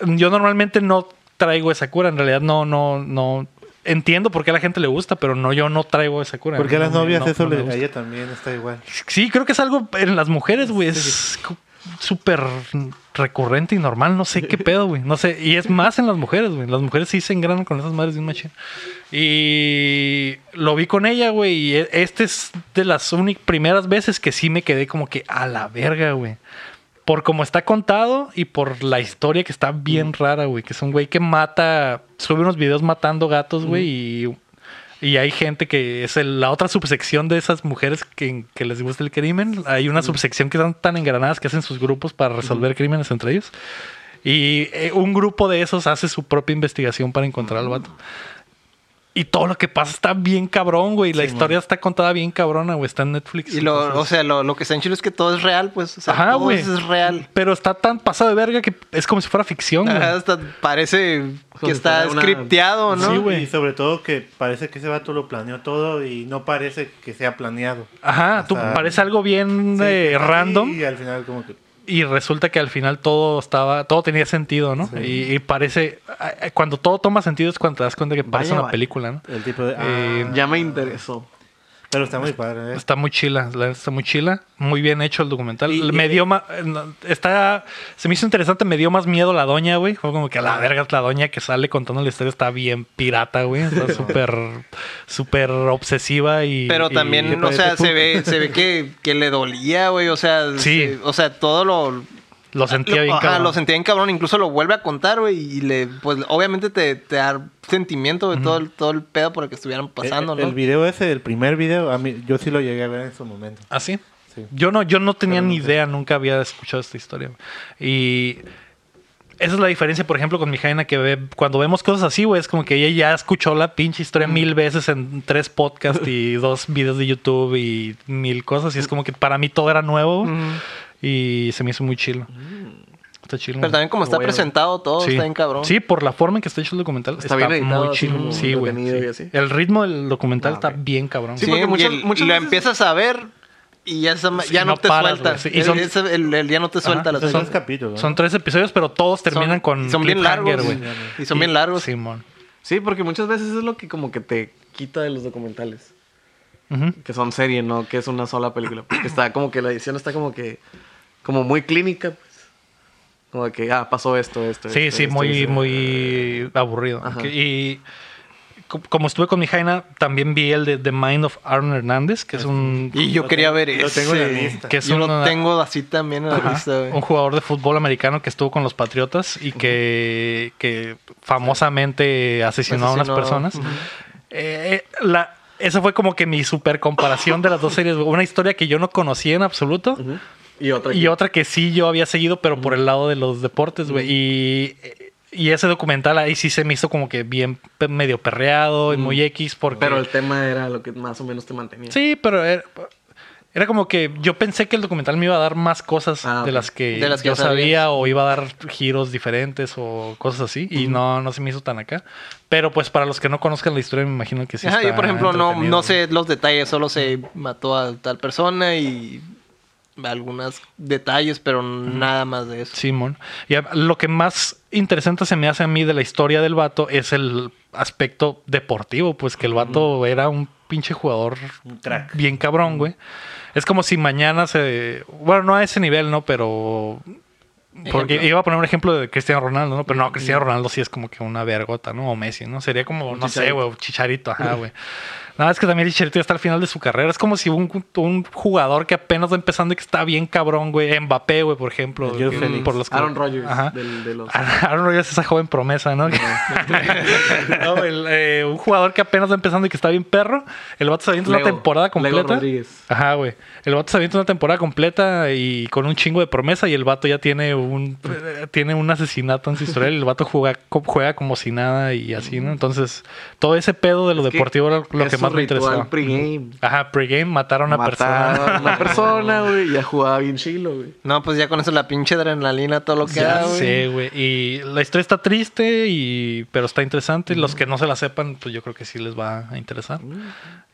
yo normalmente no traigo esa cura. En realidad no, no, no. Entiendo por qué a la gente le gusta, pero no, yo no traigo esa cura.
Porque a las
No me-
novias
no-
eso
no me
le-
gusta.
a ella también está igual.
Sí, creo que es algo en las mujeres, güey. Es cu- súper recurrente y normal. No sé qué pedo, güey. No sé. Y es más en las mujeres, güey. Las mujeres sí se engranan con esas madres de un machín. Y lo vi con ella, güey. Y e- este es de las únicas primeras veces que sí me quedé como que a la verga, güey. Por cómo está contado y por la historia que está bien rara, güey. Que es un güey que mata, sube unos videos matando gatos, güey. Y y hay gente que es el- la otra subsección de esas mujeres que, que les gusta el crimen. Hay una subsección que están tan engranadas que hacen sus grupos para resolver crímenes entre ellos. Y eh, un grupo de esos hace su propia investigación para encontrar al vato. Y todo lo que pasa está bien cabrón, güey. La historia está contada bien cabrona, güey. Está en Netflix.
Y lo,
entonces-
o sea, lo, lo que está en chilo es que todo es real, pues. O sea,
Ajá,
todo
güey.
es real.
Pero está tan pasado de verga que es como si fuera ficción, güey.
Ajá, hasta parece que
si
está
fuera una-
scripteado, ¿no?
Sí, güey.
Y sobre todo que parece que ese vato lo planeó todo y no parece que sea planeado.
Ajá, tú
Hasta-
parece algo bien
Sí,
eh,
sí,
random.
Y al final como que...
y resulta que al final todo estaba todo tenía sentido no
Sí.
y, y parece a- a- cuando todo toma sentido es cuando te das cuenta que parece
Vaya,
una
vaya.
película no
El tipo de...
Eh,
ah,
Ya me interesó.
pero está muy padre. ¿eh?
está muy chila la neta está muy chila muy bien hecho el documental
Y-
me
y-
dio ma- eh, no, está se me hizo interesante me dio más miedo la doña güey fue como que a la verga la doña que sale contando la historia está bien pirata güey está súper súper obsesiva y
Pero
y-
también, o sea, se ve, se ve que, que le dolía, güey. O sea,
Sí.
se- o sea, todo lo.
lo sentía
Ah, lo-
bien
ajá,
cabrón.
lo sentía bien cabrón. Incluso lo vuelve a contar, güey. Y le, pues, obviamente te, te da sentimiento de todo, el, todo el pedo por el que
Eh,
estuvieran pasando,
el,
¿no?
Eh, el video ese, el primer video, a mí, yo sí lo llegué a ver en su momento.
¿Ah, sí?
Sí.
Yo no, yo no tenía
Pero
ni
no sé.
idea, nunca había escuchado esta historia. Y esa es la diferencia, por ejemplo, con mi Jaina, que ve, cuando vemos cosas así, güey, es como que ella ya escuchó la pinche historia mil veces en tres podcasts y dos videos de YouTube y mil cosas. Y es como que para mí todo era nuevo güey, y se me hizo muy chilo. Está chilo.
Pero
güey.
también como está
Bueno.
presentado todo,
Sí.
está bien cabrón.
Sí, por la forma en que está hecho el documental. Está,
Está bien editado,
muy
así
chilo.
como
Sí, güey.
entretenido y
sí.
así.
El ritmo del documental
Ah,
está
ok.
bien cabrón.
Sí,
porque
y
muchas-
el-
muchas
y lo
veces-
empiezas a ver y ya, esa ma-
Sí,
ya no,
no
te
paras,
suelta.
güey. Sí, y
El-
son-
ese- el, el ya no te suelta la
Ajá,
Son
serie.
tres capítulos. ¿no?
Son tres episodios, pero todos terminan
Son-
con
son bien
cliffhanger,
largos,
güey.
y son bien largos.
Simón.
Sí, porque muchas veces es lo que como que te quita de los documentales.
Ujú.
Que son serie, no que es una sola película. Porque está como que la edición está como que... Como muy clínica, pues. Como que, ah, pasó esto, esto,
Sí,
esto,
sí,
esto,
eh,
muy,
esto.
muy aburrido.
Ajá.
Que- Y co- como estuve con mi Jaina, también vi el de The Mind of Aaron Hernández, que es un,
Y yo
Lo
quería
tengo-
ver
lo
ese.
tengo en la lista.
Que es
yo
una-
lo tengo así también en la
ajá,
lista, güey.
un jugador de fútbol americano que estuvo con los Patriotas y que, que famosamente asesinó, a unas
Asesinó,
personas.
ujú.
Eh, la, esa fue como que mi super comparación de las dos series. güey. Una historia que yo no conocía en absoluto.
Y otra.
Y otra que sí yo había seguido, pero por el lado de los deportes, güey. Y, y ese documental ahí sí se me hizo como que bien pe- medio perreado y muy X porque...
Pero el tema era lo que más o menos te mantenía.
Sí, pero era, era como que yo pensé que el documental me iba a dar más cosas
Ah,
de,
ok.
las que
De las que
yo
ya sabías.
sabía o iba a dar giros diferentes o cosas así. Y no, no se me hizo tan acá. Pero pues para los que no conozcan la historia, me imagino que sí.
Ajá,
está
yo, por ejemplo, no,
entretenido,
no sé los detalles, solo se mató a tal persona y algunos detalles, pero nada más de eso.
Simón. Y a- lo que más interesante se me hace a mí de la historia del vato es el aspecto deportivo, pues que el vato era un pinche jugador
Un crack.
bien cabrón, güey. Es como si mañana se... Bueno, no a ese nivel, ¿no? Pero... Porque
Ejemplo.
iba a poner un ejemplo de Cristiano Ronaldo, ¿no? Pero no, Cristiano Ronaldo sí es como que una vergota, ¿no? O Messi, ¿no? Sería como,
Un
no sé,
chicharito.
güey, chicharito,
(laughs)
ajá, güey. Nada, es que también Chicharito ya está al final de su carrera. Es como si un, un jugador que apenas va empezando y que está bien cabrón, güey. Mbappé, güey, por ejemplo.
Joe
que-
Félix.
Por los que-
Aaron Rodgers.
Ajá. Ah,
del- de los-
Aaron Rodgers, esa joven promesa, ¿no? (laughs) No, el, eh, un jugador que apenas va empezando y que está bien perro. El vato se avienta una
Lego-
temporada completa.
Lego Rodríguez.
Ajá, güey. El vato se avienta una temporada completa y con un chingo de promesa y el vato ya tiene un tiene un asesinato en su historial. El vato juega, co- juega como si nada y así, ¿no? Entonces, todo ese pedo de lo
Es que
deportivo era lo
es
que
su
más me
ritual
interesaba.
pregame.
Ajá, pregame, matar a una
Matar
persona.
a
(laughs)
una persona, güey. Ya jugaba bien chilo, güey.
No, pues ya con eso la pinche adrenalina, todo lo que
Ya
da, güey.
sé, güey. Y la historia está triste, y pero está interesante. Y los que no se la sepan, pues yo creo que sí les va a interesar.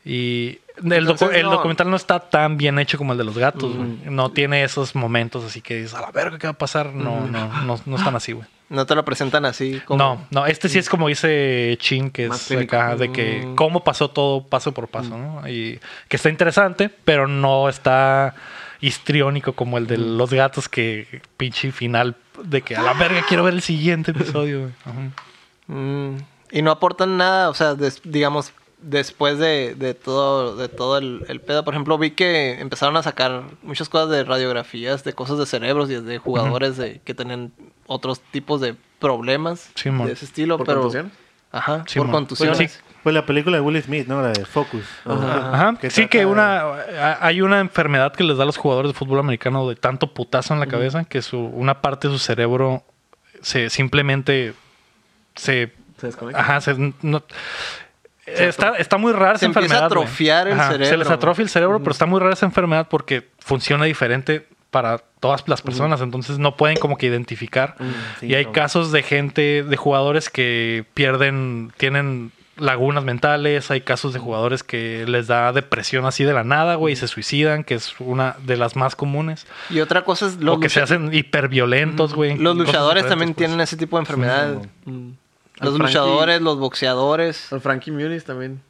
Y el, docu-
Entonces,
el
no.
documental no está tan bien hecho como el de los gatos, güey. No tiene esos momentos así que dices, a la verga, ¿qué va a pasar? No, no, no, no están así, güey.
No te lo presentan así. Como...
No, no, este sí es como dice Chin, que
Más
es
clínico.
acá, de que cómo pasó todo paso por paso, ¿no? Y que está interesante, pero no está histriónico como el de los gatos que pinche final de que a la verga quiero ver el siguiente episodio. güey. Ajá.
Mm, y no aportan nada, o sea, des- digamos, después de, de todo, de todo el, el pedo. Por ejemplo, vi que empezaron a sacar muchas cosas de radiografías, de cosas de cerebros y de jugadores de, que tenían otros tipos de problemas
Sí, mon.
de ese estilo,
¿Por
pero...
contusiones?
Ajá,
Sí,
por
mon.
contusiones.
Sí.
Pues la película de Will Smith, ¿no? La de Focus.
Ajá. Sí,
trata
que
de-
una a- hay una enfermedad que les da a los jugadores de fútbol americano de tanto putazo en la cabeza que su, una parte de su cerebro se simplemente se
Se desconecta.
Ah.
Ajá, se- no- está, está muy rara esa
se empieza a
enfermedad. güey.
atrofiar el
Se
cerebro,
les
güey.
atrofia el cerebro, pero está muy rara esa enfermedad porque funciona diferente para todas
Mm.
las personas. Entonces no pueden como que identificar.
sí,
y hay
como-
casos de gente, de jugadores que pierden, tienen lagunas mentales, hay casos de
Mm.
jugadores que les da depresión así de la nada, güey, y se suicidan, que es una de las más comunes,
Y otra cosa es
o que se
lucha- Mm,
hacen hiperviolentos, güey.
los
cosas
luchadores
diferentes,
también
pues.
tienen ese tipo de enfermedades.
Mm. Al
Los
Frankie-
luchadores, los boxeadores.
Al Frankie Muniz también.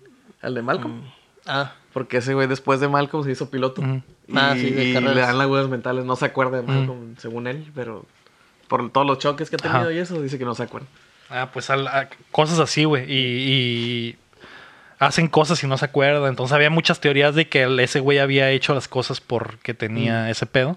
Al de Malcolm.
Ah,
Porque ese güey después de Malcolm se hizo piloto.
Ujú.
Y,
Ah, sí, de
y
carreras.
le dan lagunas mentales. No se acuerda de Malcolm, según él, pero por todos los choques que ha tenido
Ajá.
y eso, dice que no se acuerda.
Ah, pues al- a- cosas así, güey. Y, y hacen cosas y no se acuerdan. Entonces había muchas teorías de que el- ese güey había hecho las cosas porque
Mm.
tenía ese pedo.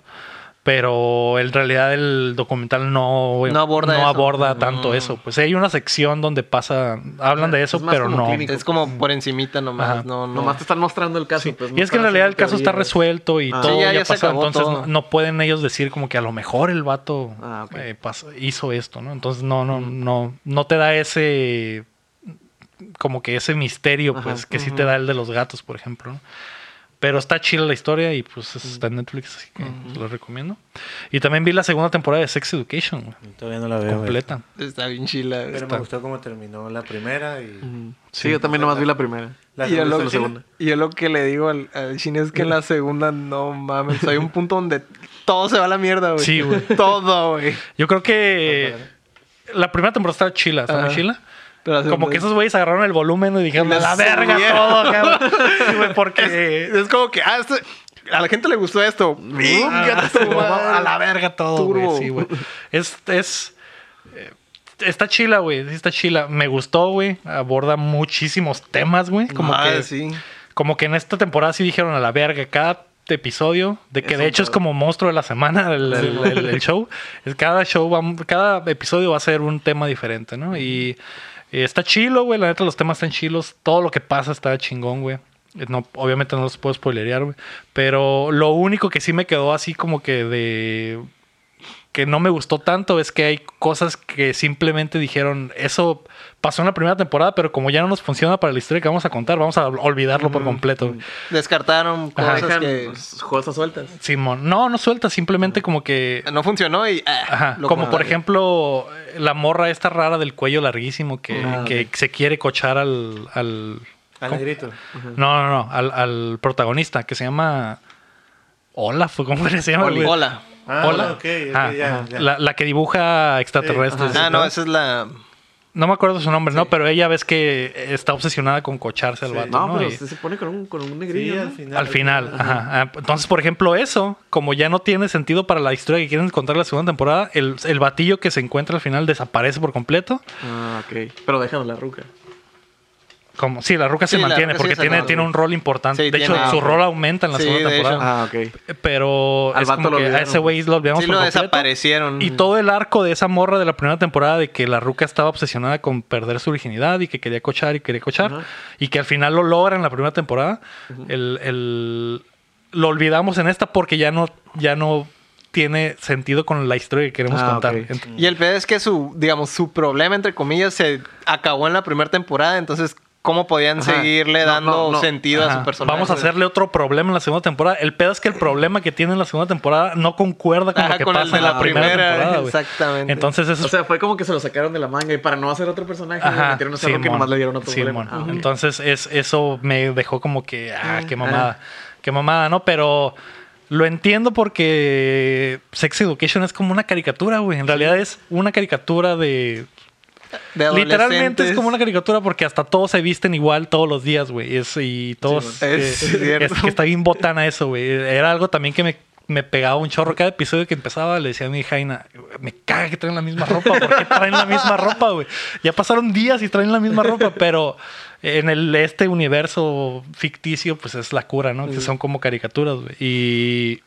Pero en realidad el documental no,
No aborda eso.
aborda
Mm.
tanto eso. Pues hay una sección donde pasa, hablan de eso,
Es más
pero
como
no.
clínica,
es como por encimita nomás.
Ajá.
No, no.
Nomás te están mostrando el caso.
Sí.
pues, no
y es que en
están
realidad el
haciendo
caso está
teorías.
resuelto y
Ah.
todo
Sí, ya-
ya,
ya se
pasó.
acabó
Entonces
todo.
No, no pueden ellos decir como que a lo mejor el vato
Ah, ok.
eh, pasó- hizo esto, ¿no? Entonces no, no,
Mm.
no, no te da ese como que ese misterio,
Ajá.
pues, que sí te da el de los gatos, por ejemplo, ¿no? Pero está chila la historia y pues
Mm.
eso está en Netflix, así que te lo recomiendo. Y también vi la segunda temporada de Sex Education, güey,
Todavía no la veo.
completa.
Está bien chila. güey.
güey. Pero me gustó cómo terminó la primera y...
Ujú. Sí, yo también nomás vi la primera.
La
y yo,
segunda
lo,
es la segunda.
y yo lo que le digo al, al chin es que en la segunda, no mames, hay un punto donde todo se va a la mierda, güey.
Sí, güey.
(laughs) Todo, güey.
Yo creo que la primera temporada está chila, está muy
Ajá.
chila.
Pero la
Como
segunda-
que esos güeyes agarraron el volumen y dijeron,
Y
a la
la
verga
subieron".
todo, cabrón. Sí, güey, porque...
Es, es como que, ah, esto- a la gente le gustó esto. Venga,
Ah,
(laughs) tu
no,
madre.
a la verga todo, güey.
Turbo.
Sí, güey. Es, es, eh, Está chila, güey. Sí, está chila. Me gustó, güey. Aborda muchísimos temas, güey. Como
Madre,
que
sí.
como que en esta temporada sí dijeron a la verga cada episodio de que
Es
de
un
hecho es
pedo.
como monstruo de la semana el, el- el- el show Es cada show va, cada episodio va a ser un tema diferente no y, y está chilo güey la neta los temas están chilos todo lo que pasa está chingón güey Eh, no obviamente no los puedo spoilerear güey pero lo único que sí me quedó así como que de que no me gustó tanto es que hay cosas que simplemente dijeron, eso pasó en la primera temporada, pero como ya no nos funciona para la historia que vamos a contar, vamos a olvidarlo
Mm.
por completo. güey.
Descartaron
Ajá.
cosas
Dejan
que
cosas pues, sueltas.
Simón, no, no suelta,
Mm.
simplemente como que...
no funcionó y. ah,
Ajá,
lo
como por
cortaron.
ejemplo eh, la morra esta rara del cuello larguísimo que,
Ah,
que se quiere cochar al... al
Al
¿cómo?
negrito.
No, no, no, al, al protagonista que se llama... Olaf, ¿cómo (laughs) se llama? güey?
Hola.
Ah,
Hola.
ok, ok,
Ah,
ya,
ajá.
ya.
La, la que dibuja extraterrestres.
Sí,
Ah, no,
¿no?
esa es la.
No me acuerdo su nombre, ¿no? Pero ella ves que está obsesionada con cocharse al
Sí.
vato,
No,
¿no?
pero
Y-
se se pone con un, con un
Sí,
negrillo.
al
¿no?
final.
al final, ajá. Ah, Entonces, por ejemplo, eso, como ya no tiene sentido para la historia que quieren contar la segunda temporada, el, el batillo que se encuentra al final desaparece por completo.
Ah, ok. Pero dejan la ruca.
Como, sí, la ruca
Sí,
se
la
mantiene
ruca
porque
sigue
tiene,
saliendo.
tiene un rol importante.
Sí,
de hecho,
tiene-
su rol aumenta en la
Sí,
segunda
de hecho.
temporada.
Ah, ok.
Pero
Al
es
vato
como
lo
que a
olvidaron.
ese güey lo olvidamos
Sí,
por
lo
completo.
desaparecieron.
Y todo el arco de esa morra de la primera temporada de que la ruca estaba obsesionada con perder su virginidad y que quería cochar y quería cochar
Ajá.
y que al final lo logra en la primera temporada. el, el- lo olvidamos en esta porque ya no, ya no tiene sentido con la historia que queremos
Ah,
contar.
ok.
Ent-
Y el pedo es que su, digamos, su problema, entre comillas, se acabó en la primera temporada. Entonces, ¿cómo podían
Ajá.
seguirle
No,
dando
no, no.
sentido a
Ajá.
su personaje?
Vamos a hacerle otro problema en la segunda temporada. El pedo es que el problema que tiene en la segunda temporada no concuerda con
Ajá,
lo que
con el
pasa
de
en la,
la
primera,
primera,
temporada. güey.
exactamente.
Entonces eso
O
es
sea, fue como que se lo sacaron de la manga y para no hacer otro personaje,
Ajá,
le metieron a ese ruca y
Simón,
nomás le dieron otro
Simón.
problema. Ah, ok.
Entonces, es, eso me dejó como que, ah, qué mamada. Qué mamada, ¿no? Pero lo entiendo porque Sex Education es como una caricatura, güey. En realidad es una caricatura de.
De
Literalmente es
adolescentes.
como una caricatura porque hasta todos se visten igual todos los días, güey. Y Es, y todos. eh,
Sí, man. Es cierto.
que está bien botana eso, güey. Era algo también que me. me pegaba un chorro cada episodio que empezaba. Le decía a mi Jaina, me caga que traen la misma ropa. ¿Por qué traen la misma ropa, güey? Ya pasaron días y traen la misma ropa, pero en el, este universo ficticio, pues es la cura, ¿no? Que son como caricaturas, güey. Y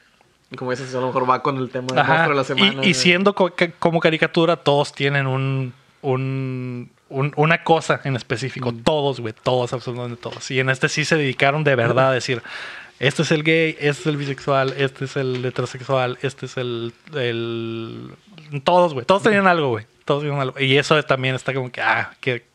Como dices, a lo mejor va con el tema del
pues,
Ajá.
monstruo de la
Y-
semana.
Y, siendo co- ca- como caricatura, todos tienen un, un- un- una cosa en específico.
Mm.
Todos, güey, todos, absolutamente todos. Y en este sí se dedicaron de verdad a decir, este es el gay, este es el bisexual, este es el heterosexual, este es el... el- Todos, güey, todos tenían algo, güey. Todos tenían algo. Y eso también está como que, ah, qué,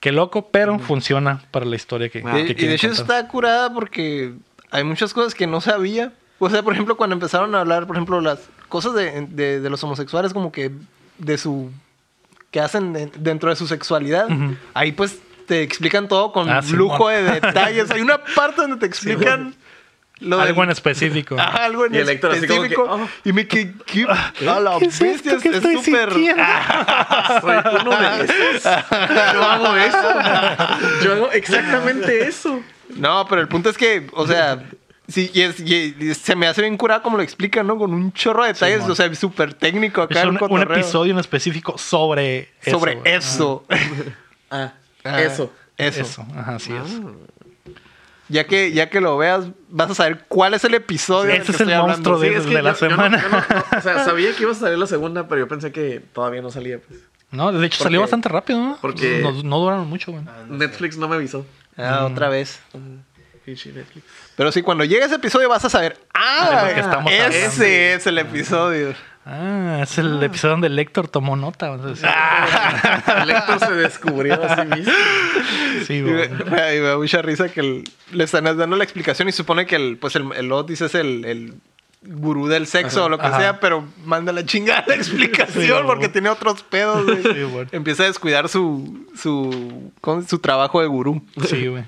qué loco, pero funciona para la historia que...
Ah,
que
Y- y,
quieren
de hecho
contar.
está curada porque hay muchas cosas que no sabía. O sea, por ejemplo, cuando empezaron a hablar, por ejemplo, las cosas de, de- de los homosexuales, como que de su. que hacen de- dentro de su sexualidad.
Ujú.
Ahí pues te explican todo con
Ah, Simón. (laughs)
lujo de detalles. hay una parte donde te explican. lo del- Ah,
Algo en
(laughs)
específico. Ah,
Ajá, algo en
Y el Héctor así como que,
específico.
"Oh".
Y me que. que- a la
¿Qué es
bestia,
esto que estoy sintiendo?
(laughs)
Soy uno de esos. Yo
(laughs)
hago eso. Yo hago exactamente eso.
No, pero el punto es que, o sea, sí, y es- y- y se me hace bien curado como lo explican, ¿no? Con un chorro de detalles,
mon.
o sea, súper técnico acá.
Es
el
un, un
cotorreo.
episodio en específico sobre eso,
sobre
güey.
eso.
Ah,
(laughs) Ah,
eso.
Eso.
Eso, ajá, así es.
Ya que, ya que lo veas, vas a saber cuál es el episodio. del
Ese
que
es el
estoy hablando.
monstruo de-
es que
la semana.
no- no- o
(laughs)
sea, sabía que iba a salir la segunda, pero yo pensé que todavía no salía. pues.
No, de hecho salió
Porque-
bastante rápido, ¿no?
porque-
no, no duraron mucho, güey.
Netflix no me avisó.
Mm.
Mm.
Ah, otra vez.
Pinche Netflix.
Pero sí, cuando llegue ese episodio vas a saber.
De
Ah,
lo que estamos
ese
hablando.
es el episodio.
Ah, es el episodio donde Lector tomó nota. o sea, sí.
Ah. El Héctor se descubrió a sí mismo.
Sí,
Y (laughs)
güey.
me, me- me da mucha risa que el- le están dando la explicación y supone que el, pues el, el Otis es el, el gurú del sexo o lo que
Ajá.
sea, pero manda la chingada
(laughs)
la explicación
Sí, bueno.
porque tiene otros pedos. güey.
Sí, bueno.
Empieza a descuidar su, su, ¿cómo es? su trabajo de gurú.
Sí, güey.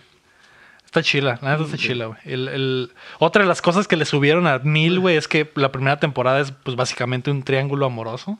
Está chila, la neta está chila, güey. El- el- Otra de las cosas que le subieron a mil, güey, es que la primera temporada es pues básicamente un triángulo amoroso.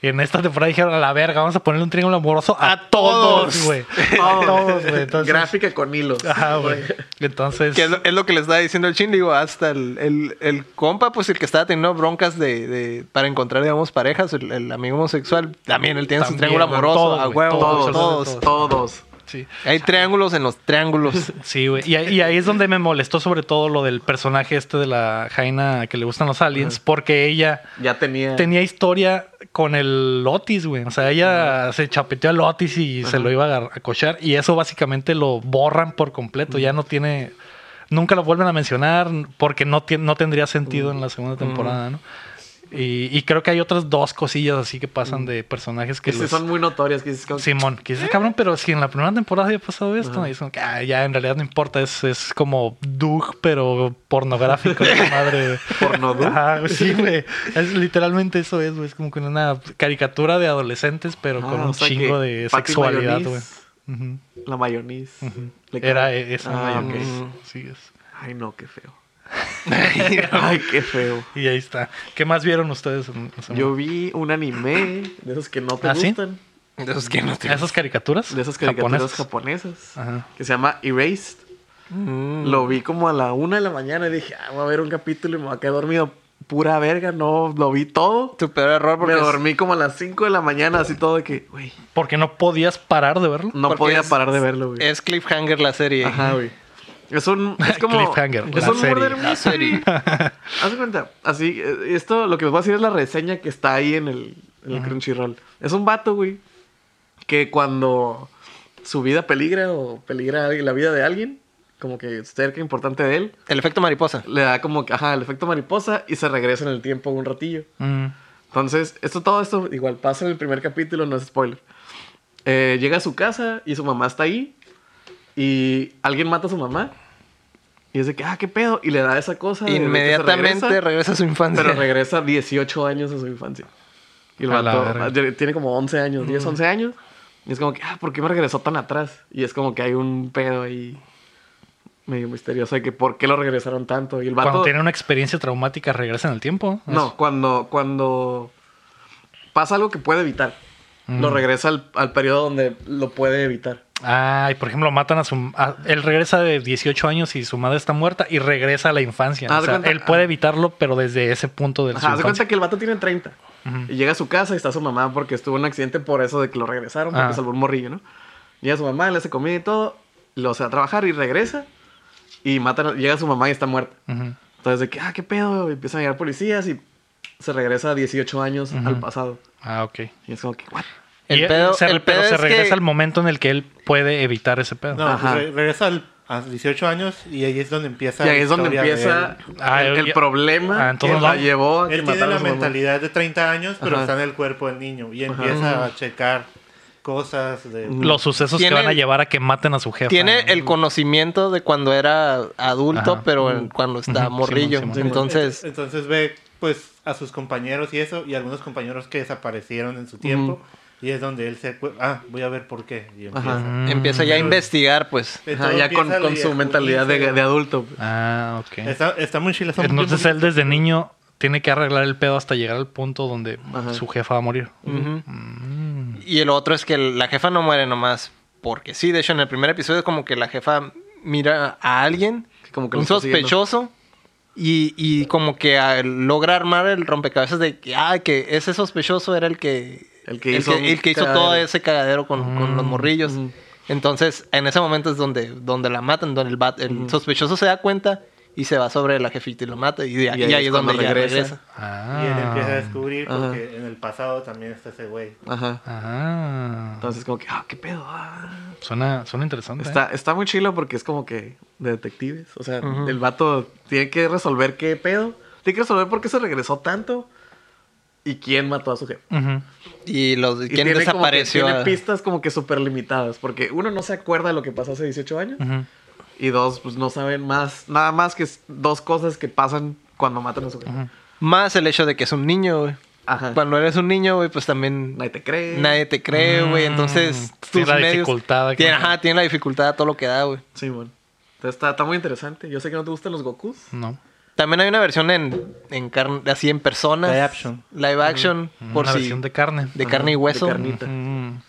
Y en esta temporada dijeron a la verga, vamos a ponerle un triángulo amoroso a,
A todos.
todos, güey. A (laughs) todos, güey. Entonces- Ah,
Gráfica con
(laughs)
hilos.
Ajá, güey. Entonces.
Que es, lo, es lo que le estaba diciendo el chin, digo, hasta el, el- el compa, pues el que estaba teniendo broncas de, de- para encontrar, digamos, parejas, el, el amigo homosexual, también él tiene su
También,
triángulo
güey,
amoroso,
todo,
a
güey,
huevo,
todo,
Todos,
todos.
todos, todos.
Sí.
Hay triángulos en los triángulos.
(laughs) Sí, güey. Y, ahí- y ahí es donde me molestó sobre todo lo del personaje este de la Jaina que le gustan los aliens, porque ella
Ya tenía.
tenía historia con el Otis, güey. O sea, ella se chapeteó al Otis y se lo iba a, agar- a cochar. Y eso básicamente lo borran por completo. Ya no tiene. Nunca lo vuelven a mencionar porque no, tien- no tendría sentido en la segunda temporada, ¿no? Y, y creo que hay otras dos cosillas así que pasan de personajes que
que sí
los-
Este son muy notorias. Que dices, como-
Simón, que dices, "Ah, cabrón, pero si en la primera temporada había pasado esto, y es como que, ah, ya en realidad no importa, es, es como Doug, pero pornográfico, esa madre.
(laughs)
güey.
Pornodug.
Ajá, güey, sí, güey. Es literalmente eso es, güey. Es como con una caricatura de adolescentes, pero
Ah,
con
o
un
sea que
chingo de
Patty
sexualidad, güey.
Mayonnaise,
Ujú.
La mayonesa.
Era e- esa
Ah,
mayonnaise.
ok.
Sí, es.
Ay, no, qué feo. Ay, qué feo.
Y ahí está. ¿Qué más vieron ustedes? en la semana?
Yo vi un anime de esos que no te
¿Ah, sí?
gustan.
De esos que no te-
¿Esas caricaturas?
De esas caricaturas
¿Japonesas?
japonesas.
Ajá.
Que se llama Erased.
Mm.
Lo vi como a la una de la mañana y dije, ah, voy a ver un capítulo y me voy a quedar dormido. Pura verga, no, lo vi todo.
Tu peor error
Me
porque es-
dormí como a las 5 de la mañana, así todo de que, güey,
Porque no podías parar de verlo.
no
Porque
podía
es-
parar de verlo, güey.
es cliffhanger la serie.
Ajá, güey. Es un. Es como.
Cliffhanger,
Es
la
un
serie.
murder
La
mystery.
serie.
(laughs) Haz de cuenta. Así, eh, esto lo que os voy a decir es la reseña que está ahí en el, en el Crunchyroll. Es un vato, güey, que cuando su vida peligra o peligra la vida de alguien, como que es cerca importante de él,
El efecto mariposa.
le da como, que, ajá, el efecto mariposa y se regresa en el tiempo un ratillo.
Mm.
Entonces, esto, todo esto igual pasa en el primer capítulo, no es spoiler. Eh, llega a su casa y su mamá está ahí. Y alguien mata a su mamá. Y es de que, ah, qué pedo. Y le da esa cosa. de que se
Inmediatamente
regresa,
regresa a su infancia. (laughs)
pero regresa 18 años a su infancia. Y el
A la
vato
verga.
ah, tiene como 11 años, 10, 11 años. Y es como que, ah, ¿por qué me regresó tan atrás? Y es como que hay un pedo ahí medio misterioso de que por qué lo regresaron tanto. Y el vato...
Cuando tienen una experiencia traumática, regresan al tiempo.
No, cuando, cuando pasa algo que puede evitar. Lo regresa al, al periodo donde lo puede evitar.
Ah, y por ejemplo, matan a su. a- él regresa de 18 años y su madre está muerta y regresa a la infancia.
Ah,
o
de
sea,
cuenta-
él puede evitarlo, pero desde ese punto del
Ajá, haz de
infancia.
cuenta que el vato tiene 30. Y llega a su casa y está su mamá porque estuvo en un accidente por eso de que lo regresaron, porque
Ah.
salvó un morrillo, ¿no? Llega su mamá, le hace comida y todo, lo se va a trabajar y regresa. Y matan, a- llega su mamá y está muerta.
Ujú.
Entonces, de que, ah, qué pedo, y empiezan a llegar policías y se regresa a 18 años al pasado.
Ah, ok.
Y es como que, what?
El
El pedo-
se,
el
pero
pedo
se
es
regresa
que-
al momento en el que él puede evitar ese pedo.
No, pues
Ajá.
re- regresa al- a 18 años y ahí es donde empieza.
Y ahí
la
es donde
historia de
empieza
él.
Ah,
el, el
ya-
problema
Ah, entonces
que la
no.
llevó a que
Él tiene
matara a
la
su mamá.
mentalidad de 30 años, pero
Ajá.
está en el cuerpo del niño y empieza a checar cosas de...
Los sucesos que
Tiene-
van a llevar a que maten a su jefe.
Tiene el conocimiento de cuando era adulto,
Ajá.
pero en- cuando está
Ujú,
morrillo.
Simón, Simón.
Entonces,
Entonces ve pues a sus compañeros y eso, y algunos compañeros que desaparecieron en su tiempo, y es donde él se... acue- Ah, voy a ver por qué. Y empieza.
Ajá.
Mm.
empieza ya a
Pero-
investigar, pues.
Eh,
Ajá,
todo
ya con,
empieza
con
y
su
a
mentalidad de,
unirse.
de adulto.
Ah, ok.
Está, está muy chila. son
Entonces
muy-
él desde niño tiene que arreglar el pedo hasta llegar al punto donde
Ajá.
su jefa va a morir.
Mm.
Ujú. Y el otro es que la jefa no muere nomás. Porque sí, de hecho, en el primer episodio es como que la jefa mira a alguien,
Sí, como que lo
un
está siguiendo.
sospechoso, y, y como que ah, logra armar el rompecabezas de que, ah, que ese sospechoso era el que,
El que hizo un
el que hizo
cagadero. Mm,
todo ese cagadero con, con los morrillos.
Ujú.
Entonces, en ese momento es donde, donde la matan, donde el, va- el
Mm.
sospechoso se da cuenta y se va sobre la jefita y lo mata. Y, de- y ahí es donde
cuando
ella
regresa.
regresa.
Ah.
Y él empieza a descubrir
Ajá.
porque en el pasado también está ese güey.
Ajá.
Ah.
Entonces, como que, ah, qué pedo. ah.
Suena, suena interesante. ¿eh?
Está, está muy chilo porque es como que de detectives. O sea, el vato tiene que resolver qué pedo. Tiene que resolver por qué se regresó tanto y quién mató a su jefe.
¿eh? Ujú.
Y los,
Y
¿quién
tiene como que-
desapareció?
tiene pistas como que súper limitadas. Porque uno no se acuerda de lo que pasó hace 18 años.
Ujú.
Y dos, pues no saben más. Nada más que s- dos cosas que pasan cuando matan a su jefe.
Más el hecho de que es un niño, güey.
Ajá.
Cuando eres un niño, güey, pues también
Nadie te cree.
nadie te cree, güey.
Mm.
Entonces,
Tiene la dificultad.
Tiene, ajá, tiene la dificultad a todo lo que da, güey.
Sí, bueno. Entonces está, está muy interesante. Yo sé que no te gustan los Gokus.
No.
También hay una versión en, en carne, así en personas.
Live action.
Live action, por
Una
si-
versión de carne.
de carne y hueso.
De carnita.
Mm.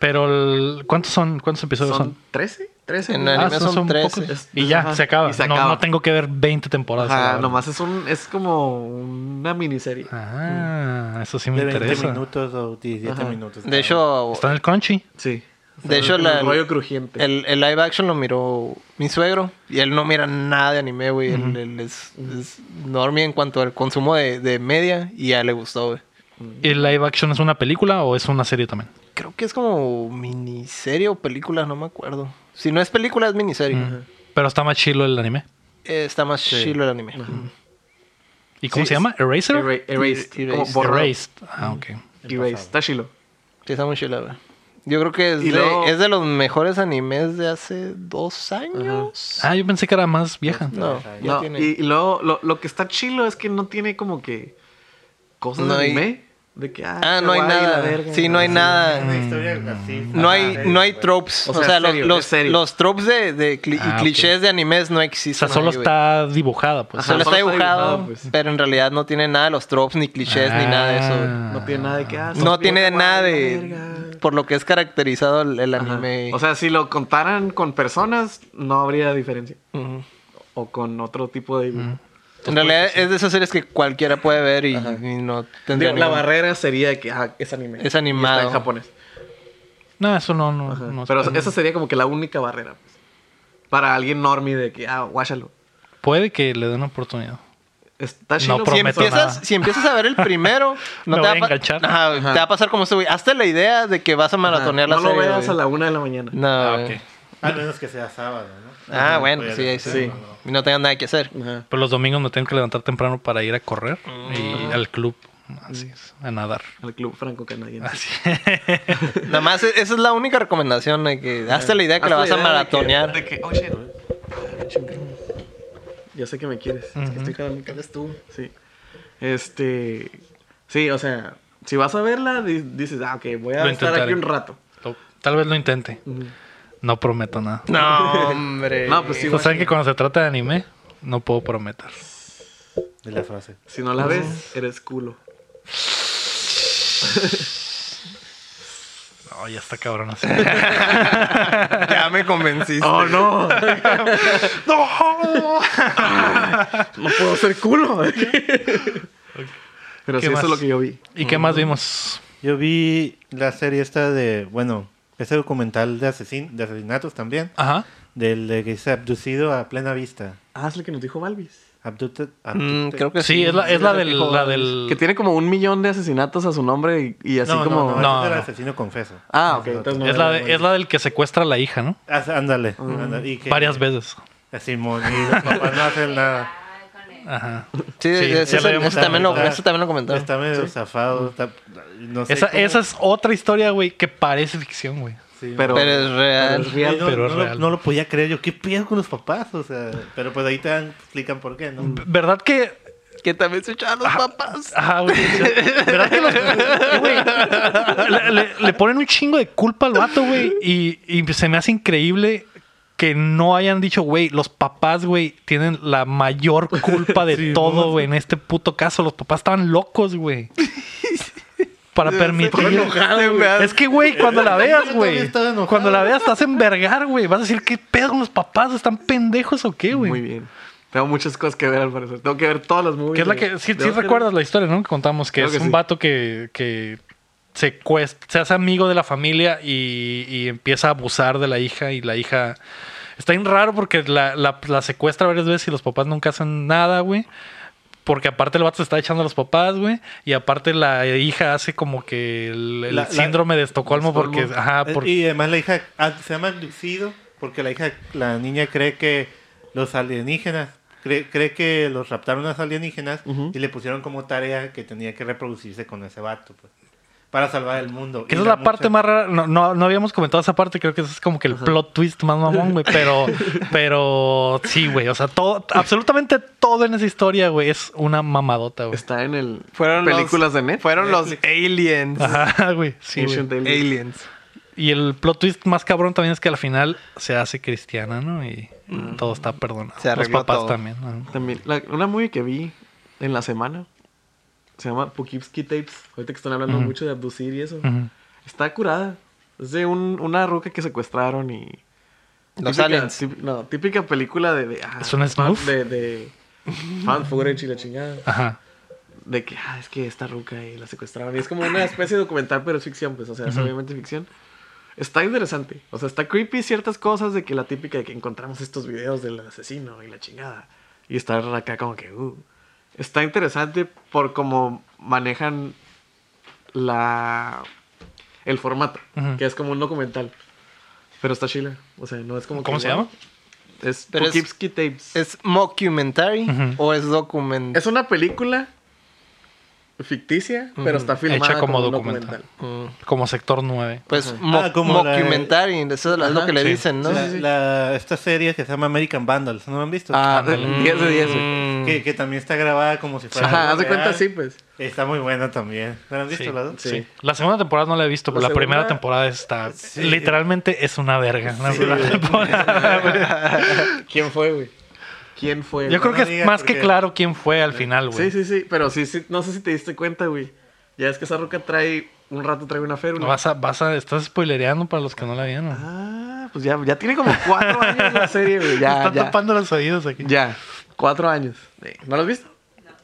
Pero, el- ¿cuántos son? ¿Cuántos episodios son?
Son Ah, 13, 13.
En
güey.
anime
esos
son 13.
pocos. Y ya,
Ajá.
se acaba.
Y se
No- No,
acaba.
tengo que ver 20 temporadas. la
Ajá,
verdad.
nomás es un es como una miniserie.
Ah, eso sí me
De 20
interesa.
minutos o 17
Ajá.
minutos.
De hecho,
pues, Está en el Crunchy.
Sí.
De hecho,
el,
la-
el rollo crujiente.
el, el live action lo miró mi suegro. Y él no mira nada de anime, güey. Él, él es, es normie en cuanto al consumo de, de media. Y ya le gustó, güey.
¿Y live action es una película o es una serie también?
Creo que es como miniserie o película, no me acuerdo. Si no es película, es miniserie.
Mm. Pero está más chilo el anime.
Eh, está más chilo el anime.
¿Y cómo
Sí,
se llama? ¿Eraser?
Erra- erased.
Erased.
como borrado.
Erased. Ah, ok.
Erased. Está chilo.
Sí, está muy chila, güey. Yo creo que es
Y
de,
luego-
es de los mejores animes de hace dos años.
Ah, yo pensé que era más vieja.
No, ya
No,
tiene.
Y, y luego lo, lo que está chilo es que no tiene como que cosas
No
de
hay-
anime. De que, ah,
Ah,
qué
no hay
guay, la
nada.
verga.
Sí, no hay nada.
Una historia así.
Mm, No hay,
Ajá.
no hay
Sí,
tropes. O
O
sea,
sea,
los,
serio,
los,
es serio.
los tropes de, de cli- y
Ah, ok.
clichés de animes no
O
existen.
sea, solo
ahí, güey.
está dibujada, pues.
Ajá.
Solo está dibujado,
dibujado, pues.
pero en realidad no tiene nada de los tropes, ni clichés, ni nada de eso. güey.
Ah.
No tiene nada de que, ah,
No
son
tiene
bien
nada
guay, la
de...
verga.
Por lo que es caracterizado el, el
Ajá.
anime.
O sea, si lo contaran con personas, no habría diferencia.
Ujú.
O con otro tipo de dibujo.
en
pues,
realidad es de esas series que cualquiera puede ver y, y no tendría...
Digo, la
ningún-
barrera sería de que ah, es anime.
Es
Y está
animado.
en japonés.
No, eso no, no.
Ajá.
no
Pero
está bien.
esa sería como que la única barrera. pues. Para alguien normie de que, ah, guáchalo.
Puede que le den una oportunidad.
Está chido.
Si
prometo
empiezas,
nada.
si empiezas a ver el
(laughs)
primero, no
Me
te, va
voy a
pa-
enganchar.
Ajá, güey,
Ajá.
te va a pasar como este güey. Hazte la idea de que vas a maratonear la
no
serie.
lo veas
güey.
a la una de la mañana.
No,
Ah,
güey.
ok.
Al menos que sea sábado, ¿no?
Ah, bueno,
Pues,
pues sí, ahí sí.
sí.
Y no tengan nada que hacer.
Ajá.
Pero los domingos me tengo que levantar temprano para ir a correr
Mm.
y al club. Así es, a nadar.
Al club franco-canadiense.
Así.
(laughs)
Nada más, e- esa es la única recomendación. De que hazte la idea que la vas
Hazte
a
idea de que-
maratonear.
de que, oh, shit. Ah, chinga. Yo sé que me quieres. Es que estoy jalando que eres tú. Sí. Este. Sí, o sea, si vas a verla, di- dices, ah, ok, voy a
Lo
estar
intentaré.
aquí un rato.
Lo- Tal vez lo intente. No prometo nada.
No, hombre.
No, pues sí,
Ustedes saben
guacha.
que cuando se trata de anime, no puedo prometer.
De la frase.
Si no la ves, eres culo.
No, ya está cabrón así.
ya me convenciste.
¡Oh, no! (laughs)
¡No!
¡No puedo ser culo! Pero
¿Qué
sí, eso
más?
es lo que yo vi.
¿Y qué más vimos?
Yo vi la serie esta de, bueno, ese documental de, asesin de asesinatos también,
Ajá.
del de que dice abducido a plena vista.
Ah, es lo que nos dijo Balvis.
Abducted,
Mm,
abducted.
creo que
Sí,
sí.
es la, es la del, la
Que
del.
tiene como un millón de asesinatos a su nombre y, y así
no,
como.
no, no,
No,
ese es el
no.
asesino confeso.
Ah, ok. Entonces no
Es
era
la,
muy-
de- es la del que secuestra a la hija, ¿no?
Ah, ándale. ándale, y que-
Varias veces.
a Simón (laughs) y los papás no hacen nada.
Ajá.
Sí,
Sí,
eso,
ya lo habíamos
eso también lo,
comentado.
eso también lo comentaron.
Está medio zafado. está- no sé
Esa,
cómo-
esa es otra historia, güey, que parece ficción, güey.
Sí.
Pero,
Pero es real.
pero es real.
no,
pero
no
es
lo-
real.
no lo podía creer yo. ¿Qué piensas con los papás? O sea, pero pues ahí te dan- explican por qué, ¿no?
¿Verdad que
Que también se echaban
Ah,
los papás.
Ajá, güey. ¿Verdad que los-
(laughs)
güey, le, le- le ponen un chingo de culpa al vato, güey? Y, y se me hace increíble que no hayan dicho, güey, los papás, güey, tienen la mayor culpa de
Sí,
todo,
¿no?
güey. En este puto caso, los papás estaban locos, güey. Para permitir...
enojado, güey.
Es que, güey, cuando la veas,
Yo también
güey.
estaba enojado.
Cuando la veas, te vas a envergar, güey. Vas a decir, ¿qué pedo con los papás? ¿Están pendejos o qué,
Muy
güey?
bien. Tengo muchas cosas que ver al parecer. Tengo que ver todas las movies.
Que es la
de-
que. Sí,
de
sí
Oscar.
recuerdas la historia, ¿no? Que contamos que
Creo
es
que
un
sí.
vato que, que se, cuest- se hace amigo de la familia y, y empieza a abusar de la hija. Y la hija. Está bien raro porque la, la- la secuestra varias veces y los papás nunca hacen nada, güey. Porque aparte el vato se está echando a los papás, güey. Y aparte la hija hace como que el, el
La- la-
síndrome de Estocolmo, porque.
Estocolmo.
Ajá,
Eh,
porque.
Y además la hija ah, se llama abducido porque la hija, la niña cree que los alienígenas, cree, cree que los raptaron los alienígenas y le pusieron como tarea que tenía que reproducirse con ese vato, pues, para salvar el mundo.
Que
Y
esa es la
mucha-
parte más rara. No, no, no habíamos comentado esa parte. Creo que ese es como que el plot twist más mamón, güey. Pero, pero sí, güey. O sea, todo, absolutamente todo en esa historia, güey, es una mamadota, güey.
Está en el.
Fueron los-
películas de Netflix.
Ah.
Fueron los aliens.
Ajá, (laughs) güey. Sí, güey.
Ancient Aliens.
Aliens.
Y el plot twist más cabrón también es que al final se hace cristiana, ¿no? Y todo está perdonado.
Se
Los
arregló
papás
todo.
también. ¿no?
También, la- una movie que vi en la semana se llama Poughkeepsie Tapes. Ahorita que están hablando
Ujú.
mucho de abducir y eso.
Ujú.
Está curada. Es de un- una ruca que secuestraron y.
Los
típica,
aliens.
tip- no, típica película de. de ah,
¿Es un
fan-
spoof?
De, de fan footage y la chingada.
Ajá.
De que, ah, es que esta ruca y la secuestraron. Y es como una especie de documental, pero es ficción, pues. O sea, es obviamente ficción. Está interesante. O sea, está creepy ciertas cosas de que la típica de que encontramos estos videos del asesino y la chingada. Y estar acá como que, uh. Está interesante por cómo manejan la... el formato,
Ujú.
que es como un documental. Pero está chila. O sea, no es como... que-
¿Cómo se llama?
Es
Pero es-
Poughkeepsie Tapes.
¿Es mockumentary
Ujú.
o es document?
Es una película ficticia, pero está filmada
Hecha como
como, un
documental.
documental.
Mm,
Como sector 9.
Pues
Ajá.
mo-
Ah, como la de-
mockumentary, eso es lo
Ajá,
que le
sí.
dicen, ¿no?
La- la- esta serie que se llama American Vandals, ¿no lo han visto?
Ah,
Ándale.
10 de 10. güey.
Mm.
que, que también está grabada como si fuera.
Ajá,
algo
haz de cuenta,
real.
sí, pues.
(laughs) Está muy buena también. ¿La han visto
Sí.
las dos?
Sí. La segunda temporada no la he visto, pero la,
La
primera
segunda-
temporada está.
Sí.
Literalmente es una verga. la
Sí.
primera temporada, güey.
¿Quién fue, güey? ¿Quién fue?
Yo
güey?
creo que es
digas
más que
porque-
claro quién fue al final, güey.
Sí, sí, sí, pero sí, sí, no sé si te diste cuenta, güey. Ya es que esa roca trae, un rato trae una férula.
Vas a, vas a, estás spoilereando para los que no la vieron.
Ah, pues ya, ya tiene como cuatro años la serie, güey. Ya,
Están
ya.
tapando los oídos aquí.
Ya, cuatro años. Eh, ¿No lo has visto?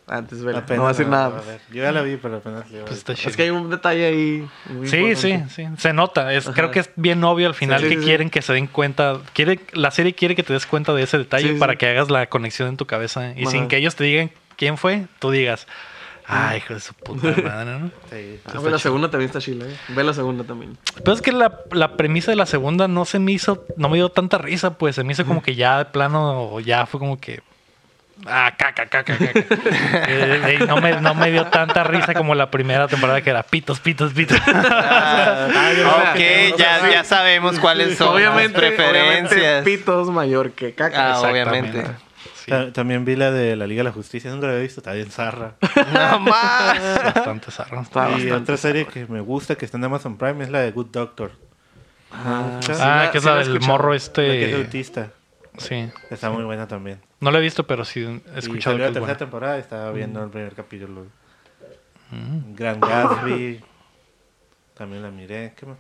Antes, vela.
Apenas
No va a decir
la-
nada.
a
pues.
ver, Yo ya la vi, pero apenas le iba a
Pues
decir.
está
Es
chido.
que hay un detalle ahí. muy
Sí, sí,
importante.
sí. Se nota. Es, creo que es bien obvio al final
Sí,
que
sí, sí.
quieren que se den cuenta. Quiere, la serie quiere que te des cuenta de ese detalle
Sí,
para
sí.
que hagas la conexión en tu cabeza. Y
Ajá.
sin que ellos te digan quién fue, tú digas, ay, hijo de su puta madre, ¿no?
Sí.
Ah, güey, la segunda también está chila, eh. Ve la segunda también.
Pero es que la, la premisa de la segunda no se me hizo, no me dio tanta risa, pues se me hizo como que ya de plano, o ya fue como que. Ah, caca, caca,
(laughs)
caca. Eh, eh, no, me, no me dio tanta risa como la primera temporada que era pitos, pitos, pitos.
(laughs) Ah,
Ah, yo creo que
ok, ya, ya sabemos cuáles son
obviamente,
las
obviamente,
preferencias.
Pito es mayor que caca.
Ah,
Exactamente.
obviamente.
Sí,
Ah.
Ta- También vi la de la Liga de la Justicia, nunca la había visto, está bien zarra.
(laughs)
(laughs)
No más.
bastante sarro.
Está
y
bastante.
otra serie que me gusta que está en Amazon Prime es la de Good Doctor.
Ah,
Sí,
Ah,
la-
que es
sí
la
la he
del
escuchado.
morro
La que es
este.
autista.
Sí.
Está muy buena también.
No lo he visto, pero sí he
Y
escuchado que
salió la
es
tercera
buena.
temporada, estaba viendo el primer capítulo.
Mm.
Gran Gatsby. también la miré. ¿Qué más?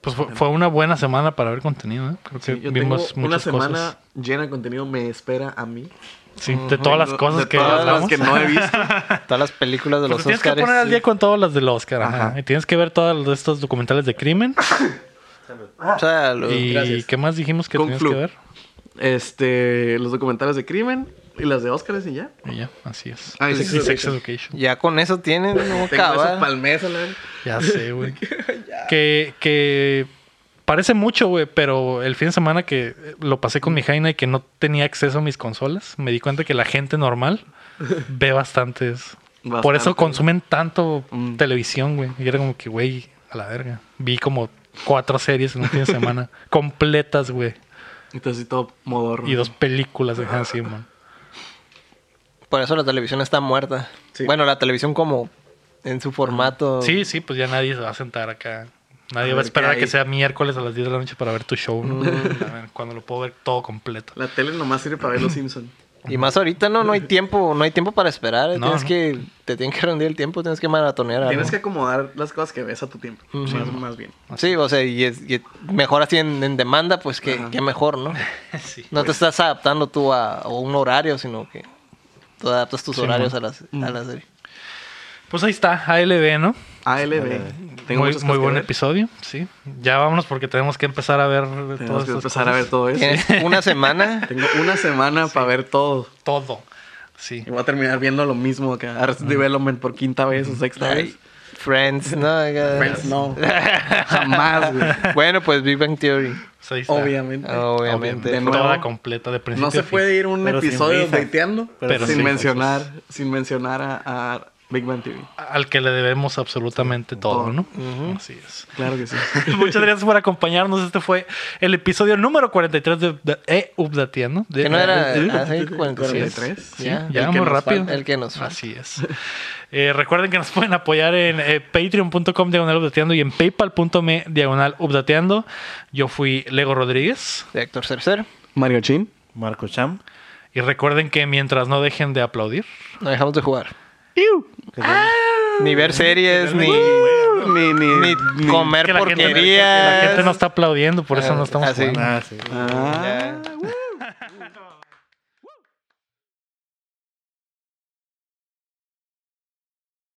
Pues fue, fue una buena semana para ver contenido, ¿eh? Creo que
Sí, yo
vimos
tengo una
muchas
semana
cosas.
llena de contenido me espera a mí.
Sí, de todas las
Tengo-
cosas
de
que
todas
hablamos.
las que no
(laughs)
he visto.
Todas las películas de
Pues
los
te tienes que
Oscars.
poner al día con todas las del Oscar, ajá.
Ajá.
Y tienes que ver todos estos documentales de crimen.
Salud.
¿Y
gracias.
qué más dijimos que
Kung
tenías
Flu.
que ver?
Este, los documentales de crimen y las de Óscares y ya.
Y ya, así es.
Ah, y
Y
Sex
Sex
Education.
Education.
Ya con eso tienen, no
Tengo eso
acaba.
palmes a la
Ya sé, güey. que, que parece mucho, güey, pero el fin de semana que lo pasé con mi Jaina y que no tenía acceso a mis consolas, me di cuenta que la gente normal ve bastantes. Por eso
Bastante.
consumen tanto
Mm.
televisión, güey. Y era como que, güey, a la verga. Vi como cuatro series en un fin de semana completas, güey.
Entonces sí, todo modorro.
Y dos películas, ajá, sí, man.
Por eso la televisión está muerta.
Sí.
Bueno, la televisión como en su formato.
Sí, sí, pues ya nadie se va a sentar acá. Nadie
A
va a
ver
esperar
qué
a
hay. Mm.
que sea miércoles a las 10 de la noche para ver tu show, ¿no? A ver, cuando lo puedo ver todo
(laughs)
completo.
La tele nomás sirve para ver los Simpsons.
Y más ahorita no, no hay tiempo, no hay tiempo para esperar. eh.
No,
tienes
no.
que, te tienen que rendir el tiempo, tienes que maratonear
Tienes
algo.
que acomodar las cosas que ves a tu tiempo. Más, más bien.
Sí, o sea, y, es- y mejor así en, en demanda, pues que, que mejor, ¿no?
Sí.
No te estás adaptando tú a, a un horario, sino que tú adaptas tus
Sí,
horarios a las-
Mm.
a la serie.
Pues ahí está, ALB, ¿no?
ALB. Tengo
muy
muchas cosas
muy
que
buen
ver.
episodio, sí. Ya vámonos porque tenemos que empezar a ver todas
Tenemos que
estas
empezar a
cosas.
ver todo eso.
Tienes una
(laughs)
semana.
Tengo una semana para ver todo.
todo. Sí.
Y voy a terminar viendo lo mismo que Arrested Development por quinta vez o sexta
Ay,
vez.
Friends, ¿no? Acá-
Friends, no. (laughs) Jamás, güey.
(laughs) Bueno, pues Big Bang Theory.
Pues ahí está.
Obviamente.
Obviamente.
De nuevo.
Toda completa de principio.
No se
a fin.
puede ir un
Pero sin
episodio
risas.
dateando
Pero
sin
sin
risas.
mencionar sin mencionar a, a Big Bang Theory.
al que le debemos absolutamente todo, ¿no? Así es.
Claro que sí.
Muchas gracias por acompañarnos. Este fue el episodio número 43 de, de eh, Updateando. De-
Que no era
Sí,
así,
sí,
43.
43,
Sí,
Ya.
ya
El que
muy
nos
rápido.
falta, el que nos falta.
Así es. Eh, recuerden que nos pueden apoyar en eh, patreon.com diagonal updateando y en paypal.me diagonal updateando. Yo fui Lego Rodríguez.
De Héctor Cercer.
(laughs) Mario Chin.
Marco Cham.
Y recuerden que mientras no dejen de aplaudir,
No dejamos de jugar. Ni ver series, ni,
Ni,
ni comer
que la gente- que
porquerías. Eh,
la gente no está aplaudiendo, por eso no estamos
Así.
jugando.
Ah, sí.
Ah.
Ya.